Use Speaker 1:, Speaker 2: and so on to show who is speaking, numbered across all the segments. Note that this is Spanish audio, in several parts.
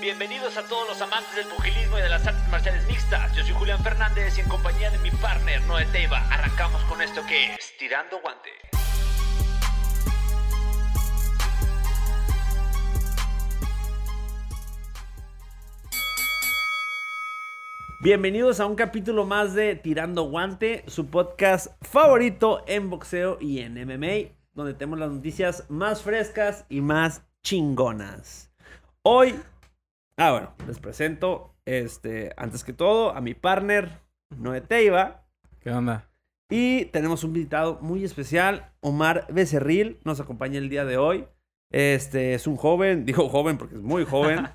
Speaker 1: Bienvenidos a todos los amantes del pugilismo y de las artes marciales mixtas. Yo soy Julián Fernández y en compañía de mi partner Noé Teiva arrancamos con esto que es Tirando Guante.
Speaker 2: Bienvenidos a un capítulo más de Tirando Guante, su podcast favorito en boxeo y en MMA, donde tenemos las noticias más frescas y más chingonas. Hoy, ah bueno, les presento, este, antes que todo, a mi partner, Noé Teiva,
Speaker 3: ¿Qué onda?
Speaker 2: y tenemos un invitado muy especial, Omar Becerril, nos acompaña el día de hoy. Este es un joven, digo joven porque es muy joven.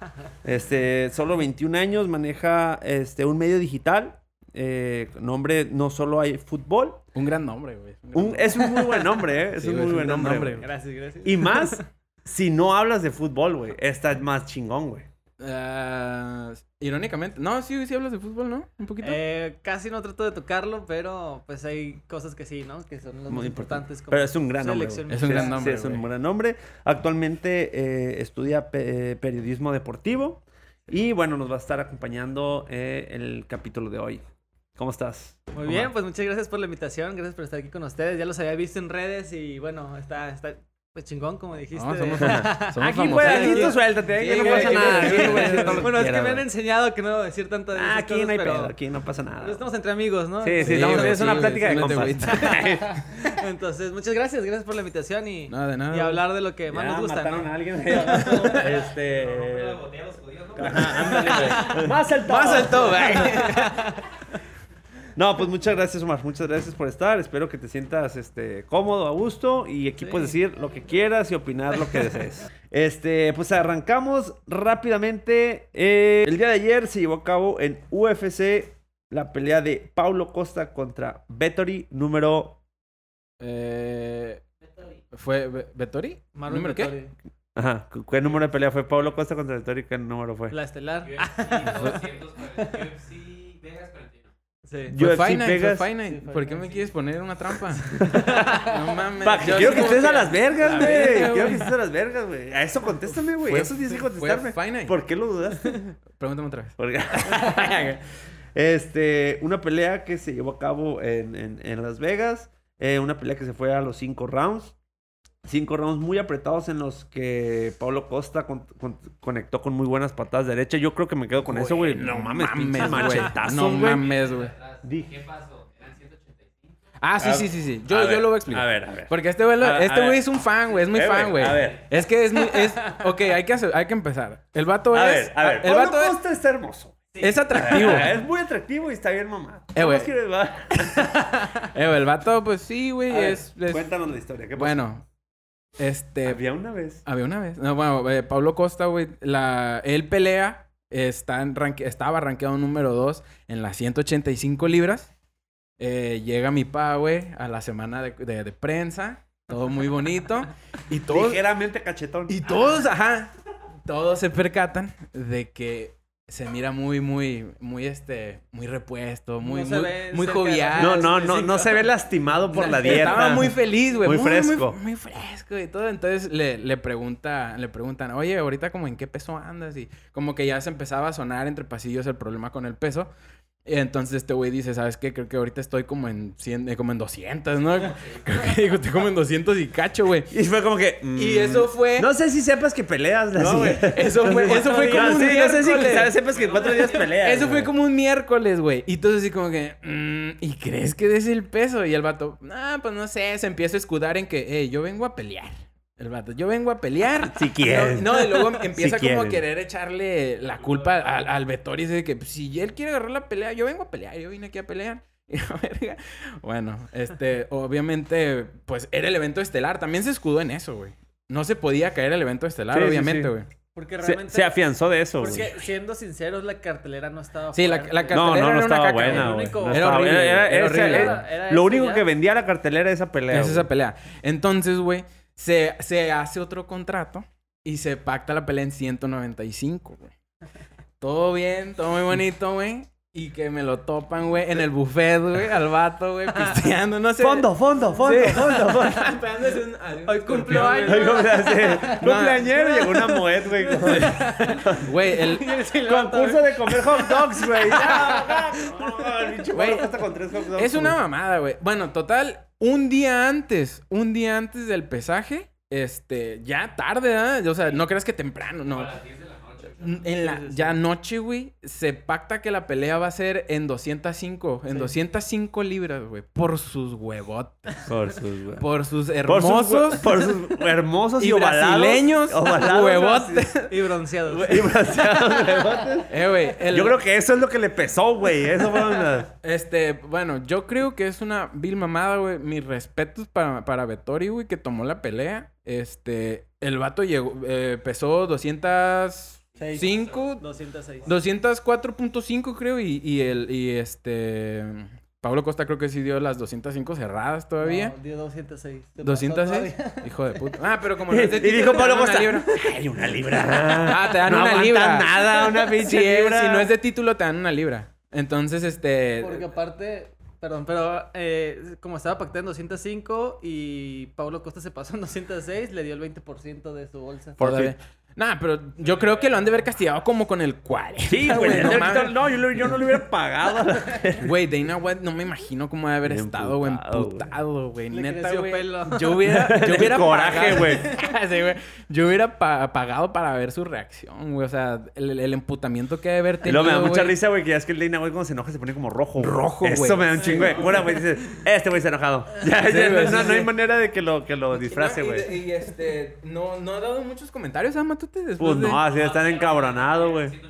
Speaker 2: Este, solo 21 años, maneja este un medio digital. eh, nombre no solo hay fútbol,
Speaker 3: Un gran nombre, güey. gran
Speaker 2: un-
Speaker 3: nombre.
Speaker 2: es un muy buen nombre, ¿eh? es
Speaker 3: Sí,
Speaker 2: un
Speaker 3: güey,
Speaker 2: muy buen
Speaker 3: gran
Speaker 2: nombre. güey.
Speaker 4: Gracias, gracias.
Speaker 2: Y más si no hablas de fútbol, güey, está más chingón, güey.
Speaker 3: Ah, irónicamente. No, sí, sí hablas de fútbol, ¿no? Un poquito.
Speaker 4: Eh, casi no trato de tocarlo, pero pues hay cosas que sí, ¿no? Que son las
Speaker 2: Muy
Speaker 4: más
Speaker 2: importante.
Speaker 4: importantes. como
Speaker 2: Pero es un gran nombre.
Speaker 4: selección
Speaker 2: güey.
Speaker 3: Es un gran
Speaker 4: mexicana.
Speaker 3: nombre,
Speaker 2: Sí, es un
Speaker 3: güey.
Speaker 2: gran nombre. Actualmente eh, estudia pe- periodismo deportivo y bueno, nos va a estar acompañando eh, el capítulo de hoy. ¿Cómo estás?
Speaker 4: Muy bien, pues muchas gracias por la invitación, gracias por estar aquí con ustedes. Ya los había visto en redes y bueno, está, está pues chingón, como dijiste.
Speaker 3: No, somos, famo- somos
Speaker 2: Aquí
Speaker 3: famosos.
Speaker 2: puedes, aquí
Speaker 4: aquí- ¿eh?
Speaker 2: tú suéltate,
Speaker 4: Sí,
Speaker 2: aquí no
Speaker 4: güey,
Speaker 2: pasa
Speaker 4: aquí-
Speaker 2: nada.
Speaker 4: aquí-
Speaker 2: aquí tú puedes decir todo lo
Speaker 4: bueno, es que
Speaker 2: quieras,
Speaker 4: me han
Speaker 2: güey.
Speaker 4: enseñado que no decir tanto de
Speaker 2: Ah,
Speaker 4: esas
Speaker 2: aquí no hay
Speaker 4: cosas, pero-
Speaker 2: pedo, aquí no pasa nada.
Speaker 4: pero estamos entre amigos, ¿no?
Speaker 2: Sí, sí,
Speaker 3: Sí,
Speaker 2: estamos-
Speaker 3: güey,
Speaker 2: es una
Speaker 3: sí,
Speaker 2: plática de
Speaker 3: sí, vete,
Speaker 2: compas.
Speaker 4: Entonces, muchas gracias, gracias por la invitación y,
Speaker 3: No, de nada.
Speaker 4: y hablar de lo que más
Speaker 2: Ya
Speaker 4: nos gusta.
Speaker 2: Ah, mataron
Speaker 4: ¿no?
Speaker 2: a alguien. este. Ajá, ándale, güey. Más el todo.
Speaker 3: Más al todo, güey.
Speaker 2: No, pues muchas gracias, Omar. Muchas gracias por estar. Espero que te sientas este, cómodo, a gusto. Y aquí
Speaker 4: Sí.
Speaker 2: puedes decir lo que quieras y opinar lo que desees. Este, pues arrancamos rápidamente. Eh, el día de ayer se llevó a cabo en UFC la pelea de Paulo Costa contra Vettori número.
Speaker 3: Eh, ¿Fue Be- Vettori?
Speaker 4: Marvin
Speaker 3: ¿Número qué?
Speaker 4: Vettori,
Speaker 2: Ajá. ¿cu- ¿Qué número de pelea fue? Paulo Costa contra Vettori, ¿qué número fue? Pues,
Speaker 4: La estelar. Ah, Sí.
Speaker 2: UFC
Speaker 3: Fue Finite,
Speaker 2: Vegas.
Speaker 3: fue Finite.
Speaker 4: Sí,
Speaker 3: ¿Por qué
Speaker 4: Finite,
Speaker 3: me quieres poner una trampa? no mames.
Speaker 2: Pa, que
Speaker 3: yo
Speaker 2: quiero
Speaker 3: sí
Speaker 2: que
Speaker 3: como
Speaker 2: estés a las vergas,
Speaker 3: La
Speaker 2: güey.
Speaker 3: verga,
Speaker 2: Quiero
Speaker 3: güey.
Speaker 2: que estés a las vergas, güey. A eso contéstame, güey.
Speaker 3: Fue-
Speaker 2: Eso tienes que
Speaker 3: fue-
Speaker 2: contestarme.
Speaker 3: Fue Finite.
Speaker 2: ¿Por qué lo dudaste?
Speaker 3: Pregúntame otra vez.
Speaker 2: Porque- este, una pelea que se llevó a cabo en, en- en Las Vegas. eh, una pelea que se fue a los cinco rounds. Cinco rounds muy apretados en los que Pablo Costa con- con- conectó con muy buenas patadas derecha. Yo creo que me quedo con eso, güey. No mames, pinches
Speaker 3: güey.
Speaker 2: machetazos,
Speaker 3: No
Speaker 2: güey.
Speaker 3: mames, güey.
Speaker 2: Di-
Speaker 3: Ah, sí,
Speaker 2: A-
Speaker 3: sí, sí, sí.
Speaker 2: a
Speaker 3: Yo,
Speaker 2: ver,
Speaker 3: yo lo voy a explicar.
Speaker 2: a ver, a ver.
Speaker 3: Porque este güey, lo-
Speaker 2: A- a
Speaker 3: este
Speaker 2: ver.
Speaker 3: güey es un fan, güey. Es muy
Speaker 2: Eh, güey,
Speaker 3: fan, güey.
Speaker 2: a ver.
Speaker 3: Es que es muy... Es, ok, hay que, hacer- hay que empezar. El vato
Speaker 2: A
Speaker 3: es...
Speaker 2: ver, a ver.
Speaker 3: El
Speaker 2: Paulo
Speaker 3: vato es,
Speaker 2: Costa está hermoso.
Speaker 3: es atractivo.
Speaker 2: Es muy atractivo y está bien mamá.
Speaker 3: Eh, güey.
Speaker 2: Cuéntanos
Speaker 3: Eh, güey, el vato, pues sí, güey. Es, es-
Speaker 2: la historia. ¿qué pasó?
Speaker 3: Bueno. Este... Había,
Speaker 2: había una vez.
Speaker 3: una vez. No, bueno, eh, Pablo Costa, güey. La, él pelea. Está en ranque- estaba rankeado número 2 en las 185 libras. Eh, llega mi pa, güey, a la semana de, de- de prensa. Todo muy bonito. y todo...
Speaker 2: Ligeramente cachetón.
Speaker 3: Y todos, ajá, todos se percatan de que se mira muy, muy, muy, este, muy repuesto, muy,
Speaker 4: No se
Speaker 3: muy,
Speaker 4: ve
Speaker 3: muy
Speaker 4: cerca de-
Speaker 3: jovial.
Speaker 2: No, no, no, no se ve lastimado por la dieta.
Speaker 3: Estaba muy feliz, güey.
Speaker 2: Muy fresco.
Speaker 3: Muy, muy fresco y todo. Entonces le, le pregunta, le preguntan, oye, ahorita como en qué peso andas y como que ya se empezaba a sonar entre pasillos el problema con el peso. Y entonces este güey dice, ¿sabes qué? Creo que ahorita estoy como en 100, eh, como en 200, ¿no? Creo que digo, estoy como en 200 y cacho, güey.
Speaker 2: Y fue como que. mm,
Speaker 3: Y eso fue...
Speaker 2: No sé si sepas que peleas.
Speaker 3: No, güey. Eso fue, eso fue como
Speaker 2: No,
Speaker 3: un
Speaker 2: sí, no sé si
Speaker 3: miércoles.
Speaker 2: sabes, sepas que en cuatro días peleas.
Speaker 3: Eso fue
Speaker 2: güey.
Speaker 3: como un miércoles, güey. Y entonces así como que, mm, ¿y crees que des el peso? Y el vato, ah, pues no sé, se empieza a escudar en que, hey, yo vengo a pelear. El vato, yo vengo a pelear.
Speaker 2: Si quieres.
Speaker 3: No, no, y luego empieza
Speaker 2: Si
Speaker 3: como a
Speaker 2: quieren.
Speaker 3: querer echarle la culpa al, al Vettori. Dice que pues, si él quiere agarrar la pelea, yo vengo a pelear, yo vine aquí a pelear. Y la verga. Bueno, este, obviamente, pues era el evento estelar. También se escudó en eso, güey. No se podía caer el evento estelar,
Speaker 2: Sí, sí, sí.
Speaker 3: obviamente, güey.
Speaker 4: Porque
Speaker 2: Se,
Speaker 4: realmente...
Speaker 2: se afianzó de eso, güey.
Speaker 4: Porque siendo sinceros, la cartelera no estaba
Speaker 3: Sí, la,
Speaker 4: fuerte.
Speaker 3: la
Speaker 2: No,
Speaker 3: cartelera
Speaker 2: no, no
Speaker 3: era una
Speaker 2: estaba
Speaker 3: caca,
Speaker 2: buena,
Speaker 3: güey.
Speaker 2: güey.
Speaker 4: único-
Speaker 2: No
Speaker 3: Era
Speaker 2: estaba-
Speaker 3: horrible,
Speaker 2: era-
Speaker 3: era
Speaker 2: era-
Speaker 3: horrible.
Speaker 2: era-
Speaker 4: Era-
Speaker 2: Lo
Speaker 4: era
Speaker 2: único
Speaker 4: eso,
Speaker 2: que
Speaker 4: ya.
Speaker 2: vendía la cartelera era esa pelea.
Speaker 3: Es esa
Speaker 2: güey.
Speaker 3: pelea. Entonces, güey, se, se hace otro contrato y se pacta la pelea en 195, güey. Todo bien, todo muy bonito, güey. Y que me lo topan, güey, en el buffet, güey, al vato, güey, pisteando, no sé.
Speaker 2: Fondo, fondo, fondo,
Speaker 3: Sí.
Speaker 2: fondo, fondo.
Speaker 3: Pegándose un- a un
Speaker 4: Hoy cumplió
Speaker 3: escorpión,
Speaker 2: Ay, ¿cómo se hace?
Speaker 3: No.
Speaker 2: Cumpleañero llegó una moed, güey. con-
Speaker 3: güey. Güey, el...
Speaker 2: Concurso de comer hot dogs, güey. Ya, ya, el pinche
Speaker 3: Ah, Güey,
Speaker 2: morro cuesta con tres hot dogs,
Speaker 3: Es una
Speaker 2: güey.
Speaker 3: mamada, güey. Bueno, total, un día antes, un día antes del pesaje, este, ya tarde, ¿ah? O sea, no creas que temprano, no. Mm, En la ya noche, güey, se pacta que la pelea va a ser en 205, en 205 libras, güey, por sus huevotes,
Speaker 2: Por sus, güey.
Speaker 3: por sus
Speaker 2: Por sus,
Speaker 3: hermosos
Speaker 2: güey, por sus hermosos y,
Speaker 3: y
Speaker 2: ovalados.
Speaker 3: brasileños
Speaker 2: ovalados,
Speaker 3: huevotes.
Speaker 4: Y bronceados.
Speaker 2: Y braseados, huevotes.
Speaker 3: Eh, güey, el-
Speaker 2: Yo creo que eso es lo que le pesó, güey. Eso fueron las...
Speaker 3: Este, bueno, yo creo que es una vil mamada, güey. Mis respetos para, para Vettori, güey, que tomó la pelea. Este, el vato llegó, eh, pesó 205,
Speaker 4: 206.
Speaker 3: 204.5 creo, y, y el, y este, Pablo Costa creo que sí dio las 205 cerradas todavía.
Speaker 4: No, dio 206. Se pasó
Speaker 3: 206,
Speaker 4: todavía.
Speaker 3: hijo de puta. Ah, pero como no
Speaker 2: Y
Speaker 3: es de Twitter,
Speaker 2: dijo
Speaker 3: te
Speaker 2: Pablo
Speaker 3: dan una
Speaker 2: Costa,
Speaker 3: libra.
Speaker 2: ay, una libra.
Speaker 3: Ah, te dan
Speaker 2: No
Speaker 3: una
Speaker 2: aguantan
Speaker 3: libra.
Speaker 2: nada, una pinche
Speaker 3: Si es-
Speaker 2: libra.
Speaker 3: Si no es de título, te dan una libra. Entonces, este...
Speaker 4: Porque aparte, perdón, pero eh, como estaba pactado en 205 y Pablo Costa se pasó en 206, le dio el 20% de su bolsa.
Speaker 3: Por
Speaker 2: Forfeit.
Speaker 3: Nah, pero yo creo que lo han de haber castigado como con el 40.
Speaker 2: Sí, güey.
Speaker 3: Ah, No,
Speaker 2: no,
Speaker 3: mames.
Speaker 2: no, yo, le- yo no le hubiera pagado.
Speaker 3: Güey, Dana White no me imagino cómo debe haber
Speaker 2: Bien
Speaker 3: estado, güey,
Speaker 2: emputado, güey.
Speaker 3: emputado, güey.
Speaker 4: Le
Speaker 3: Neta,
Speaker 4: creció
Speaker 3: güey.
Speaker 4: pelo.
Speaker 3: Yo hubiera, yo
Speaker 2: De
Speaker 3: hubiera
Speaker 2: coraje,
Speaker 3: pagado-
Speaker 2: güey.
Speaker 3: Sí, güey. Yo hubiera pa- pagado para ver su reacción, güey. O sea, el, el emputamiento que debe haber
Speaker 2: Y
Speaker 3: tenido,
Speaker 2: luego me da mucha
Speaker 3: güey.
Speaker 2: risa, güey, que ya es que el Dana, güey, cuando se enoja se pone como rojo. güey.
Speaker 3: Rojo, güey.
Speaker 2: Eso me da un chingo de cura, güey. Dices, este güey está enojado. Ya,
Speaker 3: Sí,
Speaker 2: ya,
Speaker 3: güey,
Speaker 2: no,
Speaker 3: sí,
Speaker 2: no, no hay
Speaker 3: sí.
Speaker 2: manera de que lo, que lo disfrace,
Speaker 3: No, y de-
Speaker 2: güey.
Speaker 3: Y, este, no, no ha dado muchos comentarios, ¿ah, Matute? Después
Speaker 2: Pues
Speaker 3: de-
Speaker 2: no, así están encabronados, güey.
Speaker 3: Ah,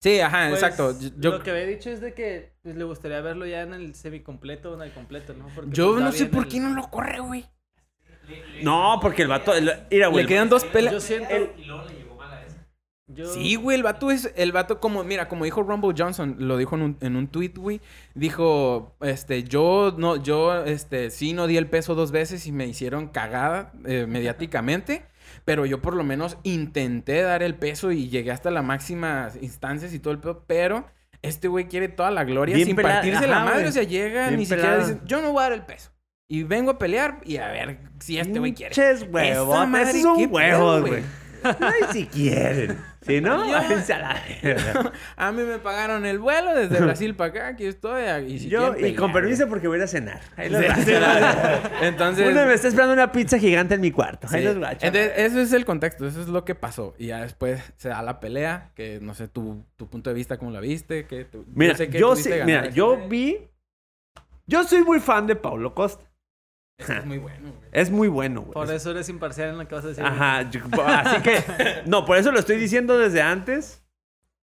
Speaker 3: Sí, ajá,
Speaker 4: Pues,
Speaker 3: exacto. Yo- Yo,
Speaker 4: Lo que había dicho es de que pues, le gustaría verlo ya en el semicompleto o en el completo, ¿no? Porque,
Speaker 3: yo
Speaker 4: pues, va
Speaker 3: no sé
Speaker 4: bien
Speaker 3: por
Speaker 4: el-
Speaker 3: qué no lo corre, güey.
Speaker 2: No, porque el vato. el- mira, güey.
Speaker 3: Le quedan dos pelas.
Speaker 4: Yo siento... Y luego le llegó mal a eso. Yo...
Speaker 3: Sí, güey, el vato es, el vato como, mira, como dijo Rumble Johnson, lo dijo en un, en un tweet, güey, dijo, este, yo no, yo, este, sí no di el peso dos veces y me hicieron cagada eh, mediáticamente, pero yo por lo menos intenté dar el peso y llegué hasta las máximas instancias y todo el pedo, pero este güey quiere toda la gloria
Speaker 2: Bien
Speaker 3: sin
Speaker 2: pelada,
Speaker 3: partirse la
Speaker 2: ajá,
Speaker 3: madre,
Speaker 2: güey.
Speaker 3: o sea, llega,
Speaker 2: Bien
Speaker 3: ni siquiera
Speaker 2: pelada.
Speaker 3: dice, yo no voy a dar el peso. Y vengo a pelear y a ver si este güey quiere.
Speaker 2: Pinches
Speaker 3: Esa
Speaker 2: huevos. Esos
Speaker 3: madre, qué
Speaker 2: son
Speaker 3: pedo,
Speaker 2: huevos,
Speaker 3: güey.
Speaker 2: güey. Ay, si quieren. Si no,
Speaker 3: Yo-
Speaker 2: váyanse a la verga.
Speaker 3: A mí me pagaron el vuelo desde Brasil para acá, aquí estoy. Y, si
Speaker 2: Yo,
Speaker 3: quieren
Speaker 2: y con
Speaker 3: pelear,
Speaker 2: permiso, porque voy a ir a cenar. Ahí los
Speaker 3: güey.
Speaker 2: gacho.
Speaker 3: Sí, sí, sí. Entonces,
Speaker 2: Uno me está esperando una pizza gigante en mi cuarto.
Speaker 3: sí.
Speaker 2: Ahí los gacho.
Speaker 3: Entonces, eso es el contexto, eso es lo que pasó. Y ya después se da la pelea, que no sé tu, tu punto de vista, cómo la viste. Que tu-
Speaker 2: Mira,
Speaker 3: sé que
Speaker 2: yo
Speaker 3: tuviste
Speaker 2: sí,
Speaker 3: ganas.
Speaker 2: mira, yo vi. Yo soy muy fan de Pablo Costa.
Speaker 3: Esto es muy bueno. güey.
Speaker 2: Es muy bueno, güey.
Speaker 4: Por eso eres imparcial en lo que vas a decir.
Speaker 2: Ajá. yo- así que. No, por eso lo estoy diciendo desde antes.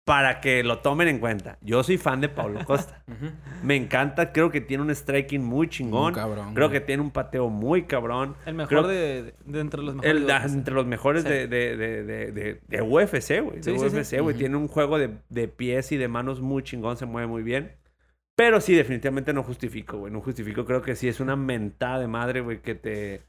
Speaker 2: Para que lo tomen en cuenta. Yo soy fan de Pablo Costa.
Speaker 3: Ujú.
Speaker 2: Me encanta. Creo que tiene un striking muy chingón.
Speaker 3: Muy cabrón,
Speaker 2: Creo
Speaker 3: güey.
Speaker 2: que tiene un pateo muy cabrón.
Speaker 4: El mejor
Speaker 2: Creo-
Speaker 4: de, de, de entre los mejores.
Speaker 2: El-
Speaker 4: de
Speaker 2: ah,
Speaker 4: UFC.
Speaker 2: entre los mejores
Speaker 4: Sí.
Speaker 2: de, de- de- de- de- de UFC, güey.
Speaker 4: Sí,
Speaker 2: de
Speaker 4: sí, sí.
Speaker 2: UFC, güey.
Speaker 3: Ujú.
Speaker 2: Tiene un juego de, de pies y de manos muy chingón, se mueve muy bien. Pero sí, definitivamente no justifico, güey. No justifico. Creo que sí es una mentada de madre, güey, que te...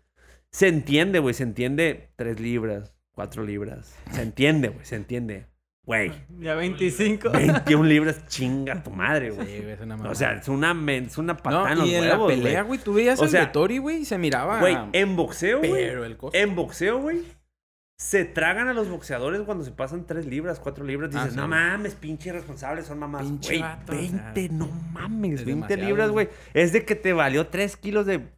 Speaker 2: Se entiende, güey. Se entiende tres libras, cuatro libras. Se entiende, güey. Se entiende. Güey,
Speaker 4: Ya 25.
Speaker 2: 21 libras chinga tu madre, güey.
Speaker 3: Sí, güey, es una mamada.
Speaker 2: o sea, es una, men- es una patada en
Speaker 3: no,
Speaker 2: los
Speaker 3: y en
Speaker 2: huevos,
Speaker 3: la pelea,
Speaker 2: güey.
Speaker 3: güey, tú veías
Speaker 2: O
Speaker 3: el
Speaker 2: sea,
Speaker 3: de Tori, güey, y se miraba.
Speaker 2: Güey, en boxeo, güey.
Speaker 3: pero el costo.
Speaker 2: En boxeo, güey, se tragan a los boxeadores cuando se pasan 3 libras, 4 libras.
Speaker 3: Ah,
Speaker 2: Dicen,
Speaker 3: sí,
Speaker 2: no
Speaker 3: güey.
Speaker 2: mames, pinche irresponsables, son mamás.
Speaker 3: Pinche
Speaker 2: Güey,
Speaker 3: vato, o
Speaker 2: 20,
Speaker 3: sea,
Speaker 2: no mames,
Speaker 3: es
Speaker 2: 20
Speaker 3: demasiado,
Speaker 2: libras, güey. Es de que te valió 3 kilos de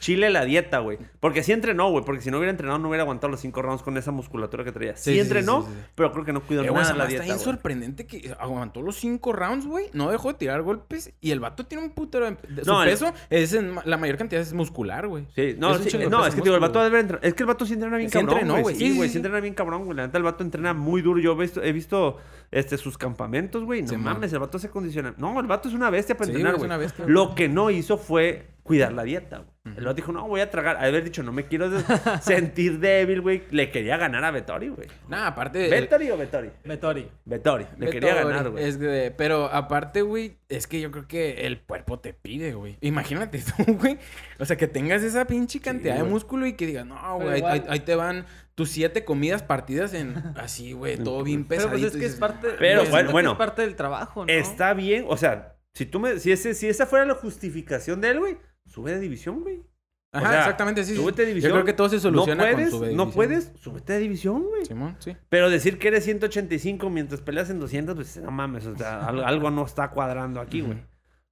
Speaker 2: chile la dieta, güey. Porque sí entrenó, güey. Porque si no hubiera entrenado, no hubiera aguantado los 5 rounds con esa musculatura que traía.
Speaker 3: Sí,
Speaker 2: Sí,
Speaker 3: sí,
Speaker 2: entrenó,
Speaker 3: sí, sí, sí.
Speaker 2: pero creo que no cuidó
Speaker 3: Eh, güey,
Speaker 2: nada
Speaker 3: esa
Speaker 2: la
Speaker 3: madre
Speaker 2: dieta.
Speaker 3: está bien
Speaker 2: güey.
Speaker 3: sorprendente que aguantó los cinco rounds, güey. No dejó de tirar golpes. Y el vato tiene un putero de... de-
Speaker 2: No,
Speaker 3: su
Speaker 2: el-
Speaker 3: peso es en... ma- La mayor cantidad es muscular, güey.
Speaker 2: Sí, no,
Speaker 3: un
Speaker 2: sí,
Speaker 3: chingo de
Speaker 2: no
Speaker 3: peso
Speaker 2: es que digo, el vato
Speaker 3: músculo,
Speaker 2: debe entren- Es que el vato sí entrena bien
Speaker 3: Sí
Speaker 2: cabrón,
Speaker 3: entrenó,
Speaker 2: güey.
Speaker 3: güey.
Speaker 2: Sí,
Speaker 3: Sí, sí,
Speaker 2: güey,
Speaker 3: sí.
Speaker 2: sí entrena bien cabrón, güey. La neta, el vato entrena muy duro. Yo he visto, he visto este, sus campamentos, güey. No
Speaker 3: Sí, man.
Speaker 2: mames, el vato se condiciona. No, el vato es una bestia para
Speaker 3: Sí,
Speaker 2: entrenar,
Speaker 3: güey, es
Speaker 2: güey.
Speaker 3: una bestia,
Speaker 2: Lo que no hizo fue cuidar la dieta, güey. El vato dijo, no, voy a tragar. Al haber dicho, no me quiero des- sentir débil, güey. Le quería ganar a Vettori, güey.
Speaker 3: Nada, aparte. el-
Speaker 2: ¿Vettori o Vettori?
Speaker 4: Metori.
Speaker 2: Vettori. Le quería
Speaker 3: Eh, Vettori,
Speaker 2: ganar, güey.
Speaker 3: es de- pero aparte, güey, es que yo creo que el cuerpo te pide, güey. Imagínate tú, güey. O sea, que tengas esa pinche cantidad de
Speaker 2: güey.
Speaker 3: músculo y que digas, no, güey, ahí,
Speaker 4: igual-
Speaker 3: ahí- ahí te van tus siete comidas partidas en así, güey, todo bien
Speaker 4: Pero
Speaker 3: pesadito.
Speaker 4: pues es
Speaker 3: y
Speaker 4: que es
Speaker 3: dices,
Speaker 4: parte.
Speaker 2: Pero,
Speaker 4: yo siento
Speaker 2: bueno,
Speaker 4: que
Speaker 2: bueno.
Speaker 4: Es parte del trabajo, ¿no?
Speaker 2: Está bien. O sea, si tú me... Si, ese, si esa fuera la justificación de él, güey, sube de división, güey.
Speaker 3: Ajá,
Speaker 2: O sea,
Speaker 3: exactamente, sí. sí.
Speaker 2: Súbete a división.
Speaker 3: Yo creo que todo se soluciona
Speaker 2: no puedes,
Speaker 3: con su
Speaker 2: No puedes, súbete a división, güey.
Speaker 3: Simón, sí.
Speaker 2: Pero decir que eres 185 mientras peleas en 200, pues no mames, o sea, al- algo no está cuadrando aquí, güey.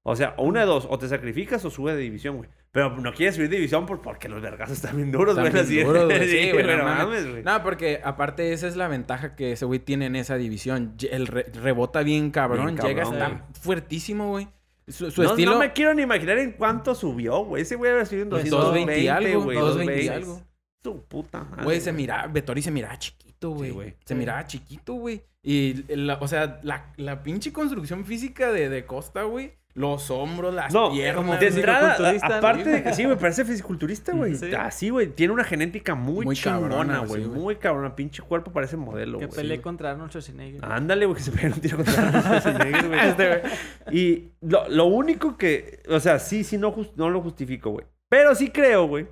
Speaker 2: O sea, o una de dos, o te sacrificas o sube de división, güey. Pero no quieres subir de división por, porque los vergazos están bien duros, güey.
Speaker 3: Están bien
Speaker 2: así-
Speaker 3: duros, güey. Pues Sí, güey, no
Speaker 2: pero
Speaker 3: mames.
Speaker 2: mames, güey.
Speaker 3: No, porque aparte esa es la ventaja que ese güey tiene en esa división. Ye- El re- rebota bien cabrón,
Speaker 2: Bien cabrón,
Speaker 3: llega tan
Speaker 2: güey.
Speaker 3: fuertísimo, güey. Su, su
Speaker 2: no, no
Speaker 3: estilo...
Speaker 2: me quiero ni imaginar en cuánto subió, güey. Ese güey había subido en
Speaker 3: Pues,
Speaker 2: 220,
Speaker 3: 220 algo,
Speaker 2: güey.
Speaker 3: 220
Speaker 2: 220.
Speaker 3: algo.
Speaker 2: Tu puta madre,
Speaker 3: Güey, se miraba, Vettori se miraba chiquito, güey.
Speaker 2: Sí, güey.
Speaker 3: se miraba chiquito, güey. Y, la- o sea, la, la pinche construcción física de, de Costa, güey. Los hombros, las
Speaker 2: No,
Speaker 3: piernas.
Speaker 2: de
Speaker 3: güey.
Speaker 2: entrada,
Speaker 4: fisiculturista,
Speaker 2: a-
Speaker 4: ¿no?
Speaker 2: aparte de que sí, güey, parece fisiculturista, güey.
Speaker 4: Sí.
Speaker 2: Ah, sí, güey, tiene una genética muy,
Speaker 3: Muy cabrona,
Speaker 2: chingona, güey.
Speaker 3: sí, güey.
Speaker 2: muy cabrona, pinche cuerpo parece modelo,
Speaker 4: Que
Speaker 2: güey.
Speaker 4: peleé contra Arnold Schwarzenegger.
Speaker 2: Ándale, güey, que se pegaron un tiro contra la Schwarzenegger, güey. Y lo, lo único que, o sea, sí, sí, no, jus- no lo justifico, güey. Pero sí creo, güey,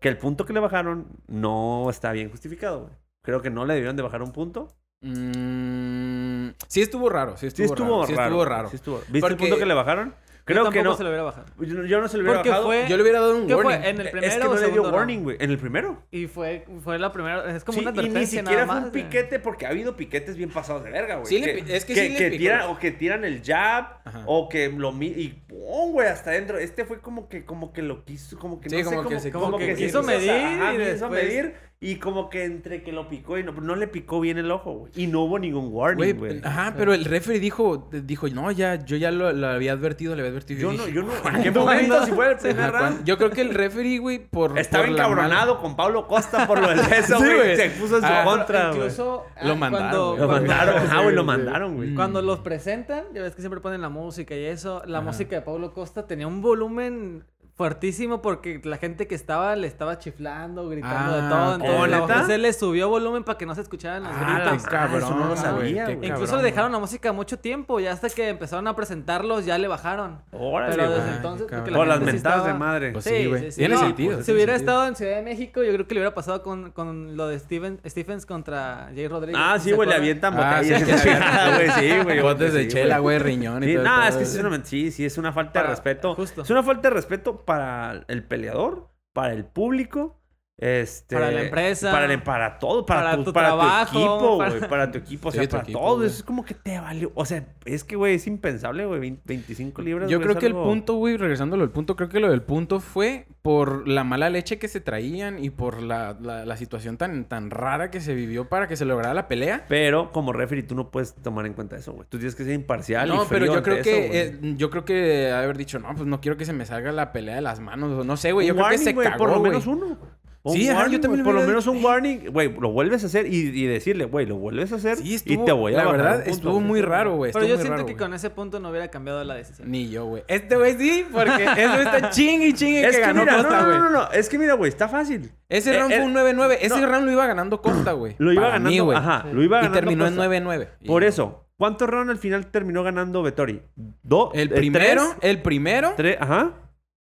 Speaker 2: que el punto que le bajaron no está bien justificado, güey. Creo que no le debieron de bajar un punto.
Speaker 3: Mm, sí estuvo raro, sí
Speaker 2: Sí
Speaker 3: estuvo,
Speaker 2: estuvo
Speaker 3: raro. Sí estuvo raro.
Speaker 2: Sí estuvo raro. ¿Viste
Speaker 3: Porque-
Speaker 2: el punto que le bajaron? Creo
Speaker 4: yo
Speaker 2: que
Speaker 4: tampoco
Speaker 2: no.
Speaker 4: se lo hubiera bajado.
Speaker 2: Yo, yo no se lo hubiera
Speaker 4: Porque
Speaker 2: bajado.
Speaker 4: fue-
Speaker 3: Yo le hubiera dado un
Speaker 4: ¿Qué
Speaker 3: warning.
Speaker 4: fue? ¿En el primero
Speaker 2: es que
Speaker 4: o
Speaker 2: no le dio
Speaker 4: segundo round?
Speaker 2: warning, güey. En el primero.
Speaker 4: Y fue, fue la primera. Es como
Speaker 2: Sí,
Speaker 4: una
Speaker 2: y
Speaker 4: advertencia
Speaker 2: ni siquiera
Speaker 4: nada
Speaker 2: fue un
Speaker 4: más, güey.
Speaker 2: piquete porque ha habido piquetes bien pasados de verga, güey.
Speaker 3: Sí le pi- es que sí le picó.
Speaker 2: tiran, O que tiran el jab,
Speaker 3: Ajá.
Speaker 2: o que lo mi- y pum, güey, hasta adentro. Este fue como que, como que lo quiso, como que
Speaker 3: Sí,
Speaker 2: no sé,
Speaker 3: como que
Speaker 2: como,
Speaker 3: se-
Speaker 2: como
Speaker 3: como
Speaker 2: que
Speaker 3: que
Speaker 2: quiso
Speaker 3: quiso
Speaker 2: medir.
Speaker 4: medir y
Speaker 2: quiso
Speaker 4: después-
Speaker 2: medir y como que entre que lo picó y no, no le picó bien el ojo, güey. Y no hubo ningún warning,
Speaker 3: Güey,
Speaker 2: güey.
Speaker 3: ajá, pero el referee dijo, dijo, no, ya, yo ya lo, lo había advertido, le había advertido. Y
Speaker 2: Yo no,
Speaker 3: dije,
Speaker 2: yo no. ¿En
Speaker 3: "¿Cuándo,
Speaker 2: qué
Speaker 3: güey?"
Speaker 2: momento si fue el primer
Speaker 3: Ajá,
Speaker 2: round?
Speaker 3: ¿cuándo? Yo creo que el referee, güey, por.
Speaker 2: Estaba
Speaker 3: por la mala-
Speaker 2: encabronado con Pablo Costa por lo de eso,
Speaker 3: Sí,
Speaker 2: güey.
Speaker 3: güey.
Speaker 2: Se puso en su
Speaker 3: Ah,
Speaker 2: contra, güey.
Speaker 4: Incluso. ah,
Speaker 3: Lo mandaron,
Speaker 4: cuando-
Speaker 3: güey.
Speaker 2: Lo
Speaker 4: cuando-
Speaker 2: mandaron, ah, güey, lo
Speaker 3: Sí,
Speaker 2: mandaron, güey.
Speaker 3: Mm.
Speaker 4: Cuando los presentan, ya ves que siempre ponen la música y eso. La música de Pablo Costa tenía un volumen fuertísimo porque la gente que estaba le estaba chiflando, gritando de
Speaker 3: Ah,
Speaker 4: todo.
Speaker 3: ok.
Speaker 4: Entonces, la
Speaker 2: ¿Oh, neta?
Speaker 4: OGC le subió volumen para que no se escucharan los
Speaker 3: Ah,
Speaker 4: gritos.
Speaker 3: qué cabrón,
Speaker 2: Eso no lo sabía,
Speaker 3: güey.
Speaker 2: güey.
Speaker 3: qué
Speaker 4: Incluso
Speaker 3: cabrón,
Speaker 4: le dejaron la música mucho tiempo. Ya hasta que empezaron a presentarlos, ya le bajaron.
Speaker 2: Órale,
Speaker 4: Pero
Speaker 2: güey.
Speaker 4: desde
Speaker 3: qué
Speaker 4: entonces...
Speaker 3: cabrón.
Speaker 4: porque
Speaker 3: que
Speaker 2: Por las
Speaker 4: gente sí
Speaker 2: mentadas de
Speaker 4: estaba-
Speaker 2: madre.
Speaker 3: Pues sí, güey. Tiene
Speaker 4: No,
Speaker 3: sentido.
Speaker 4: Si
Speaker 3: tiene
Speaker 4: hubiera
Speaker 3: sentido.
Speaker 4: estado en Ciudad de México, yo creo que le hubiera pasado con, con lo de Steven, Stephens contra Jay Rodríguez.
Speaker 2: Ah, sí,
Speaker 4: ¿Se
Speaker 2: güey, le
Speaker 4: acuerdan?
Speaker 2: avientan
Speaker 3: Ah, sí,
Speaker 2: botellas.
Speaker 3: que
Speaker 2: Sí,
Speaker 3: le
Speaker 2: güey, sí, güey.
Speaker 3: Botes de
Speaker 2: sí,
Speaker 3: chela, güey, riñón y
Speaker 2: Sí,
Speaker 3: todo.
Speaker 2: no,
Speaker 3: el
Speaker 2: es que
Speaker 3: pedo.
Speaker 2: sí, es una, sí, sí, es una falta
Speaker 4: Para-
Speaker 2: de respeto.
Speaker 4: justo.
Speaker 2: Es una falta de respeto para el peleador, para el público, este,
Speaker 4: Para la empresa.
Speaker 2: para, el- para todo, para,
Speaker 4: Para
Speaker 2: tu,
Speaker 4: tu
Speaker 2: para
Speaker 4: trabajo,
Speaker 2: tu equipo,
Speaker 4: para-
Speaker 2: güey, para tu equipo, o
Speaker 3: Sí,
Speaker 2: sea,
Speaker 3: tu
Speaker 2: para
Speaker 3: equipo,
Speaker 2: todo.
Speaker 3: güey.
Speaker 2: Es como que te valió, o sea, es que, güey, es impensable, güey, 20 25 libras.
Speaker 3: Yo
Speaker 2: güey,
Speaker 3: creo
Speaker 2: es
Speaker 3: que el
Speaker 2: algo-
Speaker 3: punto, güey, regresándolo al punto, creo que lo del punto fue por la mala leche que se traían y por la, la, la situación tan, tan rara que se vivió para que se lograra la pelea.
Speaker 2: Pero como referee tú no puedes tomar en cuenta eso, güey. Tú tienes que ser imparcial.
Speaker 3: No,
Speaker 2: y
Speaker 3: pero
Speaker 2: frío
Speaker 3: yo creo
Speaker 2: ante eso,
Speaker 3: que
Speaker 2: güey.
Speaker 3: eh, yo creo que haber dicho, no, pues no quiero que se me salga la pelea de las manos. o No sé, güey. Yo
Speaker 2: Un
Speaker 3: creo que
Speaker 2: warning,
Speaker 3: se
Speaker 2: güey,
Speaker 3: cagó,
Speaker 2: Por lo
Speaker 3: güey.
Speaker 2: menos uno. Un
Speaker 3: Sí, ajá, yo
Speaker 2: warning, güey,
Speaker 3: también
Speaker 2: Por
Speaker 3: lo
Speaker 2: lo
Speaker 3: hubiera
Speaker 2: menos un warning, güey, lo vuelves a hacer y, y decirle, güey, lo vuelves a hacer
Speaker 3: Sí,
Speaker 2: y
Speaker 3: estuvo-
Speaker 2: te voy a
Speaker 3: La
Speaker 2: bajar
Speaker 3: verdad,
Speaker 2: un punto,
Speaker 3: estuvo
Speaker 2: güey.
Speaker 3: muy raro, güey. estuvo
Speaker 4: Pero yo
Speaker 3: muy
Speaker 4: siento
Speaker 3: raro,
Speaker 4: que
Speaker 3: güey.
Speaker 4: con ese punto no hubiera cambiado la decisión.
Speaker 3: Ni yo, güey. Este güey sí, porque este está chingue y chingue
Speaker 2: Es que,
Speaker 3: que ganó
Speaker 2: mira,
Speaker 3: Costa,
Speaker 2: no, no,
Speaker 3: güey.
Speaker 2: no, no, es que mira, güey, está fácil.
Speaker 3: Ese
Speaker 2: Eh,
Speaker 3: round
Speaker 2: eh,
Speaker 3: fue un 9-9. Ese
Speaker 2: no.
Speaker 3: round lo iba ganando Costa, güey.
Speaker 2: Lo iba
Speaker 3: Para mí,
Speaker 2: ganando,
Speaker 3: güey.
Speaker 2: ajá, lo iba
Speaker 3: Y
Speaker 2: ganando.
Speaker 3: terminó en
Speaker 2: Costa.
Speaker 3: 9-9. Y-
Speaker 2: Por eso, ¿cuántos rounds al final terminó ganando Vettori? ¿Dos?
Speaker 3: El primero,
Speaker 2: Tres,
Speaker 3: el primero,
Speaker 2: tres, ajá.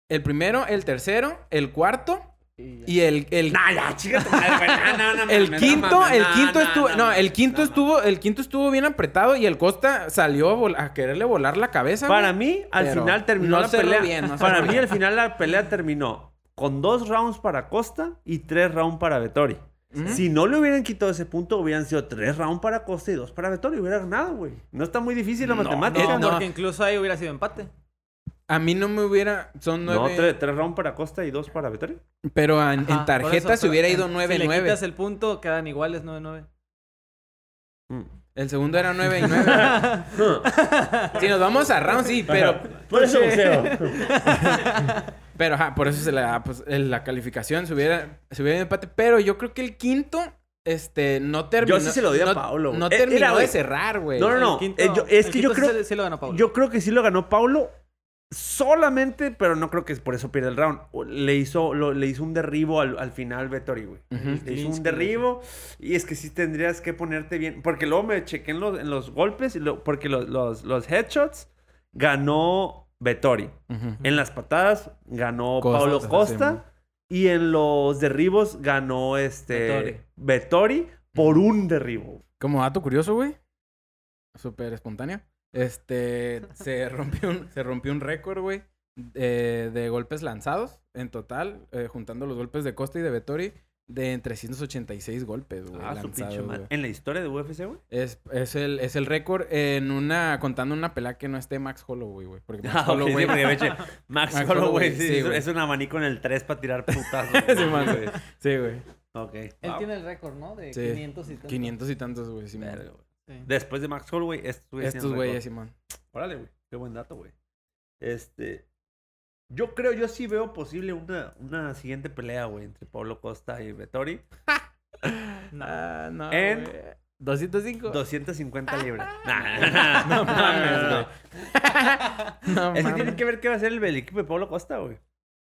Speaker 3: el primero, el tercero, el cuarto
Speaker 4: Y ya.
Speaker 3: y el... el...
Speaker 2: Nah, ya, chica, tu madre, güey, nah, nah, nah, mames,
Speaker 3: El
Speaker 2: nah,
Speaker 3: quinto,
Speaker 2: mames,
Speaker 3: el
Speaker 2: nah,
Speaker 3: quinto
Speaker 2: nah,
Speaker 3: estuvo,
Speaker 2: nah,
Speaker 3: no,
Speaker 2: mames,
Speaker 3: el quinto
Speaker 2: nah,
Speaker 3: estuvo, el quinto estuvo bien apretado y el Costa salió a, vol- a quererle volar la cabeza.
Speaker 2: Para
Speaker 3: güey.
Speaker 2: mí, al
Speaker 3: Pero
Speaker 2: final terminó
Speaker 3: no
Speaker 2: la
Speaker 3: cerró
Speaker 2: pelea.
Speaker 3: bien, no
Speaker 2: para
Speaker 3: cerró
Speaker 2: mí,
Speaker 3: bien.
Speaker 2: al final la pelea terminó con dos rounds para Costa y tres rounds para Vettori.
Speaker 3: Ujú.
Speaker 2: Si no le hubieran quitado ese punto, hubieran sido tres rounds para Costa y dos para Vettori. Hubiera ganado, güey. No está muy difícil la
Speaker 3: No,
Speaker 2: matemática.
Speaker 4: No,
Speaker 3: no.
Speaker 4: porque incluso ahí hubiera sido empate.
Speaker 3: A mí no me hubiera, son
Speaker 2: No,
Speaker 3: nueve,
Speaker 2: tres, tres rounds para Costa y dos para Vettori.
Speaker 3: pero en, en
Speaker 4: Ajá, por
Speaker 3: tarjeta
Speaker 4: eso,
Speaker 3: se
Speaker 4: pero
Speaker 3: hubiera
Speaker 4: en-
Speaker 3: ido
Speaker 4: Si le
Speaker 3: 9-9.
Speaker 4: quitas el punto, quedan iguales 9-9.
Speaker 2: Mm.
Speaker 3: El segundo era 9 y 9. si nos vamos a round, sí, pero,
Speaker 2: Por eso
Speaker 3: pero ajá, por eso se le da, pues, el- la calificación se hubiera, se hubiera ido empate. Pero yo creo que el quinto, este, no terminó.
Speaker 2: Yo sí se lo doy a
Speaker 3: no-
Speaker 2: Paulo, güey.
Speaker 3: No
Speaker 2: Eh, era,
Speaker 3: terminó de
Speaker 2: güey.
Speaker 3: cerrar, güey.
Speaker 2: No, no,
Speaker 4: El
Speaker 2: no. eh, yo- es
Speaker 4: el
Speaker 2: que yo
Speaker 4: quinto
Speaker 2: creo-
Speaker 4: sí- Sí lo ganó Paulo.
Speaker 2: Yo creo que sí lo ganó Paulo Solamente, pero no creo que por eso pierda el round. o- Le hizo, lo- le hizo un derribo al, al final Vettori, güey.
Speaker 3: Ujú.
Speaker 2: Le hizo un derribo. Y es que sí tendrías que ponerte bien. Porque luego me chequé en los, en los golpes. y lo- porque los, los, los headshots ganó Vettori.
Speaker 3: Ujú.
Speaker 2: En las patadas ganó
Speaker 3: Costa,
Speaker 2: Paulo
Speaker 3: sí, man.
Speaker 2: Costa. y en los derribos ganó este Vettori por un derribo.
Speaker 3: Como dato curioso, güey. Súper espontáneo. Este, se rompió un, se rompió un récord, güey, eh, de golpes lanzados en total, eh, juntando los golpes de Costa y de Vettori, de en 386 golpes, güey,
Speaker 2: Ah, su pinche
Speaker 3: lanzados,
Speaker 2: madre.
Speaker 3: güey.
Speaker 2: En la historia de UFC, güey.
Speaker 3: Es, es el, es el récord en una, contando una pelea que no esté Max Holloway, güey. Porque Max
Speaker 2: Ah, ok, sí,
Speaker 3: Holloway...
Speaker 2: porque me eché. Max
Speaker 3: Max
Speaker 2: Holloway,
Speaker 3: Holloway,
Speaker 2: sí,
Speaker 3: sí,
Speaker 2: es,
Speaker 3: güey.
Speaker 2: es un abanico en el 3 para tirar putas.
Speaker 3: Sí, man, güey. Sí, güey.
Speaker 2: ok.
Speaker 4: Él
Speaker 2: wow.
Speaker 4: tiene el récord, ¿no? De
Speaker 3: Sí.
Speaker 4: 500 y tantos.
Speaker 3: 500 y tantos, güey. sí, man.
Speaker 2: Verga, güey.
Speaker 4: Sí.
Speaker 2: Después de Max Holloway, estos güeyes.
Speaker 3: Estos
Speaker 2: tienen récord.
Speaker 3: güeyes, Simón.
Speaker 2: Órale, güey. Qué buen dato, güey. Este. Yo creo, yo sí veo posible una, una siguiente pelea, güey, entre Pablo Costa y Vettori.
Speaker 3: Ah, no,
Speaker 2: En-
Speaker 3: güey. 205.
Speaker 2: 250 libras. Nah,
Speaker 3: No mames,
Speaker 2: no.
Speaker 3: güey. No
Speaker 2: Es que
Speaker 3: mames.
Speaker 2: tienen que ver qué va a hacer el, el equipo de Pablo Costa, güey.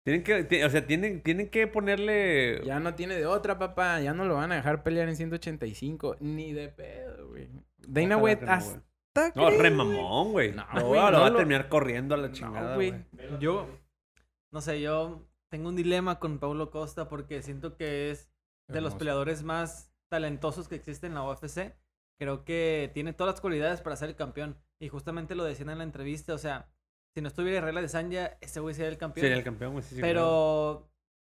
Speaker 2: Tienen que, ti- o sea, tienen, tienen que ponerle.
Speaker 3: Ya no tiene de otra, papá. Ya no lo van a dejar pelear en 185. Ni de pedo, güey.
Speaker 2: Ojalá
Speaker 3: Dana White
Speaker 2: que no, güey.
Speaker 3: hasta
Speaker 2: No, re
Speaker 3: cree, güey.
Speaker 2: mamón, güey.
Speaker 3: No,
Speaker 2: No,
Speaker 3: güey,
Speaker 2: lo
Speaker 3: no
Speaker 2: va a
Speaker 3: lo-
Speaker 2: terminar corriendo a la
Speaker 3: No,
Speaker 2: chingada,
Speaker 3: güey.
Speaker 2: güey.
Speaker 4: Yo, no sé, yo tengo un dilema con Paulo Costa porque siento que es de los
Speaker 3: Hermoso.
Speaker 4: peleadores más talentosos que existen en la UFC. Creo que tiene todas las cualidades para ser el campeón. Y justamente lo decían en la entrevista, o sea, si no estuviera regla de Sanja, ese güey sería el campeón.
Speaker 2: Sería el campeón, güey. Sí, sí, claro.
Speaker 4: Pero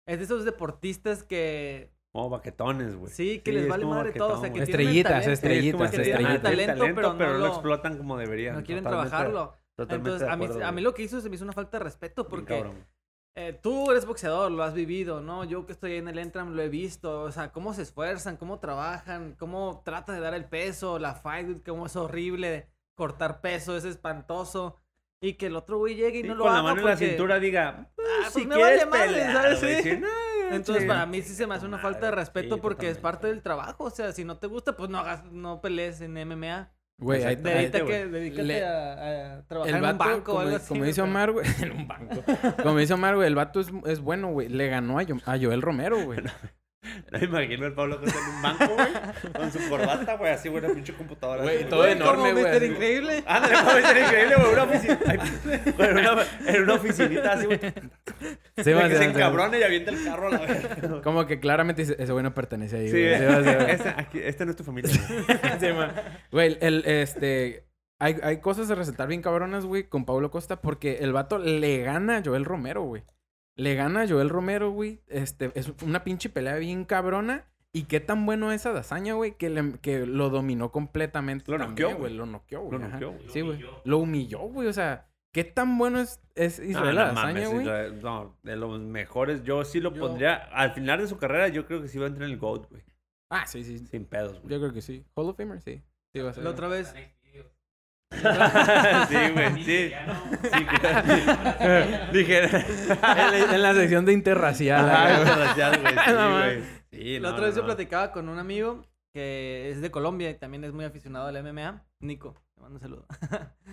Speaker 4: es de esos deportistas que
Speaker 2: Como baquetones, güey.
Speaker 4: sí, que les
Speaker 2: es
Speaker 4: vale
Speaker 2: como
Speaker 4: madre todo. O sea,
Speaker 2: baquetón,
Speaker 4: que
Speaker 2: güey.
Speaker 3: tiene-
Speaker 4: tienen el
Speaker 3: Estrellitas,
Speaker 4: talento,
Speaker 2: Sí, es como
Speaker 3: estrellitas,
Speaker 2: que
Speaker 4: que tienen
Speaker 2: tienen
Speaker 4: el
Speaker 3: estrellitas.
Speaker 4: talento, pero no,
Speaker 2: lo
Speaker 4: lo-
Speaker 2: explotan como deberían.
Speaker 4: no quieren
Speaker 2: Totalmente-
Speaker 4: trabajarlo.
Speaker 2: Totalmente
Speaker 4: Entonces,
Speaker 2: de
Speaker 4: a mí,
Speaker 2: acuerdo,
Speaker 4: a mí
Speaker 2: güey.
Speaker 4: lo que hizo se me hizo una falta de respeto
Speaker 2: Bien
Speaker 4: porque
Speaker 2: cabrón.
Speaker 4: eh, tú eres boxeador, lo has vivido, ¿no? Yo que estoy en el Entram lo he visto, o sea, cómo se esfuerzan, cómo trabajan, cómo tratan de dar el peso, la fight, güey, cómo es horrible cortar peso, es espantoso. Y que el otro güey llegue y
Speaker 2: Sí,
Speaker 4: no lo
Speaker 2: con
Speaker 4: haga
Speaker 2: la mano en
Speaker 4: porque-
Speaker 2: la cintura diga,
Speaker 4: pues
Speaker 2: si
Speaker 4: me
Speaker 2: quieres
Speaker 4: vale madre,
Speaker 2: pelear,
Speaker 4: ¿sabes?
Speaker 2: güey.
Speaker 4: Sí.
Speaker 2: Sí, no,
Speaker 4: Entonces,
Speaker 2: sí.
Speaker 4: para mí sí se me hace una
Speaker 2: Madre,
Speaker 4: falta de respeto
Speaker 2: sí,
Speaker 4: porque es
Speaker 2: totalmente.
Speaker 4: parte del trabajo. O sea, si no te gusta, pues no hagas, no pelees en MMA.
Speaker 3: Güey, ahí
Speaker 2: Exacto.
Speaker 3: ahí-
Speaker 2: Dedita-
Speaker 4: Dedícate,
Speaker 2: güey.
Speaker 4: dedícate
Speaker 3: Le-
Speaker 4: a, a trabajar
Speaker 3: El
Speaker 4: en un
Speaker 3: vato,
Speaker 4: banco o
Speaker 3: como,
Speaker 4: algo así.
Speaker 3: como
Speaker 4: güey,
Speaker 3: dice
Speaker 4: pero-
Speaker 3: Omar, güey. En un banco. Como dice Omar, güey, el vato es, es bueno, güey. Le ganó a, Yo- a Joel Romero, güey.
Speaker 2: No me imagino el Pablo Costa en un banco, güey. Con su corbata, güey, así, güey, una pinche computadora.
Speaker 3: Güey,
Speaker 2: así,
Speaker 3: todo
Speaker 2: güey.
Speaker 4: Güey, como
Speaker 3: enorme, güey,
Speaker 4: Mr.
Speaker 3: así.
Speaker 4: Increíble.
Speaker 2: Ándale, Pablo, sería increíble, güey. Una oficina. ay, güey, en una- En una oficinita así, güey.
Speaker 3: Sí, va,
Speaker 2: de que
Speaker 3: sí,
Speaker 2: se
Speaker 3: va, sí, va.
Speaker 2: encabrone y avienta el carro a la verga.
Speaker 3: Como que claramente dice, ese güey no pertenece ahí,
Speaker 2: Sí,
Speaker 3: güey. Sí, va, sí, va.
Speaker 2: esta, aquí- esta no es tu familia. güey.
Speaker 3: Sí, man. Güey, el, este... Hay, hay cosas de resaltar bien cabronas, güey, con Pablo Costa. Porque el vato le gana a Joel Romero, güey. Le gana a Joel Romero, güey. Este, es una pinche pelea bien cabrona. Y qué tan bueno es Adazaña, güey, que, le- que lo dominó completamente.
Speaker 2: Lo
Speaker 3: también,
Speaker 2: noqueó, güey.
Speaker 3: Lo noqueó,
Speaker 2: Lo
Speaker 3: güey. ajá.
Speaker 2: noqueó, güey.
Speaker 3: Sí, güey. Lo humilló, güey. O sea, qué tan bueno es, es Israel
Speaker 2: Ah, no
Speaker 3: Adazaña,
Speaker 2: mames,
Speaker 3: güey.
Speaker 2: Israel- No, de los mejores. Yo sí lo
Speaker 4: Yo-
Speaker 2: pondría. Al final de su carrera, yo creo que sí va a entrar en el GOAT, güey.
Speaker 3: Ah, sí, sí.
Speaker 2: Sin pedos, güey.
Speaker 3: Yo creo que sí. Hall of Famer, sí. Sí, va a ser.
Speaker 4: La otra vez.
Speaker 2: sí, güey, sí. sí claro. Dije.
Speaker 3: en, la, en la sección de interracial.
Speaker 2: Ajá,
Speaker 3: güey.
Speaker 2: gracias, güey. Sí, güey.
Speaker 3: No mames.
Speaker 2: Sí,
Speaker 4: La
Speaker 2: no,
Speaker 4: otra vez
Speaker 2: no,
Speaker 4: yo
Speaker 2: no.
Speaker 4: platicaba con un amigo que es de Colombia y también es muy aficionado al MMA, Nico. Te mando un saludo.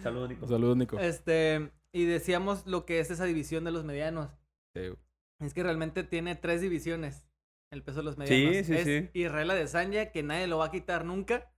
Speaker 2: Saludos, Nico.
Speaker 3: Saludos, Nico.
Speaker 4: Este, y decíamos lo que es esa división de los medianos.
Speaker 3: Sí, güey.
Speaker 4: Es que realmente tiene tres divisiones. El peso de los
Speaker 2: Sí,
Speaker 4: medianos.
Speaker 2: sí,
Speaker 4: es
Speaker 2: sí.
Speaker 4: Israel Adesanya, que nadie lo va a quitar nunca.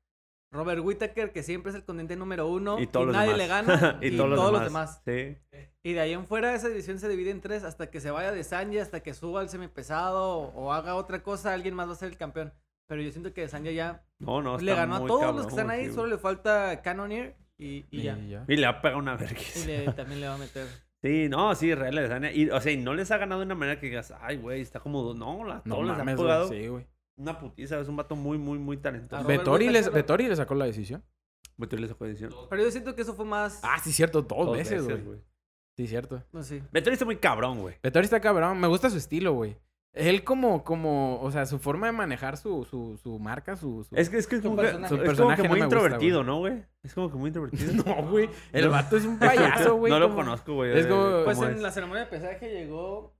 Speaker 4: Robert Whittaker, que siempre es el contendiente número uno. Y,
Speaker 2: Y todos los
Speaker 4: nadie
Speaker 2: demás.
Speaker 4: le gana.
Speaker 2: y, todos, los demás. Sí.
Speaker 4: Y de ahí en fuera esa división se divide en tres hasta que se vaya Adesanya, hasta que suba al semipesado o, o haga otra cosa, alguien más va a ser el campeón. Pero yo siento que Adesanya ya
Speaker 2: No, no.
Speaker 4: le
Speaker 2: está
Speaker 4: ganó a
Speaker 2: muy
Speaker 4: todos los
Speaker 2: cabrón,
Speaker 4: que están
Speaker 2: güey,
Speaker 4: ahí,
Speaker 2: sí,
Speaker 4: solo le falta Cannoneer y, y ya.
Speaker 3: Y ya.
Speaker 2: Y le ha pegado una
Speaker 4: Y
Speaker 2: vergüenza.
Speaker 4: le- también le va a meter.
Speaker 2: Sí, no, sí, Israel Adesanya. Y, o sea, y no les ha ganado de una manera que digas, ay, güey, está como... No, la,
Speaker 3: No
Speaker 2: todos les
Speaker 3: mames,
Speaker 2: ha
Speaker 3: güey.
Speaker 2: pegado
Speaker 3: Sí, güey.
Speaker 2: una putiza. Es un vato muy, muy, muy talentoso.
Speaker 4: Robert
Speaker 3: Vettori
Speaker 4: Whittaker,
Speaker 3: les-
Speaker 4: ¿no?
Speaker 3: Vettori le sacó la decisión.
Speaker 2: Beto le sacó decisión.
Speaker 4: Pero yo siento que eso fue más...
Speaker 3: Ah, sí, cierto. Dos, veces, güey.
Speaker 2: güey.
Speaker 3: Sí, cierto.
Speaker 4: No sé.
Speaker 2: Beto está este muy cabrón, güey.
Speaker 3: Vettori está cabrón. Me gusta su estilo, güey. Él como, como, o sea, su forma de manejar su, su, su marca, su... su-
Speaker 2: Es que es, que es
Speaker 4: Su
Speaker 2: como, que-
Speaker 4: personaje. Su
Speaker 2: es como
Speaker 3: personaje
Speaker 2: que
Speaker 3: no
Speaker 2: muy
Speaker 3: me gusta,
Speaker 2: introvertido, ¿no, güey? Es como que muy introvertido.
Speaker 3: No, güey. El
Speaker 2: No.
Speaker 3: vato es un payaso, güey.
Speaker 2: no lo
Speaker 3: como-
Speaker 2: conozco, güey.
Speaker 3: Es como-
Speaker 2: ¿Cómo
Speaker 4: Pues en
Speaker 2: es?
Speaker 4: la ceremonia de pesaje llegó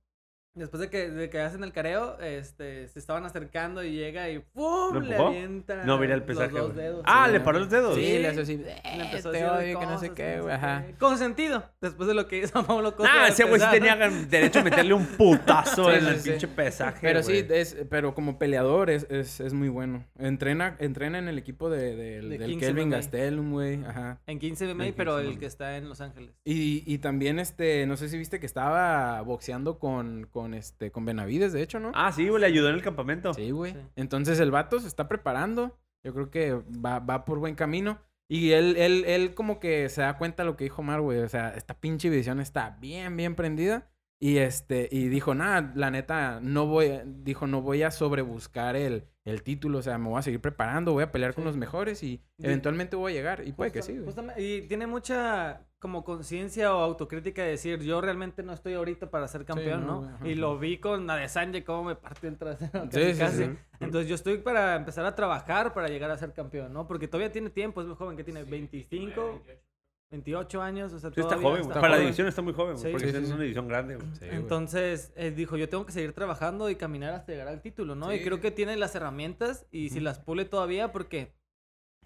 Speaker 4: Después de que, de que hacen el careo, este, se estaban acercando y llega y ¡pum!
Speaker 2: ¿Lo
Speaker 4: Le
Speaker 2: empujó?
Speaker 4: avienta
Speaker 2: No, mira el
Speaker 4: los
Speaker 2: pesaje.
Speaker 4: dos
Speaker 2: güey.
Speaker 4: dedos.
Speaker 2: ah,
Speaker 4: Sí,
Speaker 2: le
Speaker 4: güey.
Speaker 2: paró los dedos.
Speaker 3: Sí,
Speaker 4: Sí.
Speaker 3: le hace así. "Eh,
Speaker 4: Le Eh, empezó a
Speaker 3: te
Speaker 4: decir de
Speaker 3: odio, que no sé
Speaker 4: cosas,
Speaker 3: qué, güey. Ajá.
Speaker 4: qué. Consentido. Después de lo que hizo Pablo Costa.
Speaker 2: Ah,
Speaker 4: al
Speaker 2: ese güey sí
Speaker 4: pesar.
Speaker 2: tenía gan- derecho a meterle un putazo
Speaker 3: Sí,
Speaker 2: en
Speaker 3: sí,
Speaker 2: el
Speaker 3: sí.
Speaker 2: pinche pesaje.
Speaker 3: Pero sí,
Speaker 2: güey.
Speaker 3: es, pero como peleador es, es, es muy bueno. Entrena, entrena en el equipo de, del-
Speaker 4: De
Speaker 3: del
Speaker 4: Kings
Speaker 3: Kelvin
Speaker 4: MMA.
Speaker 3: Gastelum, güey. Ajá.
Speaker 4: En 15 MMA,
Speaker 3: En
Speaker 4: pero
Speaker 3: 15
Speaker 4: el
Speaker 3: MMA.
Speaker 4: que está en Los Ángeles.
Speaker 3: Y, y también, este, no sé si viste que estaba boxeando con, con, este, con Benavides, de hecho, ¿no?
Speaker 2: Ah, sí, güey, le ayudó en el campamento.
Speaker 3: Sí, güey.
Speaker 4: Sí.
Speaker 3: Entonces el vato se está preparando. Yo creo que va, va por buen camino. Y él, él, él como que se da cuenta de lo que dijo Mar, güey. O sea, esta pinche visión está bien, bien prendida. Y este, y dijo, nada, la neta, no voy, dijo, no voy a sobrebuscar el, el título. O sea, me voy a seguir preparando, voy a pelear con
Speaker 4: Sí.
Speaker 3: los mejores y
Speaker 4: Di-
Speaker 3: eventualmente voy a llegar. Y puede que
Speaker 4: Justa-
Speaker 3: sí, güey.
Speaker 4: justamente- y tiene mucha como conciencia o autocrítica de decir, yo realmente no estoy ahorita para ser campeón,
Speaker 3: no,
Speaker 4: ¿no?
Speaker 3: güey, ajá.
Speaker 4: Y lo vi con Adesanya cómo me partió el trasero
Speaker 3: Sí,
Speaker 4: casi,
Speaker 3: sí,
Speaker 4: casi.
Speaker 3: sí.
Speaker 4: Entonces yo estoy para empezar a trabajar para llegar a ser campeón, ¿no? Porque todavía tiene tiempo, es muy joven, que tiene 25, 28 años, o sea,
Speaker 2: Sí, está
Speaker 4: todavía
Speaker 2: joven, güey.
Speaker 4: está
Speaker 2: Para la
Speaker 4: joven.
Speaker 2: división está muy joven, güey,
Speaker 4: Sí,
Speaker 2: porque
Speaker 3: sí,
Speaker 2: es
Speaker 3: sí.
Speaker 2: una división grande, güey.
Speaker 3: Sí, güey.
Speaker 4: Entonces él dijo, yo tengo que seguir trabajando y caminar hasta llegar al título, ¿no?
Speaker 3: Sí,
Speaker 4: y creo
Speaker 3: sí.
Speaker 4: que tiene las herramientas y si las pule todavía porque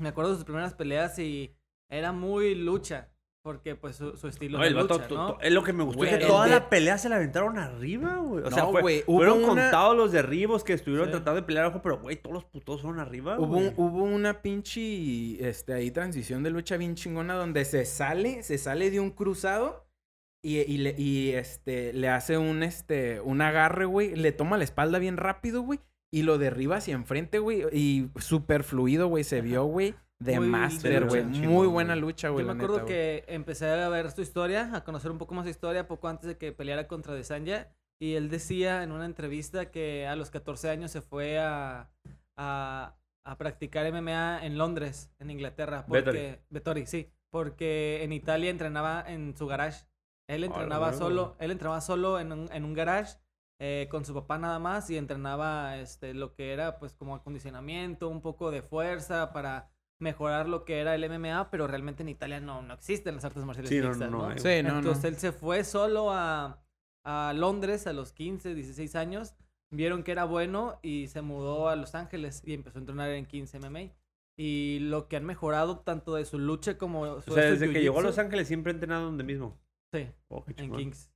Speaker 4: me acuerdo de sus primeras peleas y era muy lucha, porque pues su, su estilo
Speaker 2: No,
Speaker 4: de
Speaker 2: el vato,
Speaker 4: lucha,
Speaker 2: to-
Speaker 4: ¿no?
Speaker 2: to- es lo que me gustó.
Speaker 3: Güey,
Speaker 2: es que
Speaker 3: el
Speaker 2: toda
Speaker 3: de-
Speaker 2: la pelea se la aventaron arriba, güey. O sea,
Speaker 3: No,
Speaker 2: fue-
Speaker 3: güey, hubo
Speaker 2: fueron
Speaker 3: una-
Speaker 2: contados los derribos que estuvieron
Speaker 4: Sí.
Speaker 2: tratando de pelear abajo, pero, güey, todos los putos fueron arriba,
Speaker 3: Hubo,
Speaker 2: Ah, güey.
Speaker 3: un- hubo una pinche este, ahí transición de lucha bien chingona donde se sale, se sale de un cruzado y, y le, y, este, le hace un, este, un agarre, güey. Le toma la espalda bien rápido, güey. Y lo derriba hacia enfrente, güey. Y super fluido, güey. Se vio, güey. De
Speaker 4: Muy
Speaker 3: máster,
Speaker 4: lucha
Speaker 3: güey.
Speaker 2: chingona,
Speaker 3: Muy
Speaker 2: güey.
Speaker 3: buena lucha, güey.
Speaker 4: Yo me
Speaker 3: la
Speaker 4: acuerdo
Speaker 3: neta, güey.
Speaker 4: que empecé a ver su historia, a conocer un poco más su historia poco antes de que peleara contra Desanya. Y él decía en una entrevista que a los 14 años se fue a, a, a practicar MMA en Londres, en Inglaterra. Porque,
Speaker 2: Vettori.
Speaker 4: Vettori, sí. Porque en Italia entrenaba en su garage. Él entrenaba
Speaker 2: huevo.
Speaker 4: solo, él entrenaba solo en un, en un garage eh, con su papá nada más y entrenaba este, lo que era pues como acondicionamiento, un poco de fuerza para mejorar lo que era el MMA, pero realmente en Italia no, no existen las artes marciales
Speaker 2: Sí, no,
Speaker 4: mixtas,
Speaker 2: no
Speaker 4: ¿no?
Speaker 2: hay.
Speaker 3: Sí, no,
Speaker 4: Entonces
Speaker 3: no.
Speaker 4: él se fue solo a, a Londres a los 15, 16 años, vieron que era bueno y se mudó a Los Ángeles y empezó a entrenar en 15 MMA. Y lo que han mejorado tanto de su lucha como su
Speaker 2: O sea,
Speaker 4: su
Speaker 2: desde que llegó a
Speaker 4: jiu-jitsu-
Speaker 2: Los Ángeles siempre ha entrenado donde mismo.
Speaker 4: Sí.
Speaker 2: Oh, qué
Speaker 4: En
Speaker 2: chingón.
Speaker 4: Kings.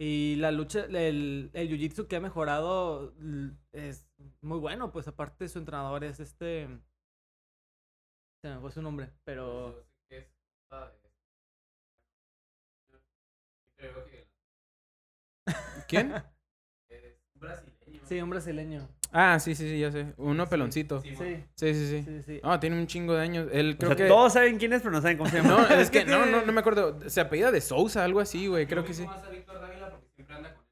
Speaker 4: Y la lucha, el, el jiu-jitsu que ha mejorado l- es muy bueno, pues aparte su entrenador es este... Se me fue su nombre, pero... ah,
Speaker 3: ¿Quién?
Speaker 4: Sí, un brasileño.
Speaker 3: Ah, sí, sí, sí, ya sé. Uno peloncito.
Speaker 4: Sí,
Speaker 3: Sí, sí,
Speaker 4: sí,
Speaker 3: sí.
Speaker 4: sí.
Speaker 2: Ah.
Speaker 4: sí.
Speaker 3: No, tiene un chingo de años. Él
Speaker 2: O
Speaker 3: creo
Speaker 2: sea,
Speaker 3: que.
Speaker 2: todos saben quién es, pero no saben cómo se llama.
Speaker 3: No, es que no, no, no me acuerdo. Se apellida de Sousa, algo así, güey. Creo que sí.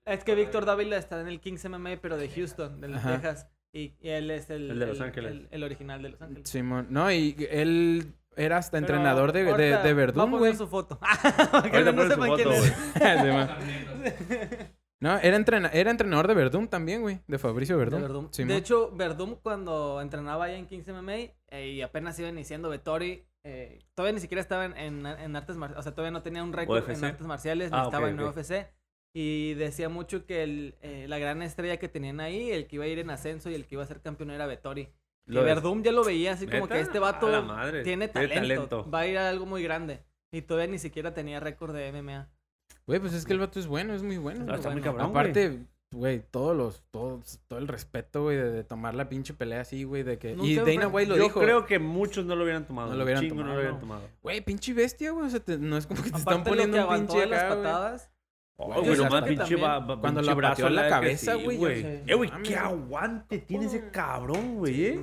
Speaker 4: Es que Víctor Dávila está en el Kings MMA, pero de Houston, de las
Speaker 3: Ajá.
Speaker 4: Texas. Y, y él es el...
Speaker 2: El de Los Ángeles.
Speaker 4: El, el original de Los Ángeles.
Speaker 3: Simón. No, y él era hasta
Speaker 4: Pero
Speaker 3: entrenador de, de,
Speaker 4: ahorita
Speaker 3: de
Speaker 4: va a
Speaker 3: Verdún,
Speaker 4: poner
Speaker 3: güey.
Speaker 4: su foto. Para que
Speaker 2: Ahorita
Speaker 4: no
Speaker 2: ponen su
Speaker 4: sepan quién
Speaker 2: foto,
Speaker 4: es.
Speaker 2: güey.
Speaker 3: Simón. no, era, entrena- era entrenador de Verdún también, güey. De Fabricio
Speaker 4: De,
Speaker 3: Verdún.
Speaker 4: Verdum.
Speaker 3: Simón.
Speaker 4: De hecho, Verdum cuando entrenaba allá en 15 MMA eh, y apenas iba iniciando Vettori, eh, todavía ni siquiera estaba en, en- en artes marciales, o sea, todavía no tenía un récord en
Speaker 2: UFC.
Speaker 4: artes marciales, ni
Speaker 2: Ah, ok,
Speaker 4: estaba en
Speaker 2: ok.
Speaker 4: UFC. Y decía mucho que el, eh, la gran estrella que tenían ahí, el que iba a ir en ascenso y el que iba a ser campeón era Vettori. Y
Speaker 2: Lo de-
Speaker 4: Verdum ya lo veía así como
Speaker 2: ¿Neta?
Speaker 4: que este
Speaker 2: A
Speaker 4: vato
Speaker 2: la madre,
Speaker 4: tiene
Speaker 2: tiene
Speaker 4: talento,
Speaker 2: talento.
Speaker 4: va a ir a algo muy grande. Y todavía ni siquiera tenía récord de MMA.
Speaker 3: Güey, pues es que el vato es bueno, es muy bueno.
Speaker 2: Ah,
Speaker 3: güey.
Speaker 2: está muy
Speaker 4: bueno.
Speaker 2: cabrón, güey.
Speaker 3: Aparte, güey, todos los, todos, todo el respeto, güey, de, de tomar la pinche pelea así, güey, de que. Y
Speaker 4: Nunca me
Speaker 3: Dana
Speaker 4: pre-
Speaker 3: White lo
Speaker 2: Yo
Speaker 3: dijo.
Speaker 2: creo que muchos no lo hubieran tomado.
Speaker 3: No lo hubieran
Speaker 2: Chingo no
Speaker 3: tomado,
Speaker 2: lo hubieran
Speaker 3: no.
Speaker 2: tomado.
Speaker 3: Güey, pinche bestia, güey. O sea, te- no es como que te están
Speaker 4: Aparte lo
Speaker 3: poniendo
Speaker 4: que
Speaker 3: un
Speaker 4: aguantó
Speaker 3: pinche
Speaker 4: de las
Speaker 3: acá, güey.
Speaker 4: patadas,
Speaker 2: Ay,
Speaker 3: Yo
Speaker 2: güey, nomás
Speaker 3: creo que
Speaker 2: pinche va,
Speaker 4: también,
Speaker 2: va-
Speaker 3: cuando
Speaker 2: pinche
Speaker 3: la
Speaker 2: brazo
Speaker 3: pateó en la
Speaker 2: que
Speaker 3: cabeza,
Speaker 2: sí,
Speaker 3: güey, yo
Speaker 2: güey.
Speaker 4: sé.
Speaker 2: Eh, güey,
Speaker 3: Mames,
Speaker 2: qué
Speaker 3: güey.
Speaker 2: aguante tiene ese cabrón, güey. eh.
Speaker 4: sí.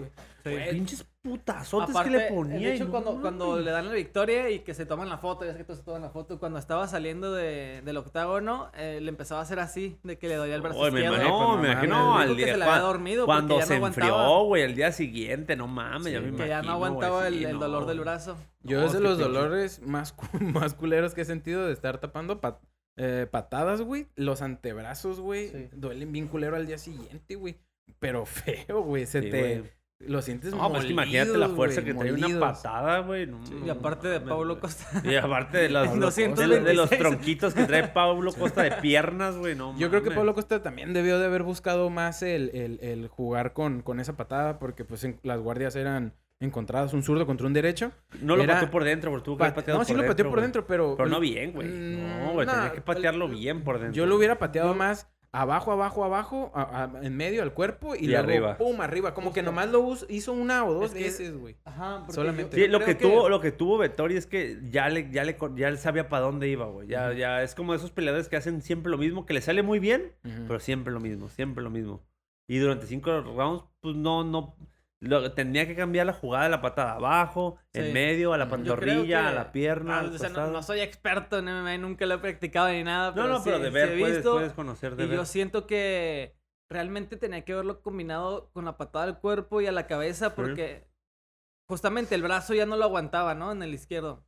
Speaker 2: Güey, Pinches putazotes
Speaker 4: Aparte,
Speaker 2: que le ponía.
Speaker 4: De
Speaker 2: y
Speaker 4: hecho,
Speaker 2: no
Speaker 4: cuando,
Speaker 2: mames.
Speaker 4: cuando le dan la victoria y que se toman la foto, ya es que todos se toman la foto, cuando estaba saliendo de, del octágono, eh, le empezaba a hacer así, de que le dolía el brazo
Speaker 2: Ay, me
Speaker 4: izquierdo.
Speaker 2: imagino,
Speaker 3: pues,
Speaker 2: no,
Speaker 3: no
Speaker 2: me
Speaker 3: mames.
Speaker 2: imagino
Speaker 4: Dijo
Speaker 2: al
Speaker 4: que
Speaker 2: día.
Speaker 4: se le
Speaker 2: cua-
Speaker 4: había dormido porque
Speaker 2: cuando
Speaker 4: ya no
Speaker 2: se enfrió,
Speaker 4: aguantaba.
Speaker 2: güey, al día siguiente, no mames, ya me
Speaker 3: Sí,
Speaker 2: imagino.
Speaker 4: que ya no aguantaba
Speaker 2: güey,
Speaker 4: el,
Speaker 2: sí,
Speaker 4: el
Speaker 2: no.
Speaker 4: dolor del brazo.
Speaker 3: Yo
Speaker 2: No,
Speaker 3: es de
Speaker 2: qué
Speaker 3: los
Speaker 2: pinche-
Speaker 3: dolores más, cu- más culeros que he sentido de estar tapando pat- eh, patadas, güey. Los antebrazos, güey.
Speaker 4: Sí.
Speaker 3: Duelen bien culero al día siguiente, güey. Pero feo, güey. Se
Speaker 2: Sí,
Speaker 3: te...
Speaker 2: güey.
Speaker 3: Lo sientes
Speaker 2: No, pues que imagínate la fuerza que trae una patada, güey. no,
Speaker 4: Y
Speaker 2: no
Speaker 4: aparte de
Speaker 2: mames,
Speaker 4: Pablo
Speaker 2: güey.
Speaker 4: Costa.
Speaker 2: Y aparte de los,
Speaker 4: En 226.
Speaker 2: de, de los tronquitos que trae Pablo Costa de piernas, güey. No,
Speaker 3: Yo creo que
Speaker 2: mames.
Speaker 3: Pablo Costa también debió de haber buscado más el, el- el jugar con, con esa patada, porque pues en- las guardias eran encontradas un zurdo contra un derecho.
Speaker 2: No lo
Speaker 3: era-
Speaker 2: pateó por dentro, porque tuvo que
Speaker 3: Pat-
Speaker 2: haber pateado
Speaker 3: No, sí
Speaker 2: por
Speaker 3: lo pateó por
Speaker 2: güey.
Speaker 3: dentro, pero...
Speaker 2: Pero no bien, güey.
Speaker 3: Mm,
Speaker 2: No, güey, tenía
Speaker 3: nah,
Speaker 2: que patearlo bien por dentro.
Speaker 3: Yo lo hubiera pateado más abajo, abajo, abajo, a- a- en medio al cuerpo y,
Speaker 2: Y
Speaker 3: luego,
Speaker 2: arriba.
Speaker 3: pum, arriba. Como que nomás lo us- hizo una o dos
Speaker 4: Es que-
Speaker 3: veces, güey.
Speaker 4: Ajá, porque
Speaker 3: Solamente.
Speaker 2: Sí,
Speaker 4: yo- yo
Speaker 2: lo que,
Speaker 4: creo
Speaker 2: tuvo, lo que tuvo Vettori es que ya le, ya le, co- ya él sabía para dónde iba, güey. Ya, ya es como esos peleadores que hacen siempre lo mismo, que le sale muy bien, pero siempre lo mismo, siempre lo mismo. Y durante cinco rounds, pues no, no. lo- tenía que cambiar la jugada de la patada abajo,
Speaker 4: Sí.
Speaker 2: en medio, a la
Speaker 3: Yo creo
Speaker 2: pantorrilla,
Speaker 4: que-
Speaker 2: a la pierna.
Speaker 4: Ah,
Speaker 2: al
Speaker 4: o sea, no,
Speaker 2: costado.
Speaker 4: no soy experto en MMA, nunca lo he practicado ni nada.
Speaker 2: No,
Speaker 4: Pero
Speaker 2: no,
Speaker 4: sí-
Speaker 2: pero de
Speaker 4: sí
Speaker 2: ver,
Speaker 4: he
Speaker 2: puedes,
Speaker 4: visto,
Speaker 2: puedes conocer de
Speaker 4: Y
Speaker 2: ver.
Speaker 4: yo siento que realmente tenía que haberlo combinado con la patada al cuerpo y a la cabeza porque justamente el brazo ya no lo aguantaba, ¿no? En el izquierdo.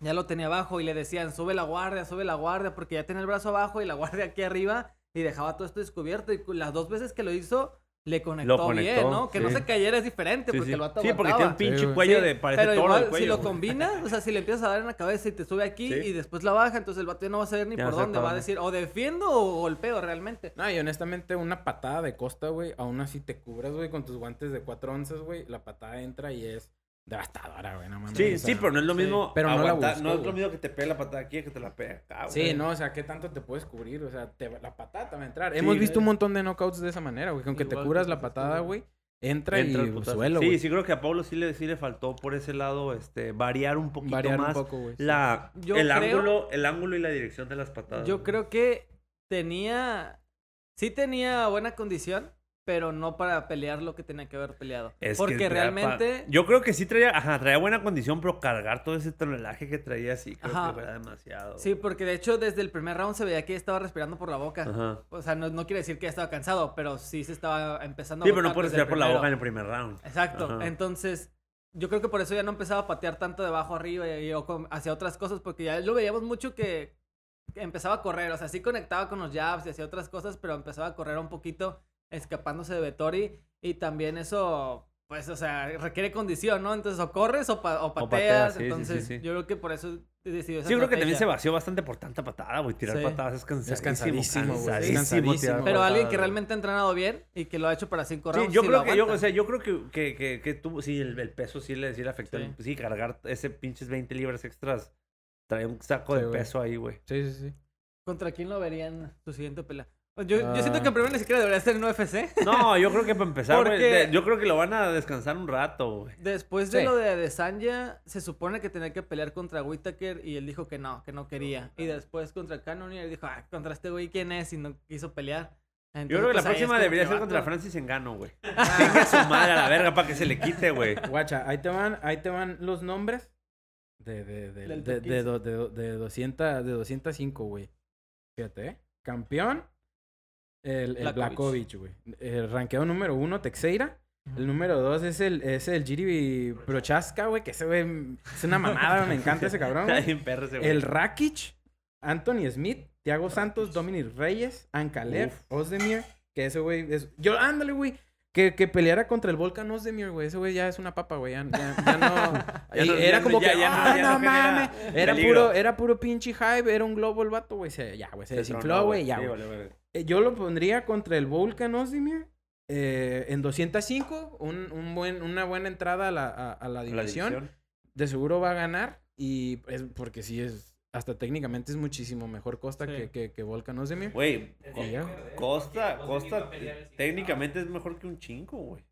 Speaker 4: Ya lo tenía abajo y le decían, sube la guardia, sube la guardia, porque ya tenía el brazo abajo y la guardia aquí arriba y dejaba todo esto descubierto. Y cu- las dos veces que lo hizo, le conectó, bien,
Speaker 2: conectó,
Speaker 4: ¿no? Que no
Speaker 2: sí.
Speaker 4: se cayera es diferente
Speaker 2: Sí,
Speaker 4: porque
Speaker 2: sí.
Speaker 4: el vato
Speaker 2: Sí, porque tiene un
Speaker 4: aguantaba.
Speaker 2: pinche
Speaker 3: Sí, güey.
Speaker 2: cuello
Speaker 4: Sí,
Speaker 2: de parece
Speaker 4: pero
Speaker 2: toro
Speaker 4: igual,
Speaker 2: el cuello.
Speaker 4: si lo
Speaker 2: güey.
Speaker 4: combinas, o sea, si le empiezas a dar en la cabeza y te sube aquí
Speaker 2: Sí.
Speaker 4: y después la baja, entonces el vato ya no va a saber ni
Speaker 2: Ya
Speaker 4: por
Speaker 2: no sabe
Speaker 4: dónde,
Speaker 2: para
Speaker 4: va a
Speaker 2: dónde.
Speaker 4: decir o defiendo o golpeo realmente.
Speaker 3: No, y honestamente, una patada de costa, güey, aún así te cubras, güey, con tus guantes de cuatro onzas, güey. La patada entra y es devastadora, güey, no mames.
Speaker 2: Sí,
Speaker 3: o sea,
Speaker 2: sí, pero no es lo
Speaker 4: sí.
Speaker 2: mismo.
Speaker 3: Pero no la
Speaker 2: aguantar-
Speaker 3: buscó,
Speaker 2: no es
Speaker 3: güey.
Speaker 2: lo mismo que te pegue la patada aquí que te la pegue acá, güey.
Speaker 3: Sí, no, o sea, ¿qué tanto te puedes cubrir? O sea, te- la patada te va a entrar.
Speaker 2: Sí,
Speaker 3: Hemos visto
Speaker 2: güey.
Speaker 3: un montón de knockouts de esa manera, güey. Con que te
Speaker 4: Igual
Speaker 3: curas
Speaker 4: que
Speaker 3: la
Speaker 4: dices tú,
Speaker 3: patada,
Speaker 4: güey.
Speaker 3: güey, entra,
Speaker 2: Entra
Speaker 3: y
Speaker 2: el
Speaker 3: el
Speaker 2: putazo.
Speaker 3: suelo,
Speaker 2: Sí,
Speaker 3: güey.
Speaker 2: sí creo que a Pablo sí le, sí le faltó por ese lado, este, variar un poquito
Speaker 3: Variar un
Speaker 2: más
Speaker 3: poco, güey. sí.
Speaker 2: la,
Speaker 4: Yo
Speaker 2: el,
Speaker 4: creo-
Speaker 2: ángulo, el ángulo y la dirección de las patadas.
Speaker 4: Yo
Speaker 2: güey.
Speaker 4: creo que tenía, sí tenía buena condición, pero no para pelear lo que tenía que haber peleado.
Speaker 2: Es que
Speaker 4: Porque
Speaker 2: traía pa-
Speaker 4: realmente...
Speaker 2: Yo creo que sí traía, ajá, traía buena condición, pero cargar todo ese tonelaje que traía sí creo
Speaker 4: Ajá.
Speaker 2: que era demasiado.
Speaker 4: Sí, porque de hecho desde el primer round se veía que estaba respirando por la boca.
Speaker 2: Ajá.
Speaker 4: O sea, no, no quiere decir que ya estaba cansado, pero sí se estaba empezando a
Speaker 2: Sí, pero no
Speaker 4: agotar
Speaker 2: puedes
Speaker 4: desde el
Speaker 2: respirar por la
Speaker 4: primero.
Speaker 2: boca en el primer round.
Speaker 4: Exacto.
Speaker 2: Ajá.
Speaker 4: Entonces, yo creo que por eso ya no empezaba a patear tanto de abajo arriba y, y- o con- hacia otras cosas, porque ya lo veíamos mucho que que empezaba a correr. O sea, sí conectaba con los jabs y hacía otras cosas, pero empezaba a correr un poquito escapándose de Vettori. Y también eso, pues, o sea, requiere condición, ¿no? Entonces, o corres o, pa- o pateas.
Speaker 2: pateas, sí, sí,
Speaker 4: Entonces,
Speaker 2: sí, sí.
Speaker 4: yo creo que por eso decidió esa
Speaker 2: Sí, creo que también se
Speaker 4: estrategia.
Speaker 2: vació bastante por tanta patada, güey. Tirar
Speaker 4: Sí.
Speaker 2: patadas es cansadísimo.
Speaker 3: cansadísimo, güey.
Speaker 2: cansadísimo
Speaker 3: Cansadísimo.
Speaker 2: tirar
Speaker 3: Pero
Speaker 4: Pero
Speaker 2: patadas,
Speaker 4: alguien que
Speaker 2: güey.
Speaker 4: realmente ha entrenado bien y que lo ha hecho para cinco
Speaker 2: Sí,
Speaker 4: rounds.
Speaker 2: yo
Speaker 4: sí lo
Speaker 2: creo que yo, o
Speaker 4: aguanta.
Speaker 2: sea, yo creo que, que, que, que tuvo, sí, el, el peso sí le, sí le afectó.
Speaker 4: Sí.
Speaker 2: Sí. cargar ese pinches 20 libras extras. Trae un saco
Speaker 3: Sí,
Speaker 2: de
Speaker 3: güey.
Speaker 2: peso ahí, güey.
Speaker 3: Sí, sí, sí.
Speaker 4: ¿Contra quién lo verían su siguiente pelea? Yo, yo
Speaker 3: Ah.
Speaker 4: siento que primero ni siquiera debería ser en UFC.
Speaker 2: No, yo creo que para empezar, güey,
Speaker 4: Porque-
Speaker 2: de- yo creo que lo van a descansar un rato, güey.
Speaker 4: Después de
Speaker 3: Sí.
Speaker 4: lo de Adesanya, se supone que tenía que pelear contra Whittaker y él dijo que no, que no quería. Y después contra Cannonier dijo, ah, contra este güey, ¿quién es? Y no quiso pelear.
Speaker 2: Yo
Speaker 4: Entonces,
Speaker 2: creo que la
Speaker 4: pues, ahí es
Speaker 2: próxima
Speaker 4: como
Speaker 2: debería
Speaker 4: que,
Speaker 2: ser contra
Speaker 4: vato,
Speaker 2: Francis Engano, güey. Venga su madre a la verga para que se le quite, güey.
Speaker 3: Guacha, ahí te van, ahí te van los nombres de, de, de, de,
Speaker 4: Del top
Speaker 3: de, do- de do- de 200, de 205, güey. Fíjate, ¿eh? Campeón, el, el
Speaker 4: Blackovic.
Speaker 3: Blakovic, güey. El ranqueado número uno, Texeira. El número dos es el, es el Giri Prochaska, güey, que ese güey mm, es una mamada, me encanta ese cabrón. güey.
Speaker 2: Está bien perro ese, Este güey.
Speaker 3: El Rakic, Anthony Smith, Thiago Santos, Dominic Reyes, Ankalev, Ozdemir, que ese güey es... Yo, ándale, güey. Que, que peleara contra el Volcan Ozdemir, güey. Ese güey ya es una papa, güey. Ya, ya- ya no...
Speaker 2: Ya
Speaker 3: y
Speaker 2: no-
Speaker 3: era
Speaker 2: ya-
Speaker 3: como
Speaker 2: ya-
Speaker 3: que...
Speaker 2: ya no-
Speaker 3: "Ah,
Speaker 2: ya
Speaker 3: no,
Speaker 2: no genera
Speaker 3: mames". Era
Speaker 2: peligro.
Speaker 3: puro, era puro pinche hype. Era un globo el vato, güey. Se, ya, güey. Se, desinfló,
Speaker 2: tronó,
Speaker 3: güey. Ya,
Speaker 2: Sí,
Speaker 3: güey.
Speaker 2: vale, vale.
Speaker 3: Eh, Yo lo pondría contra el Volcan Ozdemir. eh, en 205, un, un buen, una buena entrada a la, a- a la
Speaker 2: La
Speaker 3: división
Speaker 2: división.
Speaker 3: de seguro va a ganar y es porque sí es hasta técnicamente es muchísimo mejor Costa
Speaker 4: Sí.
Speaker 3: que, que, que Volkan Ozdemir.
Speaker 2: Güey,
Speaker 3: Y ya.
Speaker 2: Costa, Costa, técnicamente es mejor que un chingo, güey.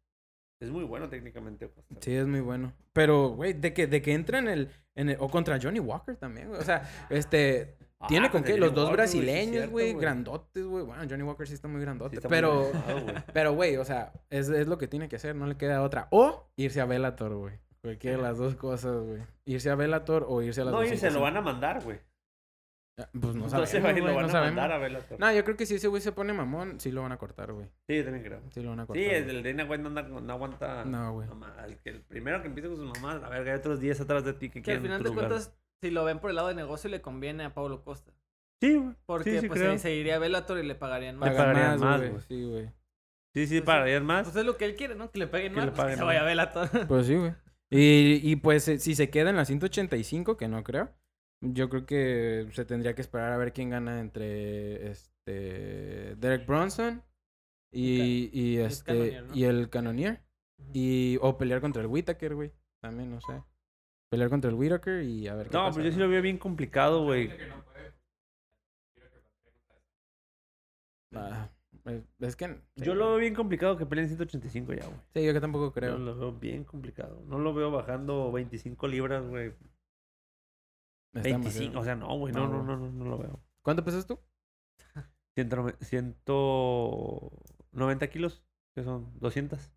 Speaker 2: Es muy bueno técnicamente, Costa.
Speaker 3: Sí, es muy bueno. Pero, güey, de que, de que entra en el, en el- O contra Johnny Walker también, güey. O sea, este...
Speaker 2: Ah,
Speaker 3: Tiene con
Speaker 2: contra
Speaker 3: qué.
Speaker 2: Johnny
Speaker 3: Los dos
Speaker 2: Walker, güey, sí es
Speaker 3: brasileños,
Speaker 2: cierto,
Speaker 3: güey.
Speaker 2: güey.
Speaker 3: Grandotes, güey. Bueno, Johnny Walker sí está muy grandote.
Speaker 2: Sí está muy
Speaker 3: pero...
Speaker 2: enojado, güey.
Speaker 3: Pero, güey, o sea, es, es lo que tiene que hacer, no le queda otra. O irse a Velator, güey. Cualquiera de las dos cosas, güey. Irse a Velator o irse a las
Speaker 2: No, y
Speaker 3: dos.
Speaker 2: se lo van a mandar, güey.
Speaker 3: Pues no sabemos,
Speaker 2: Entonces, güey,
Speaker 3: güey,
Speaker 2: lo van
Speaker 3: no
Speaker 2: a
Speaker 3: sabemos.
Speaker 2: mandar a Bellator.
Speaker 3: No, yo creo que si ese güey se pone mamón, sí lo van a cortar, güey.
Speaker 2: Sí, yo también creo.
Speaker 3: Sí lo van a cortar.
Speaker 2: Sí,
Speaker 3: güey.
Speaker 2: el el Dana White no, anda- no aguanta.
Speaker 3: Pues No, güey.
Speaker 2: mamá. El, que- el primero que empieza con sus mamás, la verga, hay otros 10 atrás de ti que,
Speaker 4: Que al
Speaker 2: quieren
Speaker 4: final
Speaker 2: tu
Speaker 4: de
Speaker 2: lugar.
Speaker 4: cuentas, si lo ven por el lado de negocio, le conviene a Pablo Costa.
Speaker 2: Sí, güey.
Speaker 4: Porque
Speaker 2: sí,
Speaker 4: pues
Speaker 2: creo.
Speaker 4: se, se iría a Bellator y le pagarían más.
Speaker 2: Pagan
Speaker 3: Pagan
Speaker 2: pagarían
Speaker 3: más,
Speaker 2: más,
Speaker 3: güey.
Speaker 2: güey.
Speaker 3: Sí, güey.
Speaker 2: Sí, sí,
Speaker 4: Pues
Speaker 2: para
Speaker 4: sí.
Speaker 2: ir más.
Speaker 4: Pues es lo que él quiere, ¿no? Que le paguen
Speaker 2: Que
Speaker 4: más,
Speaker 2: le
Speaker 4: pues,
Speaker 2: paguen
Speaker 4: se
Speaker 2: más. Ah.
Speaker 4: vaya a Velator.
Speaker 3: Pues sí, güey. Y, y pues eh, si se queda en la 185, que no creo, yo creo que se tendría que esperar a ver quién gana entre este Derek Bronson y, y
Speaker 4: el
Speaker 3: este
Speaker 4: Cannonier, ¿no?
Speaker 3: y el Canonier.
Speaker 4: Ujú.
Speaker 3: Y, o pelear contra el Whitaker, güey. También, no sé. Pelear contra el Whitaker y a ver qué
Speaker 2: No,
Speaker 3: pasa,
Speaker 2: pero yo sí lo veo bien complicado, güey.
Speaker 3: Ah, es- es que... sí,
Speaker 2: Yo lo veo bien complicado que peleen 185 ya, güey.
Speaker 3: Sí, yo que tampoco
Speaker 2: Yo
Speaker 3: creo.
Speaker 2: lo veo bien complicado. No lo veo bajando 25 libras, güey.
Speaker 3: Está demasiado.
Speaker 2: 25, o sea, no, güey. No,
Speaker 3: No,
Speaker 2: no, no,
Speaker 3: güey.
Speaker 2: no, no lo veo.
Speaker 3: ¿Cuánto pesas tú?
Speaker 2: 190 kilos, que son 200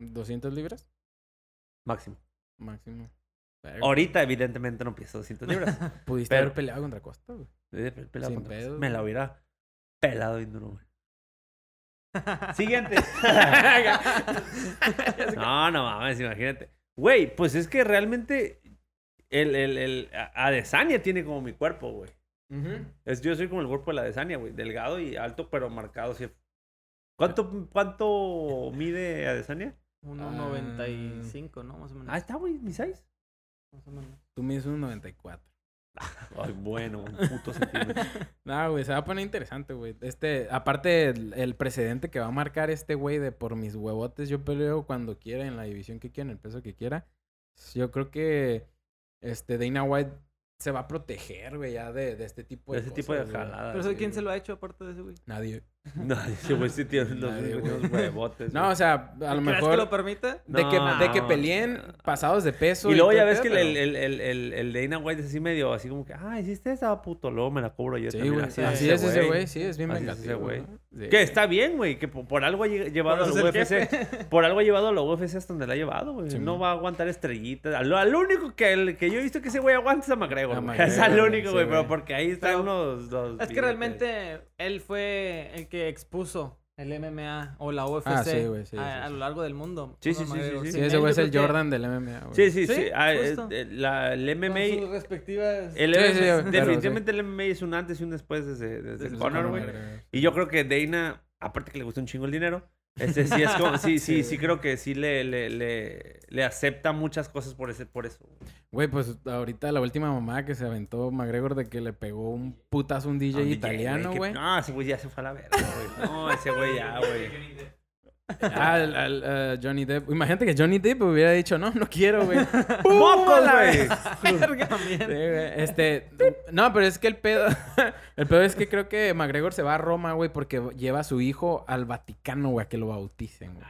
Speaker 3: ¿200 libras?
Speaker 2: máximo.
Speaker 3: Máximo. Verga,
Speaker 2: Ahorita, evidentemente, no pienso 200 libras.
Speaker 3: Pudiste
Speaker 2: pero-
Speaker 3: haber peleado contra Costa, güey.
Speaker 2: He de- pelado
Speaker 3: Sin
Speaker 2: contra-
Speaker 3: pedo,
Speaker 2: Me
Speaker 3: güey.
Speaker 2: la hubiera pelado bien duro, güey. Siguiente. no, no mames, imagínate. Güey, pues es que realmente el, el, el a- Adesanya tiene como mi cuerpo, güey. Es, yo soy como el cuerpo de la Adesanya, güey. Delgado y alto, pero marcado. sí. ¿Cuánto, ¿Cuánto mide Adesanya?
Speaker 4: 1.95, ¿no? Más o menos.
Speaker 2: Ah, está, güey, mi 6.
Speaker 4: Más o menos.
Speaker 3: Tú mides un 94.
Speaker 2: Ay, bueno, un puto centímetro.
Speaker 3: No, güey, se va a poner interesante, güey. Este, aparte, el, el precedente que va a marcar este güey de por mis huevotes, yo peleo cuando quiera, en la división que quiera, en el peso que quiera. Yo creo que este Dana White se va a proteger, güey, ya de, de este tipo de,
Speaker 2: De ese tipo de
Speaker 3: cosas, güey.
Speaker 2: jaladas.
Speaker 4: Pero eso,
Speaker 2: güey.
Speaker 4: ¿quién se lo ha hecho aparte de ese güey?
Speaker 3: Nadie.
Speaker 2: No, ese güey sí tiene los
Speaker 3: Nadie, güey.
Speaker 2: unos huevotes.
Speaker 3: No,
Speaker 2: güey.
Speaker 3: o sea, a lo
Speaker 4: ¿Crees que
Speaker 3: mejor
Speaker 4: lo permita?
Speaker 3: de, que,
Speaker 2: No,
Speaker 3: de que
Speaker 2: no,
Speaker 3: peleen
Speaker 2: no.
Speaker 3: pasados de peso.
Speaker 2: Y luego
Speaker 3: todo
Speaker 2: ya
Speaker 3: el
Speaker 2: ves que
Speaker 3: pedo,
Speaker 2: el, el,
Speaker 3: pero-
Speaker 2: el, el, el, el Dana White es así medio, así como que, ah, hiciste esa puto, luego me la cobro yo
Speaker 3: Sí,
Speaker 2: también.
Speaker 3: güey.
Speaker 2: Así,
Speaker 3: Así,
Speaker 4: es
Speaker 3: es
Speaker 4: ese
Speaker 3: ese güey, sí, es bien
Speaker 2: Así es ese
Speaker 3: vengativo.
Speaker 2: güey.
Speaker 3: ¿no? Sí.
Speaker 2: Que está bien, güey, que po- por algo ha lle- llevado a
Speaker 4: Por
Speaker 2: la
Speaker 4: eso es el
Speaker 2: UFC. Por algo ha llevado a la UFC hasta donde la ha llevado, güey.
Speaker 3: Sí,
Speaker 2: no
Speaker 3: man.
Speaker 2: va a aguantar estrellitas. Al, al único que, el, que yo he visto que ese güey aguanta es a McGregor.
Speaker 3: A
Speaker 2: güey.
Speaker 3: McGregor,
Speaker 2: es al
Speaker 3: güey,
Speaker 2: único,
Speaker 3: sí,
Speaker 2: güey, pero
Speaker 3: güey.
Speaker 2: porque ahí están
Speaker 4: Pero
Speaker 2: unos, los
Speaker 4: Es que
Speaker 2: billetes.
Speaker 4: realmente él fue el que expuso el MMA o la UFC
Speaker 3: Ah, sí, güey, sí,
Speaker 4: a,
Speaker 3: sí,
Speaker 4: a
Speaker 3: sí.
Speaker 4: lo largo del mundo.
Speaker 2: Sí,
Speaker 4: Conor
Speaker 2: sí, sí, sí,
Speaker 4: McGregor.
Speaker 2: sí.
Speaker 3: Sí,
Speaker 4: Sin
Speaker 3: ese
Speaker 4: él, yo
Speaker 3: güey es el
Speaker 4: creo que
Speaker 3: Jordan del MMA, güey.
Speaker 2: Sí, sí, sí.
Speaker 4: Sí,
Speaker 2: Ah, eh,
Speaker 4: justo.
Speaker 2: eh, la, el MMA.
Speaker 4: Con sus respectivas...
Speaker 2: El
Speaker 3: Sí,
Speaker 2: MMA
Speaker 3: sí, claro, sí.
Speaker 2: definitivamente el MMA es un antes y un después desde, desde el
Speaker 3: Sí,
Speaker 2: Conor, güey. Y yo creo que Dana, aparte que le gusta un chingo el dinero, este sí es como, sí, sí, sí,
Speaker 3: Sí.
Speaker 2: creo que sí le, le, le, le acepta muchas cosas por ese, por eso.
Speaker 3: Güey, pues ahorita la última mamá que se aventó McGregor de que le pegó un putazo a un
Speaker 2: A
Speaker 3: DJ
Speaker 2: un DJ,
Speaker 3: italiano,
Speaker 2: Ah, que-
Speaker 3: güey.
Speaker 2: No, ese güey ya se fue a la verga, güey. No, ese güey ya, güey.
Speaker 3: Al, al, eh, Johnny Depp. Imagínate que Johnny Depp hubiera dicho, no, no quiero, güey. Sí,
Speaker 2: ¡Mocos, güey!
Speaker 4: Uh, Verga, también.
Speaker 3: güey. este, no, pero es que el pedo, el pedo es que creo que McGregor se va a Roma, güey, porque lleva a su hijo al Vaticano, güey, a que lo bauticen, güey.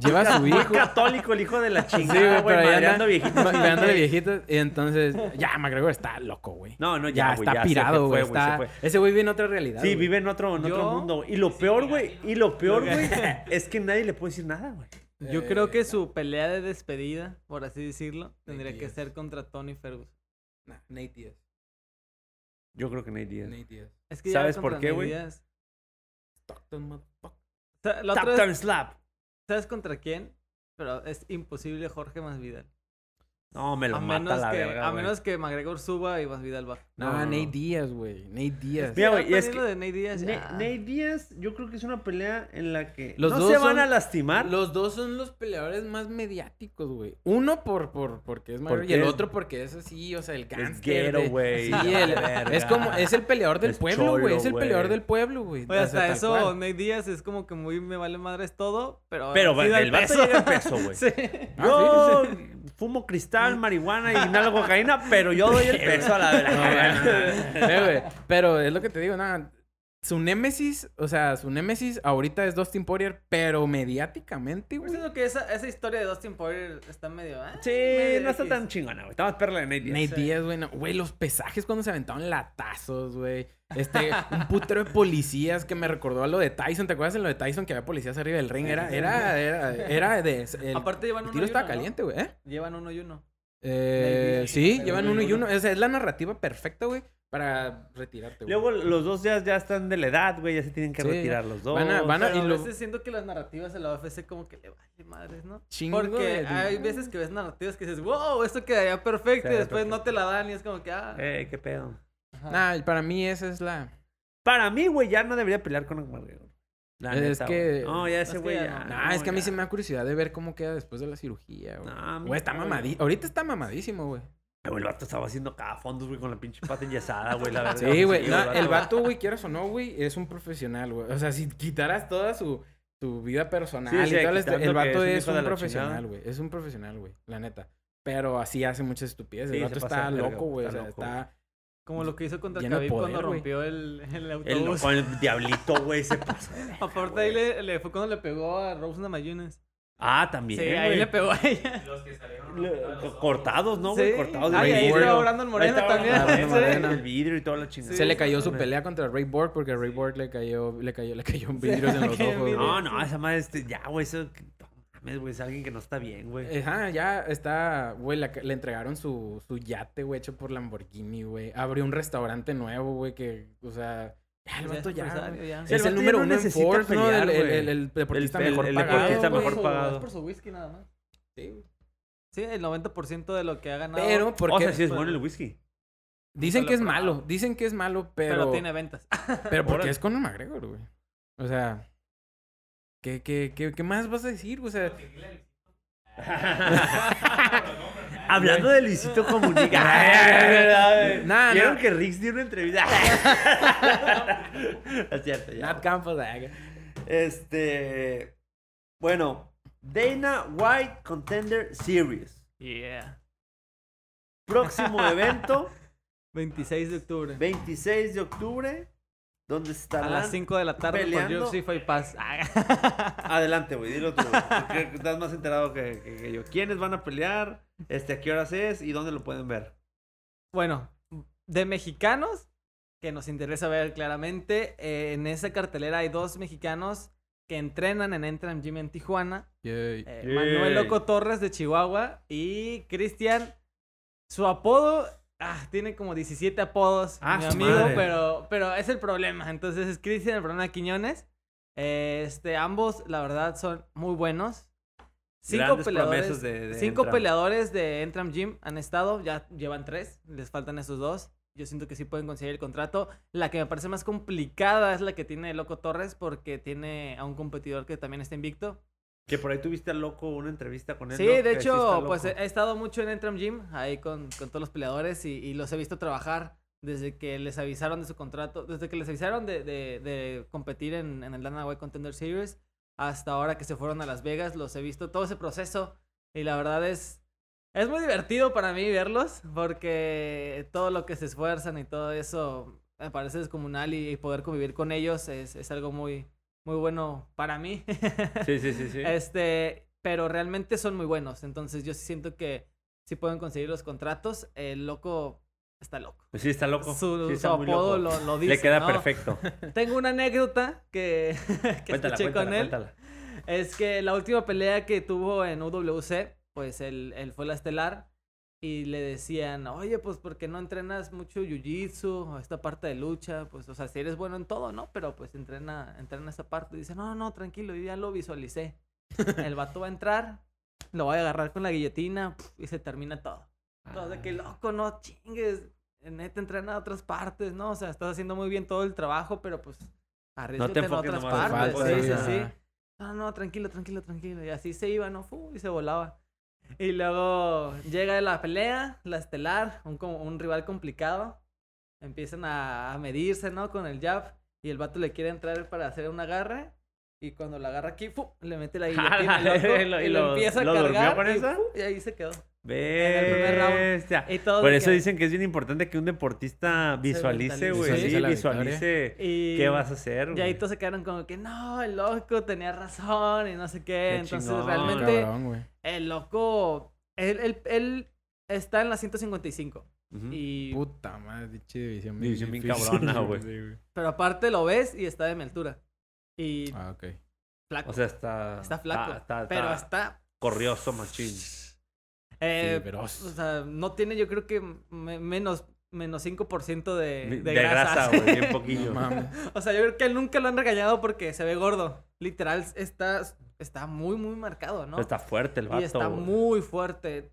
Speaker 3: Lleva a su
Speaker 2: Muy
Speaker 3: hijo.
Speaker 2: católico el hijo de la
Speaker 3: Sí,
Speaker 2: chingada,
Speaker 3: güey,
Speaker 2: güey,
Speaker 3: pero ahí
Speaker 2: madreando
Speaker 3: anda-
Speaker 2: viejitos.
Speaker 3: ma- madreándole viejitos. Y entonces, ya, McGregor está loco, güey.
Speaker 2: No, no, ya,
Speaker 3: ya,
Speaker 2: güey,
Speaker 3: está
Speaker 2: ya se- se
Speaker 3: pirado,
Speaker 2: fue,
Speaker 3: güey.
Speaker 2: güey, se
Speaker 3: está-
Speaker 2: fue.
Speaker 3: Ese güey vive en otra realidad.
Speaker 2: Sí,
Speaker 3: güey.
Speaker 2: vive en otro, en otro
Speaker 4: Yo-
Speaker 2: mundo. güey. Y lo peor, güey, y lo peor, güey, es que nadie le puede decir nada, güey.
Speaker 4: Yo creo que
Speaker 3: Eh,
Speaker 4: su pelea de despedida, por así decirlo, tendría que
Speaker 3: Diaz.
Speaker 4: ser contra Tony Ferguson.
Speaker 3: nah, Nate Diaz.
Speaker 2: Yo creo que nadie diría.
Speaker 3: Nate Diaz.
Speaker 4: Es que ya
Speaker 2: ¿Sabes
Speaker 4: contra
Speaker 2: por qué,
Speaker 4: Nate
Speaker 2: güey?
Speaker 4: Diaz.
Speaker 3: Stockton, motherfucker.
Speaker 4: O sea, la
Speaker 2: Tap,
Speaker 4: otra
Speaker 2: tap,
Speaker 4: vez,
Speaker 2: slap.
Speaker 4: ¿Sabes contra quién? Pero es imposible Jorge Masvidal.
Speaker 2: No, me lo
Speaker 4: A
Speaker 2: mata
Speaker 4: menos,
Speaker 2: la
Speaker 4: que,
Speaker 2: verga,
Speaker 4: a
Speaker 2: güey.
Speaker 4: menos que McGregor suba y Masvidal baje.
Speaker 3: No,
Speaker 2: No, no,
Speaker 3: Nate
Speaker 2: no.
Speaker 3: Diaz, güey. Nate Diaz.
Speaker 2: Mira,
Speaker 4: Ya
Speaker 2: güey, y es
Speaker 4: perdiendo
Speaker 2: que-
Speaker 4: de Nate Diaz,
Speaker 2: Ne-
Speaker 4: ya.
Speaker 2: Nate Diaz, yo creo que es una pelea en la que
Speaker 3: Los
Speaker 2: no
Speaker 3: dos
Speaker 2: se van
Speaker 3: son-
Speaker 2: a lastimar.
Speaker 3: Los dos son los peleadores más mediáticos, güey. Uno por, por, porque es mayor y
Speaker 2: Porque
Speaker 3: el
Speaker 2: es-
Speaker 3: otro porque es así, o sea, el
Speaker 2: Es
Speaker 3: gangster.
Speaker 2: guero,
Speaker 3: de-
Speaker 2: güey.
Speaker 3: Sí,
Speaker 2: la
Speaker 3: el-
Speaker 2: verga.
Speaker 3: es como, es el peleador del
Speaker 2: Es
Speaker 3: pueblo, güey.
Speaker 2: cholo,
Speaker 3: Es el
Speaker 2: güey.
Speaker 3: peleador del pueblo, güey.
Speaker 4: Oye,
Speaker 3: O sea,
Speaker 4: hasta
Speaker 3: tal
Speaker 4: eso,
Speaker 3: cual.
Speaker 4: Nate Díaz es como que muy me vale madres todo, pero.
Speaker 2: Pero
Speaker 4: sí da
Speaker 2: el vato llega al peso, güey.
Speaker 4: Sí.
Speaker 3: Ah,
Speaker 2: Yo
Speaker 3: sí,
Speaker 2: fumo cristal, marihuana y inhalo cocaína, pero yo doy el peso a la verga.
Speaker 3: Eh, güey, Pero es lo que te digo, nada. Su némesis, o sea, su némesis ahorita es Dustin Poirier, pero mediáticamente,
Speaker 4: Yo
Speaker 3: güey.
Speaker 4: siento que esa, esa historia de Dustin Poirier está medio. ¿eh?
Speaker 2: Sí,
Speaker 4: Medio
Speaker 2: no está
Speaker 4: X.
Speaker 2: tan chingona, güey. Está más perla de Nate Diaz.
Speaker 3: Nate
Speaker 4: Sí.
Speaker 3: Diaz, güey. no. Güey, los pesajes cuando se aventaban latazos, güey. Este, un putero de policías que me recordó a lo de Tyson. ¿Te acuerdas en lo de Tyson que había policías arriba del ring? Era, era, era, era de. el-
Speaker 4: Aparte
Speaker 3: el
Speaker 4: llevan uno
Speaker 3: tiro
Speaker 4: y
Speaker 3: estaba
Speaker 4: uno, ¿no?
Speaker 3: caliente, güey. ¿eh?
Speaker 4: Llevan uno y uno.
Speaker 3: Eh,
Speaker 4: Nate Diaz.
Speaker 3: sí,
Speaker 4: Pero
Speaker 3: llevan
Speaker 4: uno y
Speaker 3: uno y
Speaker 4: uno.
Speaker 3: uno. O sea, es la narrativa perfecta, güey, para retirarte, güey.
Speaker 2: Luego los dos ya, ya están de la edad, güey. Ya se tienen que
Speaker 3: Sí.
Speaker 2: retirar los dos.
Speaker 3: Van a- van
Speaker 4: Pero
Speaker 3: y
Speaker 4: a
Speaker 3: lo-
Speaker 4: veces siento que las narrativas de la UFC como que le vale madres, ¿no?
Speaker 3: Chingo
Speaker 4: Porque
Speaker 3: de
Speaker 4: hay
Speaker 3: dinero.
Speaker 4: veces que ves narrativas que dices, wow, esto quedaría perfecto y
Speaker 2: Quedaría
Speaker 4: después no
Speaker 2: perfecto.
Speaker 4: te la dan y es como que, ah.
Speaker 2: Eh, qué pedo.
Speaker 4: ajá.
Speaker 3: Nah, para mí esa es la.
Speaker 2: Para mí, güey, ya no debería pelear con McGregor. La
Speaker 3: Es
Speaker 2: neta,
Speaker 3: que-
Speaker 2: güey. No, ya
Speaker 4: Es
Speaker 2: ese
Speaker 4: que
Speaker 2: güey
Speaker 4: ya
Speaker 2: ya.
Speaker 4: no.
Speaker 3: Nah, es que a mí
Speaker 2: Ah, ya.
Speaker 3: sí me da curiosidad de ver cómo queda después de la cirugía, güey.
Speaker 2: Nah,
Speaker 3: Güey, está
Speaker 2: no,
Speaker 3: mamadísimo. Ahorita está mamadísimo, güey.
Speaker 2: Ay, güey, el vato estaba haciendo cada fondos, güey, con la pinche pata enyesada, güey, la verdad.
Speaker 3: Sí, güey. no, el vato, güey, quieras o no, güey, es un profesional, güey. O sea, si quitaras toda su, su vida personal
Speaker 2: Sí, o sea,
Speaker 3: y todo el este-
Speaker 2: quitando
Speaker 3: el
Speaker 2: que
Speaker 3: vato
Speaker 2: es un
Speaker 3: es
Speaker 2: hijo
Speaker 3: un,
Speaker 2: de la
Speaker 3: profesional,
Speaker 2: chingada.
Speaker 3: güey. Es un profesional, güey. La neta. Pero así hace muchas estupideces.
Speaker 2: Sí,
Speaker 3: el
Speaker 2: se
Speaker 3: vato
Speaker 2: pasa
Speaker 3: está
Speaker 2: de verga,
Speaker 3: loco, güey. O
Speaker 2: está
Speaker 3: sea,
Speaker 2: loco,
Speaker 3: está.
Speaker 4: Como lo que hizo contra
Speaker 3: Lleno de
Speaker 4: Khabib
Speaker 3: poder,
Speaker 4: cuando
Speaker 3: güey.
Speaker 4: rompió el, el
Speaker 2: El,
Speaker 4: autobús.
Speaker 2: con el diablito, güey, se pasó. de verga,
Speaker 4: Aparte
Speaker 2: güey.
Speaker 4: ahí le, le fue cuando le pegó a Rose Namajunas.
Speaker 2: Ah,
Speaker 4: Sí,
Speaker 2: también.
Speaker 4: ahí
Speaker 2: güey.
Speaker 4: le pegó a ella.
Speaker 2: Le- co- Cortados, ¿no, güey?
Speaker 4: Sí.
Speaker 2: Cortados.
Speaker 4: Ay,
Speaker 2: del
Speaker 4: ahí
Speaker 2: vidrio.
Speaker 4: estaba Brandon Moreno
Speaker 2: Ahí estaba
Speaker 4: también,
Speaker 2: Brandon
Speaker 3: sí.
Speaker 2: Moreno, El vidrio y toda la chingada.
Speaker 3: Se le cayó su
Speaker 2: Sí.
Speaker 3: pelea contra Ray Borg porque a Ray Borg le cayó, le cayó, le cayó vidrios en los
Speaker 4: cayó
Speaker 3: ojos. güey.
Speaker 2: No, no, esa madre, este, ya, güey, eso. no Mames, güey, es alguien que no está bien, güey.
Speaker 3: Ajá, ya está, güey, la- le entregaron su, su yate, güey, hecho por Lamborghini, güey. Abrió un restaurante nuevo, güey, que, o sea, ya el
Speaker 4: Ya pues, es
Speaker 3: vato ya,
Speaker 4: empresario,
Speaker 3: güey.
Speaker 4: ya.
Speaker 2: Sí, el
Speaker 3: Es
Speaker 2: vato
Speaker 3: el
Speaker 2: ya
Speaker 3: número
Speaker 2: no
Speaker 3: uno en
Speaker 2: necesita
Speaker 3: Forbes, ¿no?
Speaker 2: pelear,
Speaker 3: El, el-
Speaker 2: güey.
Speaker 3: el- el deportista
Speaker 2: El- el-
Speaker 3: mejor
Speaker 2: el
Speaker 3: pagado,
Speaker 2: deportista
Speaker 3: güey.
Speaker 2: mejor
Speaker 4: por su-
Speaker 2: pagado.
Speaker 4: es por su whisky nada más.
Speaker 3: Sí, güey.
Speaker 4: Sí, el 90% de lo que ha ganado.
Speaker 3: Pero, porque
Speaker 2: o sea, sí es bueno el whisky.
Speaker 3: dicen
Speaker 4: nunca
Speaker 3: que
Speaker 4: lo
Speaker 3: es
Speaker 4: he probado.
Speaker 3: malo, dicen que es malo,
Speaker 4: pero
Speaker 3: pero...
Speaker 4: tiene ventas.
Speaker 3: Pero porque
Speaker 2: Órale.
Speaker 3: es Conor McGregor, güey. O sea, ¿qué, qué, qué, qué más vas a decir? O sea,
Speaker 2: Hablando de Luisito Comunica.
Speaker 3: Nah,
Speaker 2: Vieron
Speaker 3: nah.
Speaker 2: que Rix dio una entrevista. es cierto, ya.
Speaker 3: Nat Campos, ay,
Speaker 2: Este. Bueno, Dana White Contender Series.
Speaker 4: Yeah.
Speaker 2: Próximo evento,
Speaker 4: 26 de octubre.
Speaker 2: 26 de octubre, donde
Speaker 4: a
Speaker 2: estarán...
Speaker 4: las 5 de la tarde pues,
Speaker 2: peleando.
Speaker 4: por UFC Fight Pass. Ah,
Speaker 2: Adelante, güey, dilo tú. güey, porque Estás más enterado que, que- que yo. ¿Quiénes van a pelear? Este, ¿A qué horas es? ¿Y dónde lo pueden ver?
Speaker 4: Bueno, de mexicanos, que nos interesa ver claramente, eh, en esa cartelera hay dos mexicanos que entrenan en Entram Gym en Tijuana. eh,
Speaker 2: Yay.
Speaker 4: Manuel Loco Torres de Chihuahua y Cristian, su apodo... Ah, tiene como 17 apodos,
Speaker 2: Ah,
Speaker 4: mi
Speaker 2: su
Speaker 4: amigo,
Speaker 2: madre.
Speaker 4: pero, pero es el problema. Entonces es Cristian, el problema de Quiñones. Eh, Este, ambos, la verdad, son muy buenos. Cinco
Speaker 2: Grandes
Speaker 4: peleadores.
Speaker 2: promesas de- de
Speaker 4: Cinco
Speaker 2: Entram.
Speaker 4: peleadores de Entram Gym han estado, ya llevan tres, les faltan esos dos. Yo siento que sí pueden conseguir el contrato. La que me parece más complicada es la que tiene Loco Torres porque tiene a un competidor que también está invicto.
Speaker 2: Que por ahí tuviste al loco una entrevista con él.
Speaker 4: Sí,
Speaker 2: ¿no?
Speaker 4: de
Speaker 2: Que está
Speaker 4: hecho,
Speaker 2: loco.
Speaker 4: pues he he estado mucho en Entram Gym, ahí con, con todos los peleadores y, y los he visto trabajar desde que les avisaron de su contrato, desde que les avisaron de, de- de competir en, en el Dana White Contender Series hasta ahora que se fueron a Las Vegas, los he visto todo ese proceso y la verdad es, es muy divertido para mí verlos porque todo lo que se esfuerzan y todo eso me parece descomunal y, y poder convivir con ellos es, es algo muy, muy bueno para mí.
Speaker 2: Sí, sí, sí. sí.
Speaker 4: Este, pero realmente son muy buenos. Entonces yo sí siento que sí pueden conseguir los contratos. El loco está loco.
Speaker 2: Pues sí, está loco.
Speaker 4: Su,
Speaker 2: Sí, está
Speaker 4: su
Speaker 2: muy
Speaker 4: apodo
Speaker 2: loco.
Speaker 4: lo, lo dice.
Speaker 2: Le queda
Speaker 4: ¿no?
Speaker 2: perfecto.
Speaker 4: Tengo una anécdota que, que
Speaker 2: cuéntala,
Speaker 4: escuché
Speaker 2: cuéntala,
Speaker 4: con él.
Speaker 2: cuéntala.
Speaker 4: Es que la última pelea que tuvo en UWC, pues él, él fue la estelar. Y le decían, oye, pues, ¿por qué no entrenas mucho jiu-jitsu o esta parte de lucha? Pues, o sea, si eres bueno en todo, ¿no? Pero, pues, entrena, entrena esta parte. Y dice, no, no, tranquilo, yo ya lo visualicé. El vato va a entrar, lo va a agarrar con la guillotina pf, y se termina todo. Todo
Speaker 2: Ah.
Speaker 4: de que, loco, no chingues. Neta, entrena a otras partes, ¿no? O sea, estás haciendo muy bien todo el trabajo, pero, pues, arriesgate en
Speaker 2: enfoques
Speaker 4: otras
Speaker 2: nomás en
Speaker 4: partes.
Speaker 3: falta,
Speaker 4: Pues, sí, sí,
Speaker 3: ajá.
Speaker 4: sí. No, Ah, no, tranquilo, tranquilo, tranquilo. Y así se iba, ¿no? Fu, y se volaba. Y luego llega la pelea, la estelar, un, com- un rival complicado. Empiezan a, a medirse, ¿no? Con el jab. Y el vato le quiere entrar para hacer un agarre. Y cuando la agarra aquí, fu, le mete la guillotina al loco,
Speaker 2: Y lo-
Speaker 4: y lo empieza a
Speaker 2: ¿lo durmió
Speaker 4: cargar.
Speaker 2: con
Speaker 4: y,
Speaker 2: esa?
Speaker 4: fu, y ahí se quedó. el primer round.
Speaker 2: Bestia.
Speaker 4: Y todo
Speaker 2: Por
Speaker 4: de
Speaker 2: eso
Speaker 4: que-
Speaker 2: dicen que es bien importante que un deportice visualice,
Speaker 4: mentalice.
Speaker 2: güey. Sí,
Speaker 3: Visualice la
Speaker 2: visualice
Speaker 4: Y-
Speaker 2: qué vas a hacer.
Speaker 4: Y ahí
Speaker 2: güey.
Speaker 4: todos se quedaron como que, no, el loco tenía razón y no sé qué. Entonces
Speaker 2: chingón,
Speaker 4: realmente
Speaker 3: cabrón, güey.
Speaker 4: el loco, él, él, él está en la 155.
Speaker 2: Ujú.
Speaker 4: Y,
Speaker 3: Puta madre, pinche división.
Speaker 2: División bien
Speaker 3: difícil,
Speaker 2: cabrona, güey.
Speaker 3: Sí, güey.
Speaker 4: pero aparte lo ves y está de mi altura. Y
Speaker 3: Ah, ok.
Speaker 4: flaco.
Speaker 2: O sea, está.
Speaker 4: está flaco.
Speaker 2: Está, está-
Speaker 4: pero
Speaker 2: está
Speaker 4: está...
Speaker 2: corrioso, machín.
Speaker 4: eh,
Speaker 3: Sí,
Speaker 2: pues,
Speaker 3: veloz.
Speaker 4: o sea, no tiene yo creo que me- menos, menos 5% de,
Speaker 2: De,
Speaker 4: de,
Speaker 2: grasa,
Speaker 4: grasa.
Speaker 2: güey. Bien
Speaker 3: No
Speaker 2: poquillo.
Speaker 3: mames.
Speaker 4: o sea, yo creo que él nunca lo han regañado porque se ve gordo. Literal, está, está muy, muy marcado, ¿no?
Speaker 2: Pero Está fuerte el vato.
Speaker 4: y está
Speaker 2: güey.
Speaker 4: muy fuerte.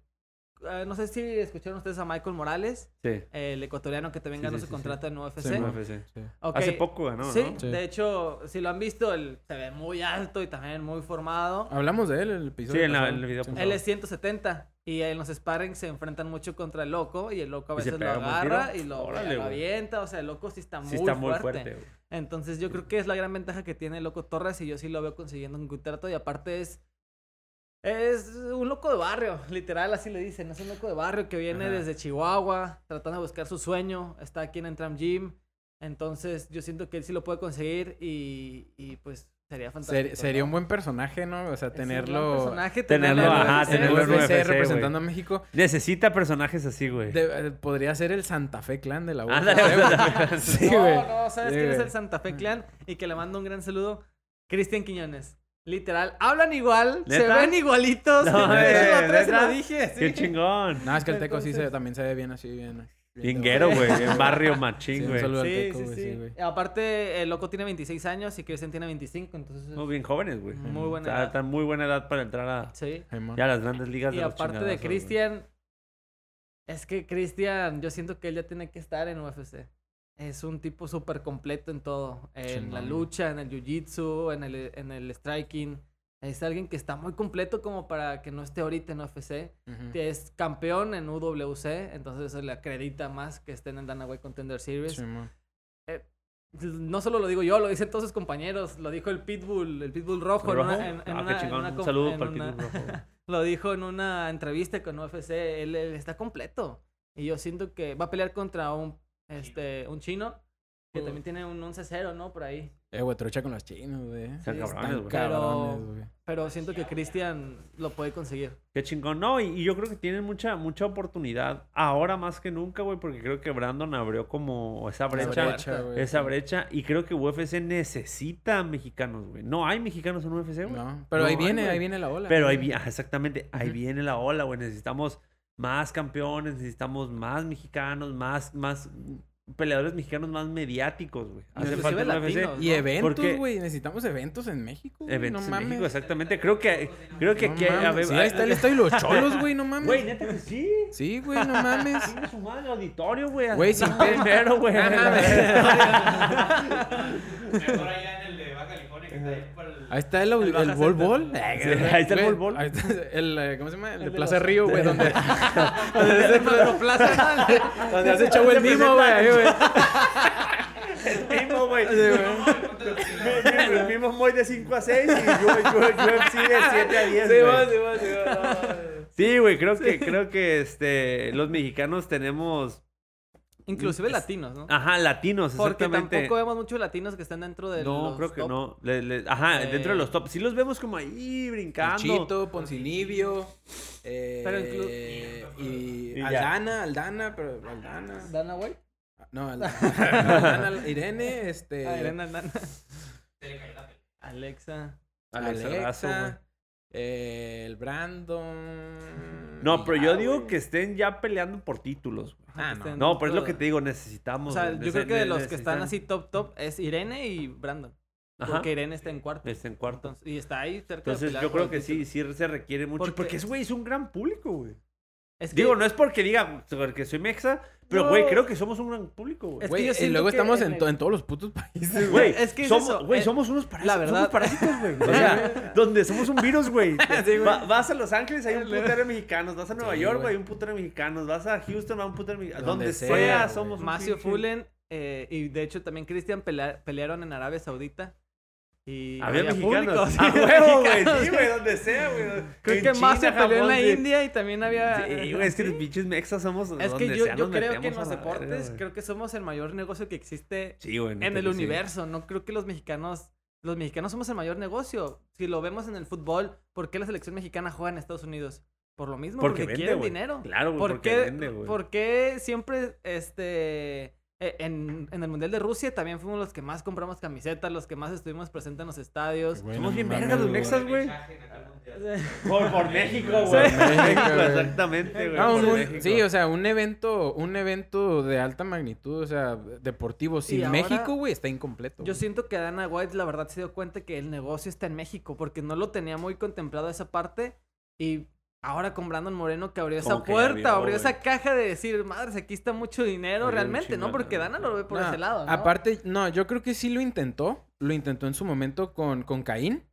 Speaker 4: eh, no sé si escucharon ustedes a Michael Morales,
Speaker 2: Sí.
Speaker 4: el ecuatoriano que también
Speaker 2: Sí,
Speaker 4: ganó
Speaker 2: sí,
Speaker 4: su
Speaker 2: sí,
Speaker 4: contrato en UFC.
Speaker 2: Sí, UFC.
Speaker 3: Sí.
Speaker 4: Ok.
Speaker 2: Hace poco ganó,
Speaker 4: sí,
Speaker 2: ¿no?
Speaker 3: Sí.
Speaker 4: de hecho, si lo han visto, él se ve muy alto y también muy formado.
Speaker 3: Hablamos de él en el episodio.
Speaker 2: Sí, en la-
Speaker 3: pasado. Eh,
Speaker 2: en el video pasado.
Speaker 4: Él es 170 y en los sparring se enfrentan mucho contra el loco y el loco a
Speaker 2: Y se
Speaker 4: veces lo
Speaker 2: pega un buen
Speaker 4: agarra
Speaker 2: tiro.
Speaker 4: y lo,
Speaker 2: Órale,
Speaker 4: lo
Speaker 2: güey.
Speaker 4: avienta. O sea, el loco sí está,
Speaker 2: Sí
Speaker 4: muy,
Speaker 2: está muy
Speaker 4: fuerte.
Speaker 2: fuerte, güey.
Speaker 4: Entonces yo creo que es la gran ventaja que tiene el loco Torres y yo sí lo veo consiguiendo un contrato y aparte es... Es un loco de barrio, literal, así le dicen. Es un loco de barrio que viene
Speaker 2: Ajá.
Speaker 4: desde Chihuahua, tratando de buscar su sueño. Está aquí en Entram Gym. Entonces, yo siento que él sí lo puede conseguir y, y, pues sería fantástico.
Speaker 3: Ser- sería
Speaker 4: ¿no?
Speaker 3: un buen personaje, ¿no? O sea,
Speaker 4: Es un gran
Speaker 3: tenerlo.
Speaker 4: personaje,
Speaker 2: tenerlo,
Speaker 4: tenerlo en
Speaker 2: ajá,
Speaker 4: UFC,
Speaker 2: tenerlo en
Speaker 4: güey.
Speaker 2: UFC, güey.
Speaker 3: representando a México.
Speaker 2: Necesita personajes así, güey.
Speaker 3: De- eh, podría ser el Santa Fe Clan de la UFC.
Speaker 2: Ándale,
Speaker 3: güey.
Speaker 2: ándale.
Speaker 3: Sí,
Speaker 4: no,
Speaker 3: güey.
Speaker 4: no, ¿sabes
Speaker 3: Sí,
Speaker 4: quién es
Speaker 3: güey.
Speaker 4: el Santa Fe Clan? Y que le mando un gran saludo. Cristian Quiñones. Literal, hablan igual, se
Speaker 2: ¿Neta?
Speaker 4: ven igualitos.
Speaker 2: No,
Speaker 4: de hecho, la
Speaker 2: eh,
Speaker 4: otra vez se lo
Speaker 2: ¿neta?
Speaker 4: dije. sí.
Speaker 2: Qué chingón.
Speaker 3: No, es que el Teco sí se,
Speaker 4: Entonces-
Speaker 3: también se ve bien así, bien.
Speaker 2: Bien guero, güey. En barrio machín,
Speaker 3: Sí,
Speaker 2: güey.
Speaker 3: un saludo al
Speaker 4: Sí,
Speaker 3: Teco,
Speaker 4: sí,
Speaker 3: güey,
Speaker 4: sí.
Speaker 3: sí, güey.
Speaker 4: Aparte, el loco tiene 26 años y Cristian tiene 25, entonces...
Speaker 2: No, bien jóvenes, güey.
Speaker 4: Muy buena
Speaker 2: Está-
Speaker 4: edad.
Speaker 2: Está muy buena edad para entrar a
Speaker 4: Sí.
Speaker 3: Simón.
Speaker 2: ya a las grandes ligas
Speaker 4: Y
Speaker 2: de los
Speaker 4: aparte de
Speaker 2: chingadazos, güey.
Speaker 4: Cristian, es que Cristian, yo siento que él ya tiene que estar en UFC. Es un tipo súper completo en todo. En la
Speaker 3: Chingón.
Speaker 4: lucha, en el jiu-jitsu, en el, en el striking. Es alguien que está muy completo como para que no esté ahorita en UFC.
Speaker 3: Ujú.
Speaker 4: Que es campeón en UWC, entonces eso le acredita más que estén en Danaway Contender Series.
Speaker 3: Simón.
Speaker 4: No solo lo digo yo, lo dicen todos sus compañeros. Lo dijo el Pitbull, el Pitbull Rojo. en
Speaker 2: ¿Rojo?
Speaker 4: una- en- en
Speaker 2: Ah,
Speaker 4: una-
Speaker 2: qué
Speaker 4: en
Speaker 2: chingón.
Speaker 4: una
Speaker 2: Un
Speaker 4: com-
Speaker 2: saludo
Speaker 4: en
Speaker 2: para el
Speaker 4: una-
Speaker 2: Pitbull Rojo, güey.
Speaker 4: lo dijo en una entrevista con UFC, él, él está completo. Y yo siento que va a pelear contra un, este, un chino que
Speaker 3: Oh.
Speaker 4: también tiene un 11-0, ¿no? Por ahí.
Speaker 3: Eh, güey, trocha con los chinos, güey.
Speaker 2: Están
Speaker 4: Sí,
Speaker 2: cabrones,
Speaker 3: Están
Speaker 2: güey.
Speaker 4: ca-
Speaker 3: cabrones, güey.
Speaker 4: Pero siento que Cristian lo puede conseguir.
Speaker 2: Qué chingón. No, y, y yo creo que tienen mucha, mucha oportunidad ahora más que nunca, güey, porque creo que Brandon abrió como esa
Speaker 3: La
Speaker 2: brecha.
Speaker 3: güey.
Speaker 2: Esa brecha. Y creo que UFC necesita mexicanos, güey. No hay mexicanos en UFC, güey.
Speaker 3: No, pero ahí
Speaker 2: No,
Speaker 3: viene,
Speaker 2: güey.
Speaker 3: ahí viene la ola.
Speaker 2: Pero ahí
Speaker 3: güey.
Speaker 2: vi- ajá, exactamente, ahí
Speaker 3: Ujú.
Speaker 2: viene la ola, güey. Necesitamos más campeones, necesitamos más mexicanos, más, más peleadores mexicanos más mediáticos, güey. Hace
Speaker 4: Inclusive
Speaker 2: falta en la UFC.
Speaker 3: Y
Speaker 4: latinos, ¿no?
Speaker 2: Porque-
Speaker 3: eventos, güey. Necesitamos eventos en México. güey,
Speaker 2: Eventos
Speaker 3: no
Speaker 2: en
Speaker 3: mames.
Speaker 2: México, exactamente. Creo que creo que
Speaker 3: No
Speaker 2: aquí hay- a
Speaker 3: mames.
Speaker 2: ver,
Speaker 3: Sí, ahí está el estadio y los cholos, güey, no mames.
Speaker 2: Güey, neta que sí.
Speaker 3: Sí, güey, no mames.
Speaker 2: Tiene su madre auditorio, güey.
Speaker 3: Güey,
Speaker 2: sin
Speaker 3: sin
Speaker 2: primero, güey.
Speaker 3: No mames.
Speaker 5: Mejor allá en el de Baja California, que está ahí por el...
Speaker 3: Ahí está el, au- el bol bol.
Speaker 2: Sí, ahí está el
Speaker 3: Güey,
Speaker 2: bol bol.
Speaker 3: Ahí está el, eh, ¿cómo se llama? El,
Speaker 4: El
Speaker 3: de
Speaker 4: de
Speaker 3: Plaza
Speaker 4: los-
Speaker 3: Río, güey, donde,
Speaker 4: Desde Pedro Plaza.
Speaker 3: donde hace show el mimo, güey. ahí, güey.
Speaker 2: El mismo, güey.
Speaker 3: Sí, güey.
Speaker 2: El mismo Moy de 5 a 6 y yo, yo, UFC de 7 a 10.
Speaker 3: Sí,
Speaker 2: güey.
Speaker 3: va, sí, va, sí, va.
Speaker 2: Sí, güey, creo que, creo que este, los mexicanos tenemos,
Speaker 4: Inclusive latinos, ¿no?
Speaker 2: ajá, latinos,
Speaker 4: Porque
Speaker 2: Ah, exactamente.
Speaker 4: tampoco vemos muchos latinos que están dentro de
Speaker 2: no,
Speaker 4: los
Speaker 2: creo que
Speaker 4: top.
Speaker 2: no. Le- le- ajá,
Speaker 4: Eh,
Speaker 2: dentro de los top. Sí los vemos como ahí brincando.
Speaker 3: Chito, Poncinibio. Eh,
Speaker 4: Pero
Speaker 2: Y
Speaker 3: y
Speaker 2: ya.
Speaker 3: Aldana, Aldana, pero Aldana.
Speaker 4: ¿Dana, güey?
Speaker 3: No, Aldana. no, Aldana, Irene,
Speaker 2: Eh,
Speaker 3: este.
Speaker 4: Ah, Elena Dana. Alexa.
Speaker 2: Alexa Lazo, güey.
Speaker 3: Alexa, eh, el Brandon.
Speaker 2: No, pero yo
Speaker 3: Ah,
Speaker 2: digo
Speaker 3: güey.
Speaker 2: que estén ya peleando por títulos. güey.
Speaker 3: Ah,
Speaker 4: que estén-
Speaker 3: no.
Speaker 2: No, pero es lo
Speaker 4: Pero-
Speaker 2: que te digo,
Speaker 4: O
Speaker 2: necesitamos.
Speaker 4: sea,
Speaker 2: güey,
Speaker 4: yo creo
Speaker 2: nece-
Speaker 4: que de los que
Speaker 2: necesitan-
Speaker 4: están así top top es Irene y Brandon.
Speaker 2: Ajá,
Speaker 4: Porque Irene está en cuarto.
Speaker 2: está en cuarto.
Speaker 4: Entonces- y está ahí cerca de
Speaker 2: Entonces
Speaker 4: pelear
Speaker 2: yo
Speaker 4: por
Speaker 2: creo
Speaker 4: el
Speaker 2: que sí,
Speaker 4: título.
Speaker 2: sí se requiere mucho.
Speaker 4: Porque-
Speaker 2: Porque es, güey, es un gran público, güey.
Speaker 4: Es que-
Speaker 2: Digo, no es porque diga porque soy mexa, pero,
Speaker 4: No.
Speaker 2: güey, creo que somos un gran público, güey.
Speaker 4: Es
Speaker 3: Güey,
Speaker 4: que este, yo
Speaker 3: y
Speaker 4: siento
Speaker 3: luego
Speaker 4: que
Speaker 3: estamos
Speaker 4: en
Speaker 3: en, to-
Speaker 4: el-
Speaker 3: en todos los putos países, güey.
Speaker 2: Güey,
Speaker 4: Es que es
Speaker 2: somos,
Speaker 4: eso,
Speaker 2: güey,
Speaker 4: eh,
Speaker 2: somos unos parásitos.
Speaker 4: la verdad-
Speaker 2: Somos parásitos, güey. O sea, donde somos un virus, güey. Va- vas a Los Ángeles, hay un putero de mexicanos. Vas a Nueva
Speaker 3: Sí,
Speaker 2: York,
Speaker 3: güey.
Speaker 2: güey, hay un putero de mexicanos. Vas a Houston, hay un putero de mexicanos. Donde,
Speaker 3: Donde
Speaker 2: sea,
Speaker 3: sea, güey.
Speaker 2: somos un
Speaker 4: Macio
Speaker 2: pinche-
Speaker 4: Fullen eh, y de hecho también Cristian pelea- pelearon en Arabia Saudita. Y
Speaker 2: Ah, Había
Speaker 4: público,
Speaker 2: mexicanos.
Speaker 4: sí,
Speaker 2: A huevo, güey.
Speaker 4: mexicanos.
Speaker 2: Sí, güey, donde sea, güey.
Speaker 4: Creo
Speaker 2: En
Speaker 4: que
Speaker 2: China,
Speaker 4: Macio peleó en
Speaker 2: Japón,
Speaker 4: la
Speaker 2: sí.
Speaker 4: India y también había.
Speaker 2: Sí, güey, es que
Speaker 4: Sí.
Speaker 2: los pinches mexas somos.
Speaker 4: Es
Speaker 2: donde
Speaker 4: que yo,
Speaker 2: sea,
Speaker 4: yo
Speaker 2: nos
Speaker 4: creo que en
Speaker 2: metemos a
Speaker 4: los
Speaker 2: la verga,
Speaker 4: deportes,
Speaker 2: güey.
Speaker 4: creo que somos el mayor negocio que existe
Speaker 2: Sí, güey.
Speaker 4: en
Speaker 2: neta
Speaker 4: el
Speaker 2: que sí.
Speaker 4: universo. No creo que los mexicanos, los mexicanos somos el mayor negocio. Si lo vemos en el fútbol, ¿por qué la selección mexicana juega en Estados Unidos? Por lo mismo, porque,
Speaker 2: Porque vende,
Speaker 4: quieren
Speaker 2: güey.
Speaker 4: dinero.
Speaker 2: Claro, güey,
Speaker 4: ¿Por
Speaker 2: porque
Speaker 4: qué-
Speaker 2: vende, güey.
Speaker 4: ¿Por qué siempre, este, eh, en, en el Mundial de Rusia también fuimos los que más compramos camisetas, los que más estuvimos presentes en los estadios?
Speaker 3: Güey,
Speaker 2: Somos
Speaker 3: no
Speaker 2: bien
Speaker 3: mames,
Speaker 2: vergas los
Speaker 3: güey.
Speaker 2: mexas, güey. Por, por México,
Speaker 3: Sí.
Speaker 2: güey.
Speaker 3: Por México,
Speaker 2: México,
Speaker 3: güey.
Speaker 2: exactamente, güey.
Speaker 3: No,
Speaker 2: por
Speaker 3: un-
Speaker 2: México.
Speaker 3: sí, o sea, un evento, un evento de alta magnitud, o sea, deportivo sin
Speaker 4: Y ahora-
Speaker 3: México, güey, está incompleto.
Speaker 4: Yo
Speaker 3: güey.
Speaker 4: siento que Dana White la verdad se dio cuenta que el negocio está en México porque no lo tenía muy contemplado esa parte y Ahora con Brandon Moreno que abrió esa
Speaker 2: Como que
Speaker 4: puerta,
Speaker 2: abrió, güey.
Speaker 4: abrió esa caja de decir, madres, aquí está mucho dinero
Speaker 2: Abrió un
Speaker 4: realmente,
Speaker 2: chingo
Speaker 4: ¿no?
Speaker 2: de-
Speaker 4: Porque Dana lo ve por
Speaker 3: No,
Speaker 4: ese lado. ¿no?
Speaker 3: Aparte, no, yo creo que sí lo intentó. Lo intentó en su momento con, con Caín.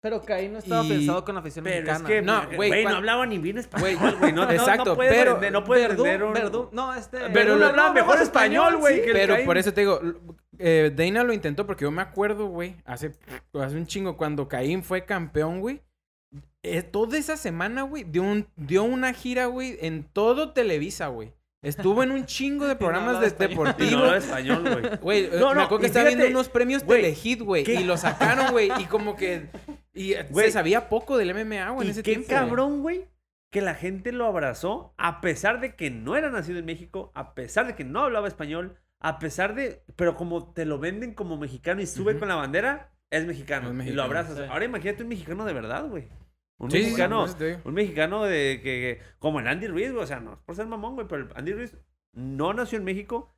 Speaker 4: Pero Caín no estaba
Speaker 3: y-
Speaker 4: pensado con la afición
Speaker 2: Pero es
Speaker 4: mexicana.
Speaker 2: que,
Speaker 3: No,
Speaker 2: güey,
Speaker 3: güey,
Speaker 2: no
Speaker 3: cuan-
Speaker 2: hablaba ni bien español,
Speaker 3: Güey,
Speaker 2: güey. No, no- no
Speaker 3: exacto,
Speaker 2: puedes
Speaker 3: pero-
Speaker 2: vender- no puedes
Speaker 4: Verdú,
Speaker 2: vender un...
Speaker 4: Verdú, no, este...
Speaker 2: Verdú le hablaba mejor español, güey, que el
Speaker 3: Pero
Speaker 2: Caín.
Speaker 3: por eso te digo, l- eh, Dana lo intentó porque yo me acuerdo, güey, hace, hace un chingo, cuando Caín fue campeón, güey. eh, toda esa semana, güey, dio, un, dio una gira, güey, en todo Televisa, güey. Estuvo en un chingo de programas
Speaker 4: hablaba
Speaker 3: de
Speaker 4: español.
Speaker 2: Y
Speaker 3: deportivos.
Speaker 2: no hablaba español, güey.
Speaker 3: Güey, eh,
Speaker 2: No,
Speaker 3: me
Speaker 2: no,
Speaker 3: acuerdo
Speaker 2: y
Speaker 3: que estaba viendo
Speaker 2: fíjate,
Speaker 3: unos premios
Speaker 2: güey,
Speaker 3: Telehit, güey.
Speaker 2: ¿qué?
Speaker 3: Y lo sacaron, güey. Y como que. Y eh,
Speaker 2: Güey.
Speaker 3: se sabía poco del MMA, güey,
Speaker 2: Y
Speaker 3: en Ah, ese
Speaker 2: qué
Speaker 3: tiempo. güey.
Speaker 2: cabrón, güey, que la gente lo abrazó a pesar de que no era nacido en México, a pesar de que no hablaba español, a pesar de... Pero como te lo venden como mexicano y sube
Speaker 3: Ujú.
Speaker 2: con la bandera, es mexicano.
Speaker 3: Es
Speaker 2: y lo
Speaker 3: mexicano,
Speaker 2: abrazas.
Speaker 4: sí.
Speaker 2: Ahora imagínate un mexicano de verdad, güey. Un
Speaker 3: Sí, sí, sí,
Speaker 2: mexicano...
Speaker 3: por eso te digo.
Speaker 2: Un mexicano de que, que- Como el Andy Ruiz, güey. O sea, no es por ser mamón, güey, pero el Andy Ruiz no nació en México.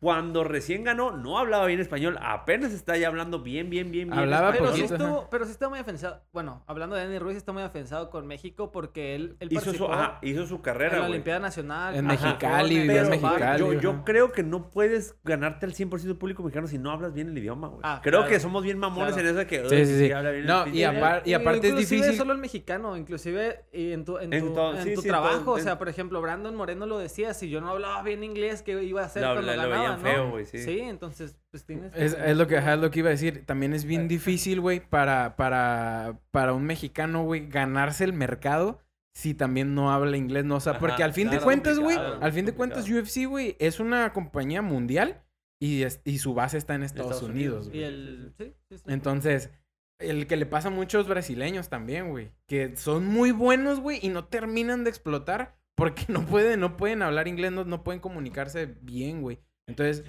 Speaker 2: Cuando recién ganó, no hablaba bien español. Apenas está ya hablando bien, bien, bien, bien.
Speaker 3: Hablaba,
Speaker 2: español.
Speaker 4: Pero sí,
Speaker 3: Ah, poquito, ajá.
Speaker 4: estuvo, pero sí está muy ofensado. Bueno, hablando de Dani Ruiz, está muy ofensado con México porque él, él
Speaker 2: hizo, su,
Speaker 4: participó
Speaker 2: ajá, hizo su
Speaker 4: en
Speaker 2: carrera,
Speaker 4: la
Speaker 2: güey.
Speaker 4: Olimpiada Nacional.
Speaker 3: En
Speaker 4: Ajá.
Speaker 3: Mexicali, vivió
Speaker 4: California,
Speaker 3: en
Speaker 2: Pero,
Speaker 4: Mexicali.
Speaker 3: Mexicali,
Speaker 2: yo, yo
Speaker 3: ajá.
Speaker 2: creo que no puedes ganarte al 100% del público mexicano si no hablas bien el idioma, güey.
Speaker 4: Ah,
Speaker 2: creo
Speaker 4: claro.
Speaker 2: que somos bien mamones
Speaker 4: Claro.
Speaker 2: en eso de que... "Uy,
Speaker 3: Sí, sí, sí.
Speaker 2: habla bien el
Speaker 3: No,
Speaker 2: pinche
Speaker 3: y
Speaker 2: idioma".
Speaker 3: aparte- aparte es
Speaker 4: eh, Inclusive
Speaker 3: difícil-
Speaker 4: solo el mexicano, inclusive y en tu, en
Speaker 2: En
Speaker 4: tu-
Speaker 2: todo-
Speaker 4: en
Speaker 2: sí,
Speaker 4: tu
Speaker 2: sí, en
Speaker 4: trabajo.
Speaker 2: todo-
Speaker 4: o sea,
Speaker 2: en-
Speaker 4: por ejemplo, Brandon Moreno lo decía, si yo no hablaba bien inglés, ¿qué iba a hacer
Speaker 2: Lo-
Speaker 4: cuando
Speaker 2: lo- lo
Speaker 4: ganaba,
Speaker 2: veían
Speaker 4: no?
Speaker 2: feo, güey, sí.
Speaker 4: entonces, pues tienes...
Speaker 3: Es, es lo que, ajá, es lo que iba a decir. También es bien difícil, güey, para, para, para un mexicano, güey, ganarse el mercado si también no habla inglés, ¿no? O sea,
Speaker 2: Ajá,
Speaker 3: porque al fin
Speaker 2: claro,
Speaker 3: de cuentas, güey,
Speaker 2: complicado,
Speaker 3: al fin de cuentas,
Speaker 2: complicado.
Speaker 3: UFC, güey, es una compañía mundial y, es- y su base está en Estados,
Speaker 2: Estados Unidos,
Speaker 3: Unidos,
Speaker 4: Y
Speaker 3: güey.
Speaker 4: el... Sí, sí, sí.
Speaker 3: Entonces, el que le pasa a muchos brasileños también, güey, que son muy buenos, güey, y no terminan de explotar porque no pueden, no pueden hablar inglés, no, no pueden comunicarse bien, güey. Entonces,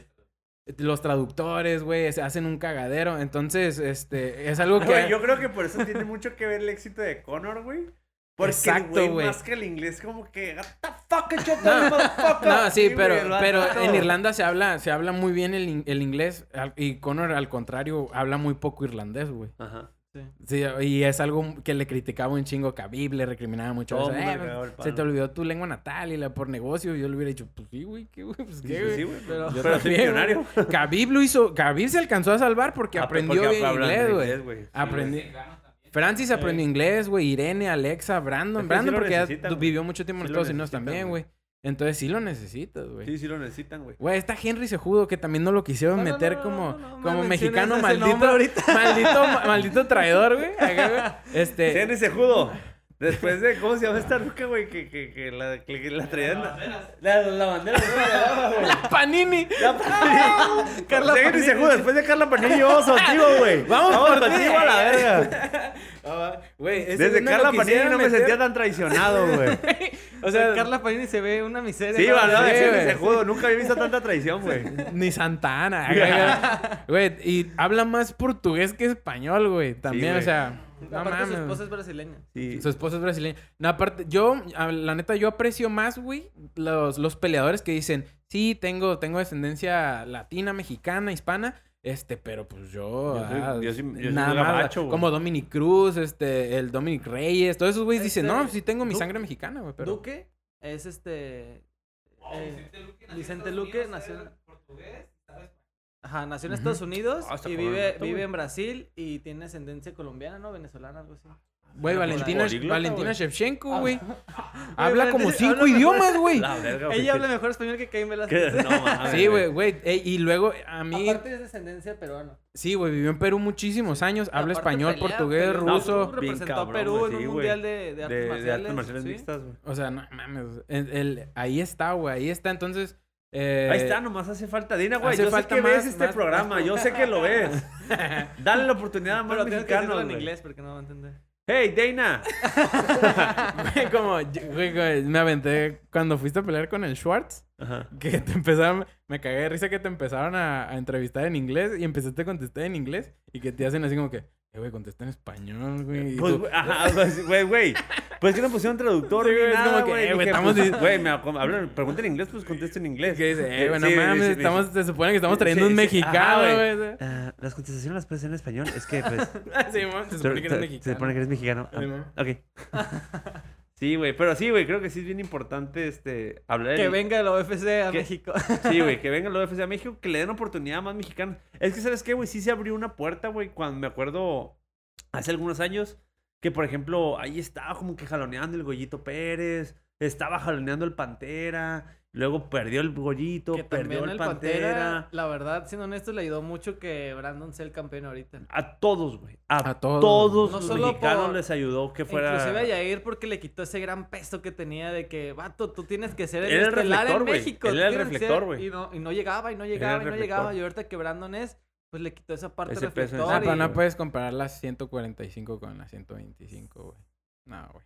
Speaker 3: los traductores, güey, se hacen un cagadero. Entonces, este, es algo
Speaker 2: Güey,
Speaker 3: que...
Speaker 2: yo creo que por eso tiene mucho que ver el éxito de Conor, güey. Porque
Speaker 3: Exacto,
Speaker 2: el güey
Speaker 3: güey.
Speaker 2: más que el inglés como que... "What the fuck, I shot that motherfucker".
Speaker 3: No, sí,
Speaker 2: güey,
Speaker 3: pero,
Speaker 2: el vato-
Speaker 3: pero en Irlanda se habla, se habla muy bien el, in- el inglés al- y Conor, al contrario, habla muy poco irlandés, güey.
Speaker 2: Ajá.
Speaker 3: Sí, y es algo que le criticaba un chingo Khabib, le recriminaba mucho.
Speaker 2: Todo
Speaker 3: eso,
Speaker 2: mundo
Speaker 3: "Eh,
Speaker 2: le cagaba el
Speaker 3: se
Speaker 2: palo".
Speaker 3: te olvidó tu lengua natal y la por negocio. Yo le hubiera dicho, pues sí, güey, qué güey, pues
Speaker 2: Sí,
Speaker 3: qué, güey.
Speaker 2: sí, güey. Pero,
Speaker 4: Pero-
Speaker 3: Yo
Speaker 2: pero soy
Speaker 3: también,
Speaker 2: millonario.
Speaker 3: güey. Khabib lo hizo, Khabib se alcanzó a salvar porque
Speaker 2: Ah, pero
Speaker 3: aprendió
Speaker 2: porque
Speaker 3: bien
Speaker 2: hablan
Speaker 3: inglés, güey.
Speaker 2: inglés, güey.
Speaker 3: Aprendí.
Speaker 5: mexicanos también.
Speaker 3: Francis aprendió inglés, güey. Irene, Alexa, Brandon.
Speaker 2: Es que sí
Speaker 3: Brandon
Speaker 2: lo
Speaker 3: porque ya
Speaker 2: necesitan,
Speaker 3: tu-
Speaker 2: güey.
Speaker 3: vivió mucho tiempo en
Speaker 2: Sí lo
Speaker 3: Estados Unidos
Speaker 2: necesitan,
Speaker 3: también,
Speaker 2: güey.
Speaker 3: güey. Entonces sí lo necesitas, güey.
Speaker 2: Sí, sí lo necesitan, güey.
Speaker 3: Güey, está Henry Sejudo que también no lo quisieron
Speaker 4: No, no,
Speaker 3: meter
Speaker 4: no, no,
Speaker 3: como,
Speaker 4: no, no, no
Speaker 3: como
Speaker 4: menciones
Speaker 3: mexicano
Speaker 4: ese
Speaker 3: maldito.
Speaker 4: nombre ahorita.
Speaker 3: Maldito, ma- maldito traidor, güey. Acá, güey. Este.
Speaker 2: Tiene ese judo. Después de, ¿cómo se llama esta ruca, güey? Que, que, que la, que la traían.
Speaker 5: Banderas.
Speaker 2: La, la bandera, güey, la daba, güey.
Speaker 3: Panini.
Speaker 2: La Panini. Carla Panini. ese judo. Después de Carla Panini, vamos contigo, güey.
Speaker 3: Vamos por ti.
Speaker 2: contigo a la verga.
Speaker 4: Ah,
Speaker 3: Güey, ese güey
Speaker 2: Desde
Speaker 3: no lo
Speaker 2: Carla Panini
Speaker 3: quisieron
Speaker 2: no me
Speaker 3: meter.
Speaker 2: sentía tan traicionado, güey.
Speaker 3: O sea,
Speaker 4: Carla Panini se ve una miseria.
Speaker 2: Sí,
Speaker 4: ¿no?
Speaker 2: va, no,
Speaker 3: Sí,
Speaker 2: ese
Speaker 3: güey.
Speaker 2: ese judo. Nunca había visto tanta traición, güey.
Speaker 3: ni Santana. Ana. Güey, y habla más portugués que español, güey. También,
Speaker 2: güey.
Speaker 3: o sea. No
Speaker 4: Aparte, su
Speaker 3: mames.
Speaker 4: esposa es brasileña.
Speaker 2: Sí.
Speaker 3: Su esposa es brasileña. No, aparte, yo, a- la neta, yo aprecio más, güey, los, los peleadores que dicen, sí, tengo, tengo descendencia latina, mexicana, hispana, este, pero pues yo...
Speaker 2: Yo soy-
Speaker 3: ah,
Speaker 2: yo soy- yo soy
Speaker 3: nada
Speaker 2: un
Speaker 3: más,
Speaker 2: gabacho, güey.
Speaker 3: como Dominic Cruz, este, el Dominic Reyes, todos esos güeyes dicen,
Speaker 4: Este,
Speaker 3: no, pues, sí tengo mi
Speaker 4: Du-
Speaker 3: sangre mexicana, güey, pero...
Speaker 4: Duque es este... eh,
Speaker 5: Oh, Vicente Luque nació en Estados
Speaker 4: Vicente Luque
Speaker 5: Unidos,
Speaker 4: nació-
Speaker 5: era portugués, ¿sabes?
Speaker 4: Ajá, nació en
Speaker 3: Ujú.
Speaker 4: Estados Unidos
Speaker 2: Ah, está
Speaker 4: y
Speaker 2: cabrón,
Speaker 4: vive,
Speaker 2: está,
Speaker 4: vive
Speaker 2: güey.
Speaker 4: en Brasil y tiene ascendencia colombiana, ¿no? Venezolana, algo así.
Speaker 3: Güey,
Speaker 4: Una
Speaker 3: Valentina,
Speaker 2: políglota,
Speaker 3: Valentina
Speaker 2: güey.
Speaker 3: Shevchenko, güey.
Speaker 4: Güey,
Speaker 3: habla como
Speaker 4: Ah. Valentina-
Speaker 3: cinco
Speaker 4: habla mejor-
Speaker 3: idiomas, güey.
Speaker 2: La verga, güey.
Speaker 4: Ella habla mejor español que Caín
Speaker 2: Que-
Speaker 4: Velázquez.
Speaker 2: No mames.
Speaker 3: Sí, güey, güey. Ey, y luego, a mí...
Speaker 4: Aparte es descendencia peruana.
Speaker 3: Sí, güey, vivió en Perú muchísimos años. Habla
Speaker 4: Aparte
Speaker 3: español,
Speaker 4: pelea,
Speaker 3: portugués,
Speaker 4: pelea.
Speaker 2: No,
Speaker 3: ruso.
Speaker 2: bien
Speaker 4: Representó a
Speaker 2: cabrón,
Speaker 4: Perú
Speaker 2: güey,
Speaker 4: en
Speaker 2: sí,
Speaker 4: un
Speaker 2: güey.
Speaker 4: mundial de, de
Speaker 2: De,
Speaker 4: artes marciales.
Speaker 2: de artes marciales
Speaker 4: ¿sí?
Speaker 2: mixtas, güey.
Speaker 3: O sea, no mames. el- el- ahí está, güey. Ahí está. Entonces. eh,
Speaker 2: Ahí está, nomás hace falta. Dina, güey,
Speaker 3: hace
Speaker 2: yo sé
Speaker 3: falta
Speaker 2: que ves
Speaker 3: más-
Speaker 2: este
Speaker 3: más-
Speaker 2: programa, yo sé que lo ves. Dale la oportunidad a
Speaker 4: Pero
Speaker 2: más
Speaker 4: tienes que decirlo
Speaker 2: mexicanos,
Speaker 4: en
Speaker 2: güey.
Speaker 4: inglés porque no va a entender.
Speaker 2: Hey, Dana.
Speaker 3: güey, como. yo- güey, güey, me aventé cuando fuiste a pelear con el Schwartz.
Speaker 2: Ajá.
Speaker 3: Que te empezaron. Me cagué de risa que te empezaron a, a entrevistar en inglés. Y empezaste a contestar en inglés. Y que te hacen así como que. Eh, güey, contesta en español, güey. y
Speaker 2: Pues,
Speaker 3: tú,
Speaker 2: güey, ajá, pues, güey, güey. Pues que no pusieron traductor
Speaker 3: Sí,
Speaker 2: ni
Speaker 3: güey, es
Speaker 2: nada,
Speaker 3: como que,
Speaker 2: güey.
Speaker 3: eh, güey,
Speaker 2: Dije,
Speaker 3: estamos
Speaker 2: pues,
Speaker 3: dis-
Speaker 2: Güey, me ac- hablan, pregunta en inglés, pues contesto en inglés.
Speaker 3: que dice, eh,
Speaker 2: Sí,
Speaker 3: güey, no
Speaker 2: sí,
Speaker 3: mames,
Speaker 2: sí, sí.
Speaker 3: estamos, se supone que estamos trayendo
Speaker 2: Sí,
Speaker 3: un
Speaker 2: sí, ajá,
Speaker 3: mexicano,
Speaker 2: güey.
Speaker 3: güey.
Speaker 2: Ah, las contestaciones las puedes hacer en español. Es que, pues,
Speaker 3: Sí, mo, se
Speaker 2: tú-
Speaker 3: supone que eres
Speaker 2: tú-
Speaker 3: mexicano.
Speaker 2: se supone que eres mexicano. Ah,
Speaker 3: Sí, mo.
Speaker 2: ok. Sí, güey. Pero sí, güey, creo que sí es bien importante este, hablar.
Speaker 4: Que
Speaker 2: del-
Speaker 4: venga la UFC a
Speaker 2: ¿Qué?
Speaker 4: México.
Speaker 2: Sí, güey, que venga el UFC a México, que le den oportunidad a más mexicanos. Es que, ¿sabes qué, güey? Sí se abrió una puerta, güey, cuando me acuerdo hace algunos años que, por ejemplo, ahí estaba como que jaloneando el Goyito Pérez, estaba jaloneando el Pantera, luego perdió el Goyito,
Speaker 4: que
Speaker 2: perdió
Speaker 4: también
Speaker 2: el,
Speaker 4: el
Speaker 2: Pantera.
Speaker 4: Pantera, la verdad, siendo honesto, le ayudó mucho que Brandon sea el campeón ahorita.
Speaker 2: A todos, güey. A,
Speaker 3: A
Speaker 2: todos,
Speaker 3: todos.
Speaker 4: No
Speaker 2: los
Speaker 4: solo
Speaker 2: mexicanos
Speaker 4: por-
Speaker 2: les ayudó que fuera...
Speaker 4: Inclusive a Yair porque le quitó ese gran peso que tenía de que, vato, tú tienes que ser el,
Speaker 2: Era el
Speaker 4: estelar
Speaker 2: reflector,
Speaker 4: en
Speaker 2: güey.
Speaker 4: México.
Speaker 2: Él
Speaker 4: tú
Speaker 2: era el
Speaker 4: tienes que ser-
Speaker 2: reflector, güey.
Speaker 4: Y no, y no llegaba, y no llegaba, y no
Speaker 2: reflector.
Speaker 4: llegaba. Y ahorita que Brandon es, pues le quitó esa parte
Speaker 2: Ese peso en
Speaker 4: reflector.
Speaker 2: esa
Speaker 3: Ah, pero
Speaker 4: y-
Speaker 3: no puedes comparar las 145 con las 125, güey. No, güey.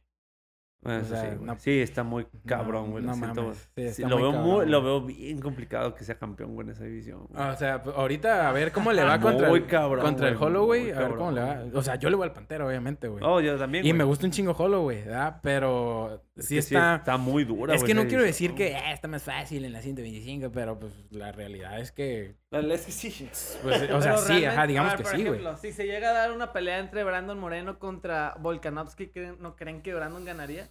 Speaker 2: Bueno,
Speaker 3: O
Speaker 2: Ah, eso
Speaker 3: sea,
Speaker 2: sí, güey.
Speaker 3: no-
Speaker 2: sí, está muy cabrón, güey. lo
Speaker 3: no
Speaker 2: siento,
Speaker 3: mames.
Speaker 2: güey.
Speaker 3: Sí,
Speaker 2: Sí,
Speaker 3: está
Speaker 2: lo,
Speaker 3: muy
Speaker 2: veo muy-
Speaker 3: cabrón,
Speaker 2: lo
Speaker 3: güey.
Speaker 2: veo bien complicado que sea campeón, güey, en esa división. güey.
Speaker 3: O sea, pues, ahorita a ver cómo le va
Speaker 2: Ah, Muy
Speaker 3: contra el,
Speaker 2: cabrón,
Speaker 3: contra el
Speaker 2: güey, muy
Speaker 3: Holloway. A ver
Speaker 2: cabrón.
Speaker 3: cómo le va. O sea, yo le voy al Pantera, obviamente, güey.
Speaker 2: Oh, yo también.
Speaker 3: y me
Speaker 2: güey.
Speaker 3: gusta un chingo Holloway, ¿verdad? Pero
Speaker 2: Es
Speaker 3: sí
Speaker 2: que
Speaker 3: está...
Speaker 2: está muy dura,
Speaker 3: es
Speaker 2: güey,
Speaker 3: que no
Speaker 2: esa
Speaker 3: quiero decir
Speaker 2: división.
Speaker 3: que "Ah, está más fácil en la 125, pero pues la realidad es que...
Speaker 2: La verdad es que sí.
Speaker 3: pues, o sea,
Speaker 4: Pero
Speaker 3: sí,
Speaker 4: realmente-
Speaker 3: ajá, digamos
Speaker 4: a ver,
Speaker 3: que
Speaker 4: por
Speaker 3: sí, güey.
Speaker 4: ejemplo, Si se llega a dar una pelea entre Brandon Moreno contra Volkanovski, ¿creen- ¿no creen que Brandon ganaría?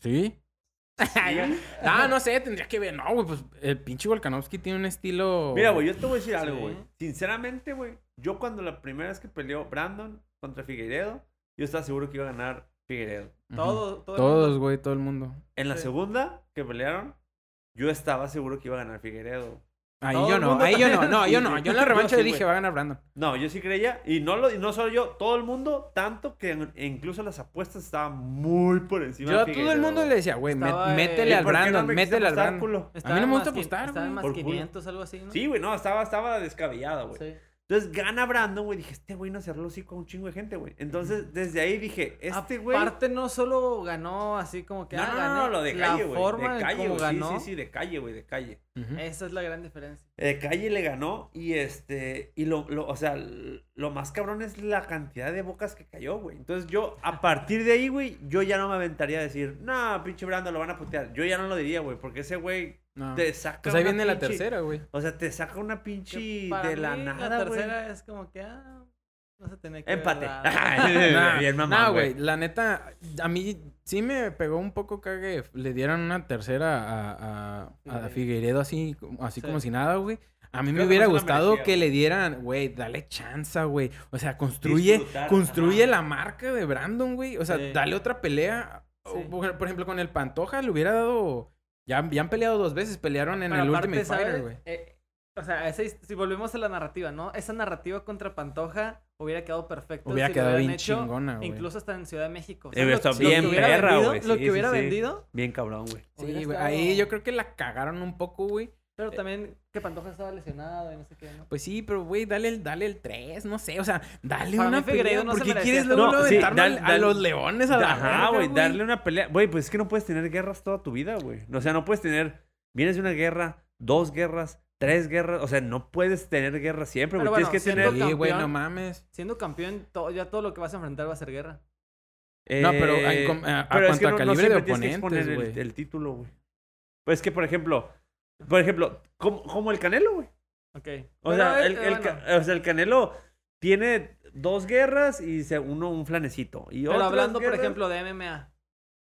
Speaker 3: ¿Sí? ah, no sé, tendría que ver. No, güey, pues el pinche Volkanovski tiene un estilo...
Speaker 2: Mira, güey, yo te voy a decir algo,
Speaker 4: Sí.
Speaker 2: güey. Sinceramente, güey, yo cuando la primera vez que peleó Brandon contra Figueiredo, yo estaba seguro que iba a ganar Figueiredo.
Speaker 3: Ujú.
Speaker 4: Todo- todo el
Speaker 3: Todos, güey, todo el mundo.
Speaker 2: En la
Speaker 4: Sí.
Speaker 2: segunda que pelearon, yo estaba seguro que iba a ganar Figueiredo.
Speaker 3: Ahí
Speaker 4: Todo
Speaker 3: yo
Speaker 4: el
Speaker 3: no,
Speaker 4: mundo
Speaker 3: ahí yo no,
Speaker 4: también.
Speaker 3: no, yo no. Yo en la revancha
Speaker 2: sí,
Speaker 3: dije,
Speaker 2: güey.
Speaker 3: va a ganar Brandon.
Speaker 2: No, yo sí creía, y no, lo, y no solo yo, todo el mundo, tanto que en- incluso las apuestas estaban muy por encima
Speaker 3: Yo
Speaker 2: de
Speaker 3: a todo el
Speaker 2: Figueiredo,
Speaker 3: mundo
Speaker 2: güey.
Speaker 3: le decía, güey, me-
Speaker 4: Estaba, eh,
Speaker 3: métele
Speaker 4: ¿y
Speaker 3: al
Speaker 2: por qué no
Speaker 3: Brandon,
Speaker 2: me quisiste
Speaker 3: métele al
Speaker 2: apostar,
Speaker 3: Brandon.
Speaker 2: culo?
Speaker 3: A mí no
Speaker 4: en
Speaker 3: me
Speaker 4: más
Speaker 3: gusta
Speaker 4: quin-
Speaker 3: apostar,
Speaker 4: Estaba en
Speaker 3: güey.
Speaker 4: más
Speaker 2: Por culo.
Speaker 4: 500, algo así, ¿no?
Speaker 2: Sí, güey, no, estaba, estaba descabellada, güey.
Speaker 4: Sí.
Speaker 2: Entonces gana Brandon, güey. Dije, este güey no cerró los hocico a un chingo de gente, güey. Entonces, desde ahí dije, este güey.
Speaker 4: Aparte, no solo ganó así como que.
Speaker 2: No,
Speaker 4: ah,
Speaker 2: no, no,
Speaker 4: gané.
Speaker 2: no, lo de calle,
Speaker 4: La
Speaker 2: güey.
Speaker 4: forma
Speaker 2: de
Speaker 4: en
Speaker 2: calle,
Speaker 4: cómo
Speaker 2: güey. Sí,
Speaker 4: ganó.
Speaker 2: sí, sí, de calle, güey, de calle.
Speaker 3: Ujú.
Speaker 4: Esa es la gran diferencia.
Speaker 2: De calle le ganó y este. Y lo, lo- o sea, lo más cabrón es la cantidad de bocas que cayó, güey. Entonces yo, a partir de ahí, güey, yo ya no me aventaría a decir, no, pinche Brandon, lo van a putear. Yo ya no lo diría, güey, porque ese güey
Speaker 4: Ah.
Speaker 3: No.
Speaker 2: te saca.
Speaker 3: Pues ahí
Speaker 2: una
Speaker 3: viene la
Speaker 2: pinche-
Speaker 3: tercera, güey.
Speaker 2: O sea, te saca una pinche
Speaker 4: Que para
Speaker 2: de la
Speaker 4: mí,
Speaker 2: nada,
Speaker 4: La
Speaker 2: güey.
Speaker 4: tercera es como que. Ah, vas a tener que.
Speaker 2: Empate.
Speaker 4: ¿verdad?
Speaker 3: Nah,
Speaker 2: Bien mamón,
Speaker 3: nah, Eh, güey. La neta, a mí sí me pegó un poco cague. Le dieron una tercera a, a, a
Speaker 4: Figueiredo.
Speaker 3: Figueiredo así, así
Speaker 4: Sí.
Speaker 3: como si nada, güey. A mí
Speaker 2: Creo
Speaker 3: me
Speaker 2: que
Speaker 3: hubiera
Speaker 2: no se la
Speaker 3: gustado
Speaker 2: merecía,
Speaker 3: que
Speaker 2: güey.
Speaker 3: le dieran, güey, dale chanza, güey. O sea, construye,
Speaker 2: Disfrutar,
Speaker 3: construye
Speaker 2: ajá.
Speaker 3: la marca de Brandon, güey. O sea,
Speaker 4: Sí.
Speaker 3: dale otra pelea.
Speaker 4: Sí.
Speaker 3: O, Por por ejemplo, con el Pantoja le hubiera dado... Ya, ya han peleado dos veces, pelearon en
Speaker 4: Pero
Speaker 3: el
Speaker 4: aparte,
Speaker 3: Ultimate
Speaker 4: ¿sabes?
Speaker 3: Fighter, güey.
Speaker 4: Eh, o sea, esa his- si volvemos a la narrativa, ¿no? Esa narrativa contra Pantoja hubiera quedado perfecta.
Speaker 3: Hubiera
Speaker 4: si lo
Speaker 3: quedado
Speaker 4: hubieran
Speaker 3: bien
Speaker 4: hecho,
Speaker 3: chingona, güey.
Speaker 4: Incluso hasta en Ciudad de México. O
Speaker 2: Hubiera
Speaker 4: lo-
Speaker 2: estado
Speaker 4: lo que
Speaker 2: bien
Speaker 4: hubiera
Speaker 2: perra,
Speaker 4: vendido-
Speaker 2: güey.
Speaker 4: Lo
Speaker 2: Sí,
Speaker 4: que hubiera
Speaker 2: sí, sí.
Speaker 4: vendido,
Speaker 2: Bien cabrón, güey.
Speaker 4: hubiera
Speaker 3: Sí, güey.
Speaker 4: estado-
Speaker 3: Ahí yo creo que la cagaron un poco, güey.
Speaker 4: pero también que Pantoja estaba lesionado y no sé qué, ¿no?
Speaker 3: Pues sí, pero güey, dale el, dale el 3, no sé, o sea, dale
Speaker 4: Para mí
Speaker 3: una
Speaker 4: Figueiredo
Speaker 3: pelea.
Speaker 4: no
Speaker 3: ¿Por
Speaker 4: se
Speaker 3: qué
Speaker 4: merecía
Speaker 3: quieres
Speaker 4: estar-
Speaker 3: luego
Speaker 2: No,
Speaker 3: luego
Speaker 2: sí,
Speaker 3: aventarlo
Speaker 2: dal-
Speaker 3: al- a
Speaker 2: dal-
Speaker 3: los leones a la verga,
Speaker 2: Ajá, güey, darle una pelea. Güey, pues es que no puedes tener guerras toda tu vida, güey. O sea, no puedes tener. Vienes de una guerra, dos guerras, tres guerras. O sea, no puedes tener guerra siempre, güey.
Speaker 4: Pero bueno,
Speaker 2: Tienes que
Speaker 4: siendo
Speaker 2: tener.
Speaker 3: Sí, güey, no
Speaker 4: campeón.
Speaker 3: mames.
Speaker 4: Siendo campeón, to- ya todo lo que vas a enfrentar va a ser guerra.
Speaker 3: No, pero a-
Speaker 2: Eh,
Speaker 3: com- a- a
Speaker 2: pero es que
Speaker 3: cuanto a
Speaker 2: no- no
Speaker 3: calibre de
Speaker 2: siempre tienes que
Speaker 3: oponentes,
Speaker 2: exponer el,
Speaker 3: güey.
Speaker 2: el título, güey. Pues es que, por ejemplo, por ejemplo, como, como el Canelo, güey.
Speaker 4: Ok.
Speaker 2: O,
Speaker 4: Pero,
Speaker 2: sea,
Speaker 4: eh,
Speaker 2: el,
Speaker 4: eh,
Speaker 2: el
Speaker 4: bueno,
Speaker 2: ca- o sea, el Canelo tiene dos guerras y se- uno un flanecito. Y
Speaker 4: Pero
Speaker 2: otras
Speaker 4: hablando, por
Speaker 2: guerras-
Speaker 4: ejemplo, de MMA.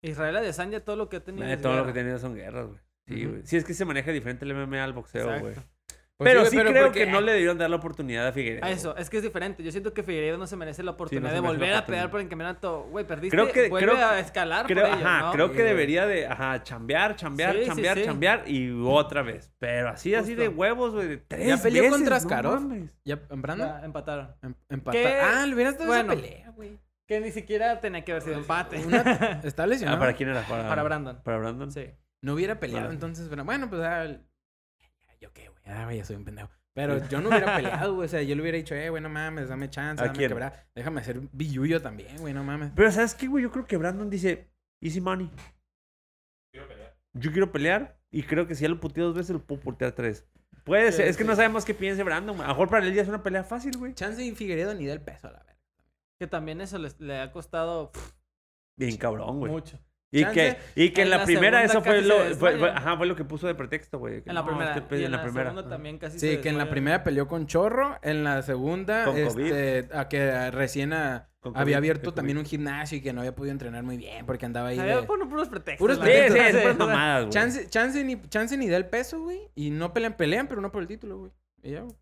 Speaker 4: Israel Adesanya, todo lo que ha tenido.
Speaker 2: Eh,
Speaker 4: es
Speaker 2: todo lo
Speaker 4: guerra.
Speaker 2: que tenía son guerras, güey. Sí,
Speaker 3: Ujú.
Speaker 2: güey. Sí, es que se maneja diferente el MMA al boxeo,
Speaker 4: Exacto.
Speaker 2: güey.
Speaker 3: Pues
Speaker 2: pero
Speaker 3: güey,
Speaker 2: sí creo
Speaker 3: porque-
Speaker 2: que no le debieron dar la oportunidad a Figueiredo.
Speaker 4: A eso, es que es diferente. Yo siento que Figueiredo no se merece la oportunidad
Speaker 2: se
Speaker 4: de
Speaker 2: merece la
Speaker 4: volver a
Speaker 2: oportunidad.
Speaker 4: pelear por el campeonato. Güey, perdiste.
Speaker 2: Creo que-
Speaker 4: Vuelve
Speaker 2: creo-
Speaker 4: a escalar
Speaker 2: Creo,
Speaker 4: por ello,
Speaker 2: ajá,
Speaker 4: ¿no?
Speaker 2: creo que
Speaker 3: Sí, güey.
Speaker 2: debería de, ajá, chambear, chambear,
Speaker 4: Sí, sí,
Speaker 2: chambear,
Speaker 4: sí.
Speaker 2: chambear y otra vez. Pero así, así
Speaker 4: Justo.
Speaker 2: de huevos, güey, de tres
Speaker 3: Ya peleó
Speaker 2: veces,
Speaker 3: contra
Speaker 2: no
Speaker 3: Askarov.
Speaker 2: mames.
Speaker 3: Ya, ¿en Brandon?
Speaker 2: Ah.
Speaker 4: Ya, empataron.
Speaker 3: Em- empata-
Speaker 4: ¿Qué?
Speaker 3: Ah, le hubieras dado
Speaker 4: Bueno.
Speaker 3: esa pelea, güey.
Speaker 4: Que ni siquiera tenía que haber sido empate.
Speaker 3: Una- Está lesionado.
Speaker 2: Ah, ¿para quién era? Para,
Speaker 4: Para Brandon.
Speaker 2: Para Brandon.
Speaker 4: Sí.
Speaker 3: No hubiera peleado,
Speaker 2: Vale.
Speaker 3: entonces, pero bueno, pues ah, el- yo qué, güey. Ah, güey, ya soy un pendejo. Pero yo no hubiera peleado, güey. O sea, yo le hubiera dicho, eh, güey, no mames, dame chance,
Speaker 2: ¿A
Speaker 3: dame
Speaker 2: quién?
Speaker 3: quebrar. Déjame hacer billuyo también, güey, no mames.
Speaker 2: Pero ¿sabes qué, güey? Yo creo que Brandon dice, easy money.
Speaker 5: Quiero pelear.
Speaker 2: Yo quiero pelear y creo que si ya lo puteé dos veces, lo puedo putear tres. Puede
Speaker 4: Sí,
Speaker 2: ser. Es que
Speaker 4: sí.
Speaker 2: no sabemos qué piense Brandon. güey. A lo mejor para él ya es una pelea fácil, güey.
Speaker 3: Chance y Figueredo ni del peso, a la verga.
Speaker 4: Que también eso les- le ha costado pff,
Speaker 2: Bien cabrón, güey.
Speaker 4: mucho.
Speaker 2: Y que,
Speaker 3: Chance,
Speaker 2: y que en
Speaker 4: en
Speaker 2: la,
Speaker 4: la
Speaker 2: primera
Speaker 4: segunda
Speaker 2: eso fue
Speaker 4: casi
Speaker 2: lo,
Speaker 4: se
Speaker 2: fue- fue-
Speaker 4: desmayan.
Speaker 2: ajá, fue lo que puso de pretexto, güey. que
Speaker 4: En la
Speaker 2: no,
Speaker 4: primera.
Speaker 2: este pedo-
Speaker 4: y
Speaker 2: en la primera.
Speaker 4: segunda también
Speaker 3: Sí,
Speaker 4: casi se
Speaker 3: que en la
Speaker 4: desmayan.
Speaker 3: primera peleó con Chorro, en la segunda
Speaker 2: Con
Speaker 3: este, a que recién a,
Speaker 2: Con
Speaker 3: Había
Speaker 2: COVID,
Speaker 3: abierto
Speaker 2: con
Speaker 3: también un gimnasio y que no había podido entrenar muy bien porque andaba ahí.
Speaker 4: Había
Speaker 3: de-
Speaker 4: pon- puros pretextos.
Speaker 3: Puros
Speaker 4: la
Speaker 2: COVID. Sí,
Speaker 4: neta.
Speaker 2: sí,
Speaker 3: Entonces,
Speaker 2: es puras mamadas, güey.
Speaker 3: Chance, chance, ni, chance ni da el peso, güey. Y no pelean, pelean, pero no por el título, güey. Y ya, güey.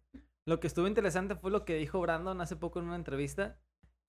Speaker 4: Lo que estuvo interesante fue lo que dijo Brandon hace poco en una entrevista.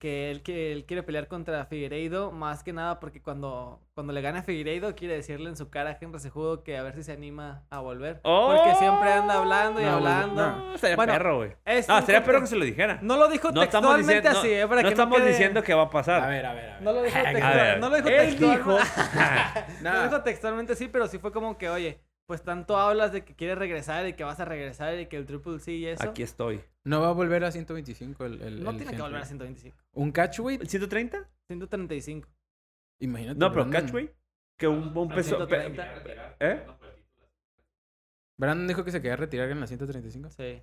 Speaker 4: Que él, que él quiere pelear contra Figueiredo más que nada porque cuando, cuando le gana a Figueiredo quiere decirle en su cara a Henry Sejudo que a ver si se anima a volver.
Speaker 2: ¡Oh!
Speaker 4: Porque siempre anda hablando y
Speaker 3: No, güey,
Speaker 4: hablando.
Speaker 3: no.
Speaker 2: No, estaría
Speaker 4: Bueno,
Speaker 2: perro, güey.
Speaker 4: Es
Speaker 2: No,
Speaker 4: un
Speaker 2: estaría perro
Speaker 4: contra-
Speaker 2: que se lo dijera.
Speaker 4: No lo dijo
Speaker 2: No estamos
Speaker 4: textualmente
Speaker 2: diciendo,
Speaker 4: así,
Speaker 2: no,
Speaker 4: eh, para
Speaker 2: no
Speaker 4: que
Speaker 2: estamos
Speaker 4: quede-
Speaker 2: diciendo que va a pasar.
Speaker 3: A ver, a ver, a ver.
Speaker 4: No lo dijo
Speaker 2: A ver,
Speaker 4: textual-
Speaker 2: a ver.
Speaker 4: no lo dijo
Speaker 2: Él
Speaker 4: textual-
Speaker 2: dijo-
Speaker 4: no lo
Speaker 3: Nah.
Speaker 4: dijo textualmente sí, pero sí fue como que, oye, pues tanto hablas de que quieres regresar y que vas a regresar y que el triple sí y eso.
Speaker 2: Aquí estoy.
Speaker 3: No va a volver a 125 el. el-
Speaker 4: no
Speaker 3: el
Speaker 4: tiene que
Speaker 3: Henry.
Speaker 4: volver a 125.
Speaker 3: Un catchweight.
Speaker 2: ¿130?
Speaker 4: 135.
Speaker 3: Imagínate.
Speaker 2: No, pero
Speaker 3: Brandon-
Speaker 2: catchweight. Que un, un
Speaker 4: Al
Speaker 2: peso.
Speaker 4: 130.
Speaker 2: pe- ¿Eh?
Speaker 3: Brandon dijo que se quería retirar en la 135.
Speaker 4: Sí.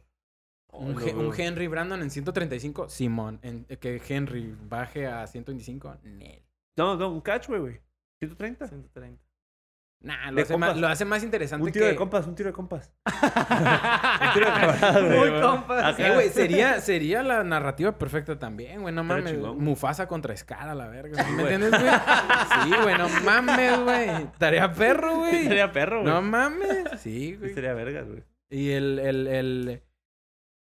Speaker 2: Oh,
Speaker 3: un, He- un Henry Brandon en 135. Simón. En- eh, que Henry baje a 125. Nel.
Speaker 2: No, no, un catchweight, güey. 130.
Speaker 4: 130.
Speaker 3: Nah,
Speaker 2: De
Speaker 3: lo hace, más,
Speaker 2: compas.
Speaker 3: lo hace más interesante
Speaker 2: Un tiro
Speaker 3: que...
Speaker 2: de compas, un tiro de compas. un tiro de camaradas, güey.
Speaker 4: Muy compas.
Speaker 2: Acá,
Speaker 3: Eh, güey, sería, sería la narrativa perfecta también, güey. No
Speaker 2: Estaría
Speaker 3: mames.
Speaker 2: chingón, güey.
Speaker 3: Mufasa contra Escala, la verga. ¿Me
Speaker 2: güey.
Speaker 3: entiendes, güey? Sí, güey. No mames, güey. Estaría perro, güey.
Speaker 2: Sería perro, güey.
Speaker 3: No mames. Sí, güey.
Speaker 2: Sería vergas, güey.
Speaker 3: Y el, el, el,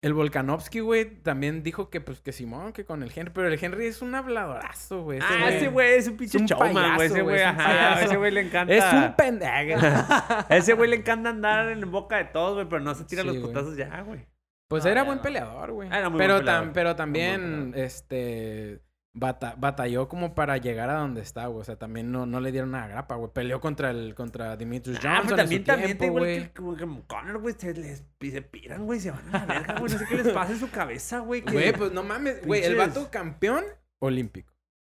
Speaker 3: el Volkanovski, güey, también dijo que, pues, que Simón, que con el Henry. Pero el Henry es un habladorazo, güey. ese
Speaker 2: Ah, ese güey es un pinche
Speaker 3: Es un
Speaker 2: showman, güey.
Speaker 3: payaso,
Speaker 2: Ese
Speaker 3: güey,
Speaker 2: güey,
Speaker 3: es un
Speaker 2: ajá. A
Speaker 3: payaso.
Speaker 2: ese güey le encanta.
Speaker 3: Es un pendejo.
Speaker 2: A ese güey le encanta andar en boca de todos, güey, pero no se tira
Speaker 3: Sí,
Speaker 2: los
Speaker 3: güey.
Speaker 2: putazos ya, güey.
Speaker 3: Pues
Speaker 4: No,
Speaker 3: era
Speaker 4: ya
Speaker 3: buen
Speaker 4: no.
Speaker 3: peleador, güey.
Speaker 2: Ah, era muy
Speaker 3: Pero,
Speaker 2: buen peleador.
Speaker 3: tam- pero
Speaker 2: Muy buen
Speaker 3: también, este, bata- batalló como para llegar a donde está, güey. O sea, también no, no le dieron una grapa, güey. Peleó contra el, contra Demetrius
Speaker 2: Ah,
Speaker 3: Johnson
Speaker 2: pero
Speaker 3: también,
Speaker 2: también,
Speaker 3: pues, en su
Speaker 2: también, está igual
Speaker 3: tiempo,
Speaker 2: que,
Speaker 3: güey.
Speaker 2: el- como que Conor, güey, se les se piran, güey, se van a la verga, güey. No sé qué les pasa en su cabeza, güey. que-
Speaker 3: Güey, pues no mames. Güey, el
Speaker 2: Pinches.
Speaker 3: vato campeón olímpico.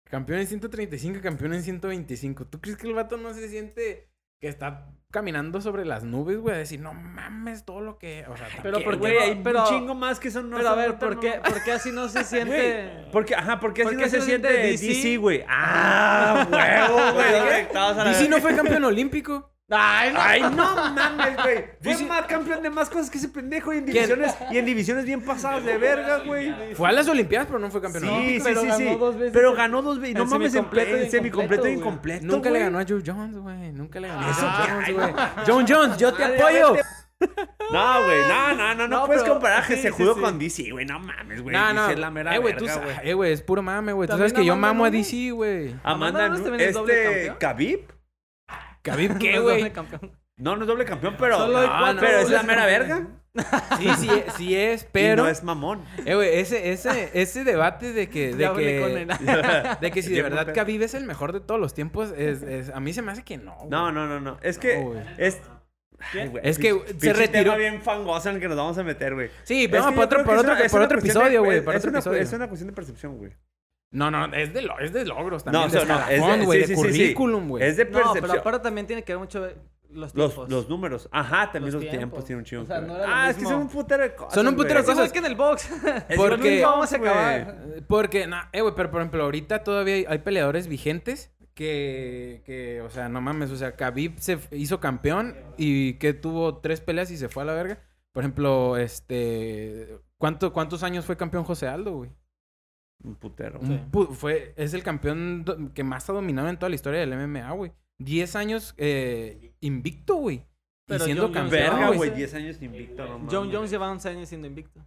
Speaker 3: Campeón en 135, campeón en 125. ¿Tú crees que el vato no se siente que está caminando sobre las nubes, güey? A decir, no mames, todo lo que... O sea,
Speaker 4: Pero
Speaker 2: que,
Speaker 4: ¿por qué
Speaker 2: güey,
Speaker 4: no?
Speaker 2: hay
Speaker 4: Pero-
Speaker 2: un chingo más que son no
Speaker 4: Pero a
Speaker 2: son
Speaker 4: ver,
Speaker 2: tan
Speaker 4: ¿por qué,
Speaker 2: mamá-
Speaker 4: ¿por qué así no se siente?
Speaker 2: Güey, porque, ajá, porque así
Speaker 4: ¿Por
Speaker 2: no
Speaker 4: qué
Speaker 2: se
Speaker 4: se siente
Speaker 2: siente DC,
Speaker 4: DC?
Speaker 2: güey. Ah, huevo, güey. conectados a la
Speaker 3: Y si
Speaker 2: verga.
Speaker 3: no fue campeón olímpico.
Speaker 4: Ay, no.
Speaker 2: Ay, no mames, güey. Fue
Speaker 3: DC
Speaker 2: más campeón de más cosas que ese pendejo y en
Speaker 3: ¿Quién?
Speaker 2: divisiones, y en divisiones bien pasadas de verga, güey.
Speaker 3: Fue a las Olimpiadas, pero no fue campeón olímpico.
Speaker 2: Sí, sí,
Speaker 4: pero
Speaker 2: sí,
Speaker 4: ganó
Speaker 2: sí.
Speaker 4: dos veces
Speaker 2: Pero
Speaker 4: el-
Speaker 2: ganó dos veces. No
Speaker 4: el
Speaker 2: mames, en
Speaker 4: semicompleto
Speaker 2: ple- en
Speaker 4: y
Speaker 2: semicompleto e
Speaker 4: incompleto,
Speaker 2: incompleto.
Speaker 3: Nunca le
Speaker 2: güey.
Speaker 3: ganó a Joe Jones, güey. Nunca le ganó a
Speaker 2: Eso
Speaker 3: Joe
Speaker 2: que
Speaker 3: Jones,
Speaker 2: hay,
Speaker 3: güey. John Jones, yo te apoyo.
Speaker 2: No, güey, no, no, no, no,
Speaker 4: No,
Speaker 2: puedes
Speaker 4: pero-
Speaker 2: comparar que
Speaker 4: sí,
Speaker 2: se
Speaker 4: sí,
Speaker 2: jugó
Speaker 4: sí.
Speaker 2: con DC, güey, no mames, güey.
Speaker 3: No,
Speaker 2: DC
Speaker 3: no.
Speaker 2: es la mera
Speaker 3: eh, güey, tú
Speaker 2: verga,
Speaker 3: sa-
Speaker 2: güey.
Speaker 3: eh, güey, es puro mame, güey. Tú
Speaker 4: También
Speaker 3: sabes que yo
Speaker 4: Amanda
Speaker 3: mamo a
Speaker 4: Nunes.
Speaker 3: DC, güey.
Speaker 2: Amanda,
Speaker 4: Amanda Nunes
Speaker 2: Nu-
Speaker 4: también es doble
Speaker 2: este
Speaker 4: campeón.
Speaker 2: Khabib,
Speaker 3: Khabib,
Speaker 4: No
Speaker 3: ¿qué,
Speaker 4: es
Speaker 3: güey?
Speaker 4: doble campeón.
Speaker 2: no, no es doble campeón, pero
Speaker 4: Solo hay
Speaker 2: no,
Speaker 4: cuatro
Speaker 2: pero es la
Speaker 4: dobles
Speaker 2: mera
Speaker 4: campeones.
Speaker 2: verga.
Speaker 3: Sí, sí, eh, sí es,
Speaker 2: Pero
Speaker 3: pero...
Speaker 2: no es mamón.
Speaker 3: Eh, güey, ese, ese, ese debate de que...
Speaker 4: Ya
Speaker 3: De
Speaker 4: hablé con él.
Speaker 3: que, de que si de
Speaker 2: Bien
Speaker 3: verdad
Speaker 2: puteado.
Speaker 3: Khabib es el mejor de todos los tiempos, es, es- a mí se me hace que no. güey.
Speaker 2: No, no, no, no, es que
Speaker 3: No, güey.
Speaker 2: es Ay, güey,
Speaker 3: Es que
Speaker 2: pinche-
Speaker 3: se
Speaker 2: pinche
Speaker 3: retiró.
Speaker 2: tema bien fangoso en el que nos vamos a meter, güey.
Speaker 3: Sí,
Speaker 2: Es
Speaker 3: pero
Speaker 2: que
Speaker 3: por
Speaker 2: yo
Speaker 3: otro,
Speaker 2: creo que
Speaker 3: por
Speaker 2: es
Speaker 3: otro,
Speaker 2: una- es
Speaker 3: por
Speaker 2: una
Speaker 3: otro
Speaker 2: cuestión de-
Speaker 3: episodio, güey.
Speaker 2: es-
Speaker 3: Por
Speaker 2: es
Speaker 3: otro
Speaker 2: una-
Speaker 3: episodio.
Speaker 2: Es una cuestión de percepción, güey.
Speaker 3: No, no, es de, lo- es de logros también. de
Speaker 2: o sea,
Speaker 3: escalafón, güey,
Speaker 2: sí, sí, sí,
Speaker 3: de
Speaker 2: sí.
Speaker 3: currículum, güey.
Speaker 2: Es de
Speaker 4: No, pero
Speaker 2: percepción.
Speaker 4: aparte también tiene que ver mucho los
Speaker 2: Los,
Speaker 4: tiempos.
Speaker 2: los números. Ajá, también los,
Speaker 4: Los
Speaker 2: tiempos
Speaker 4: tiempos.
Speaker 2: tienen un chingo.
Speaker 4: O sea,
Speaker 2: que ver.
Speaker 4: no era lo
Speaker 2: ah, es que
Speaker 4: mismo.
Speaker 2: son un putero de cosas.
Speaker 3: Son un putero de
Speaker 2: güey.
Speaker 4: Es igual
Speaker 3: cosas-
Speaker 4: que en el box.
Speaker 2: Es
Speaker 3: porque-
Speaker 2: igual que
Speaker 4: Nunca vamos a
Speaker 2: güey.
Speaker 4: acabar.
Speaker 3: Porque, no, eh, güey, pero por ejemplo, ahorita todavía hay, hay peleadores vigentes que, que, o sea, no mames, o sea, Khabib se f- hizo campeón y que tuvo tres peleas y se fue a la verga. Por ejemplo, este, ¿cuánto, ¿cuántos años fue campeón José Aldo, güey?
Speaker 2: Un putero.
Speaker 3: Un pu- fue, es el campeón do- que más ha dominado en toda la historia del MMA, güey. Diez años eh, invicto, güey. Y
Speaker 4: Pero
Speaker 3: siendo
Speaker 4: John Jones
Speaker 3: campeón,
Speaker 2: Verga,
Speaker 4: no,
Speaker 2: güey.
Speaker 4: ese-
Speaker 2: 10 años invicto, no mames.
Speaker 4: John Jones lleva 11 años siendo invicto.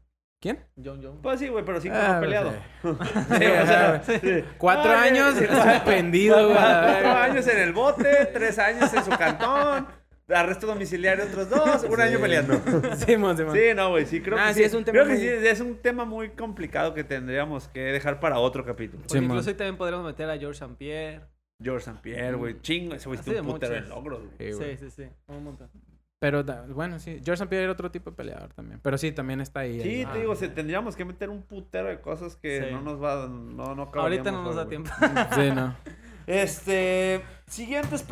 Speaker 3: ¿Quién?
Speaker 4: John Jones.
Speaker 2: Pues sí, güey, pero 5
Speaker 3: Ah,
Speaker 2: no ha peleado.
Speaker 3: Sí, o sea,
Speaker 2: Sí.
Speaker 3: Cuatro
Speaker 2: Ah,
Speaker 3: años
Speaker 2: sí.
Speaker 3: suspendido, güey. a la
Speaker 2: Cuatro
Speaker 3: verga.
Speaker 2: años en el bote, 3 años en su cantón, arresto domiciliario otros dos, un año
Speaker 3: Sí.
Speaker 2: peleando.
Speaker 3: Simón, Simón.
Speaker 2: Sí, no, güey, sí, creo
Speaker 3: Ah,
Speaker 2: que
Speaker 3: sí, es un tema
Speaker 2: creo que
Speaker 3: muy-
Speaker 2: sí, es un tema muy complicado que tendríamos que dejar para otro capítulo.
Speaker 4: Porque
Speaker 3: Sí, man.
Speaker 4: incluso ahí también podríamos meter a George St. Pierre.
Speaker 2: George St. Pierre, güey, chingo, ese güey
Speaker 4: Así
Speaker 2: tiene
Speaker 4: de
Speaker 2: un putero de
Speaker 4: muchos.
Speaker 2: logros, güey.
Speaker 3: Sí, güey.
Speaker 4: Sí, sí, sí. Un montón.
Speaker 3: Pero da- bueno, sí. George St. Pierre era otro tipo de peleador también. Pero sí, también está ahí.
Speaker 2: Sí,
Speaker 3: ahí.
Speaker 2: te digo, se- tendríamos que meter un putero de cosas que
Speaker 4: Sí.
Speaker 2: no nos va, no, no
Speaker 4: Ahorita no
Speaker 2: caberíamos,
Speaker 4: nos da
Speaker 2: güey.
Speaker 4: tiempo.
Speaker 3: Sí, no.
Speaker 2: Este. Siguientes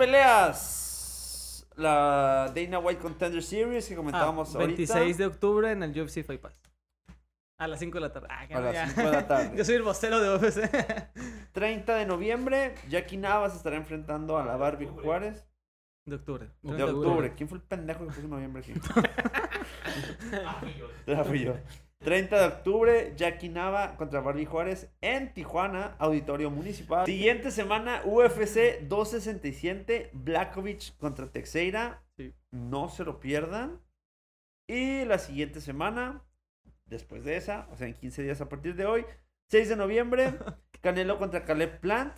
Speaker 2: peleas. La Dana White Contender Series que comentábamos
Speaker 4: Ah,
Speaker 2: ahorita.
Speaker 4: 26 de octubre en el UFC Fight Pass. A las 5 de la tarde. Ah, que
Speaker 2: A
Speaker 4: no, ya.
Speaker 2: las 5 de la tarde.
Speaker 4: Yo soy el vocero de UFC.
Speaker 2: 30 de noviembre. Jackie Navas estará enfrentando a la Barbie Juárez.
Speaker 4: De octubre.
Speaker 2: De
Speaker 3: Octubre.
Speaker 2: octubre. ¿Quién fue el pendejo que puso noviembre aquí? Ah, fui yo. 30 de octubre, Jackie Nava contra Barbie Juárez en Tijuana, Auditorio Municipal. Siguiente semana, UFC 267, Blakovich contra Teixeira.
Speaker 4: Sí.
Speaker 2: No se lo pierdan. Y la siguiente semana, después de esa, o sea, en 15 días a partir de hoy, 6 de noviembre, Canelo contra Caleb Plant.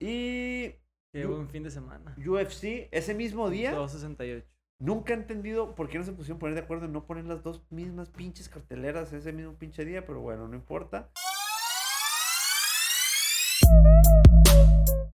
Speaker 2: Y
Speaker 4: Qué buen fin de semana.
Speaker 2: UFC ese mismo día.
Speaker 4: 268.
Speaker 2: Nunca he entendido por qué no se pusieron poner de acuerdo en no poner las dos mismas pinches carteleras ese mismo pinche día, pero bueno, no importa.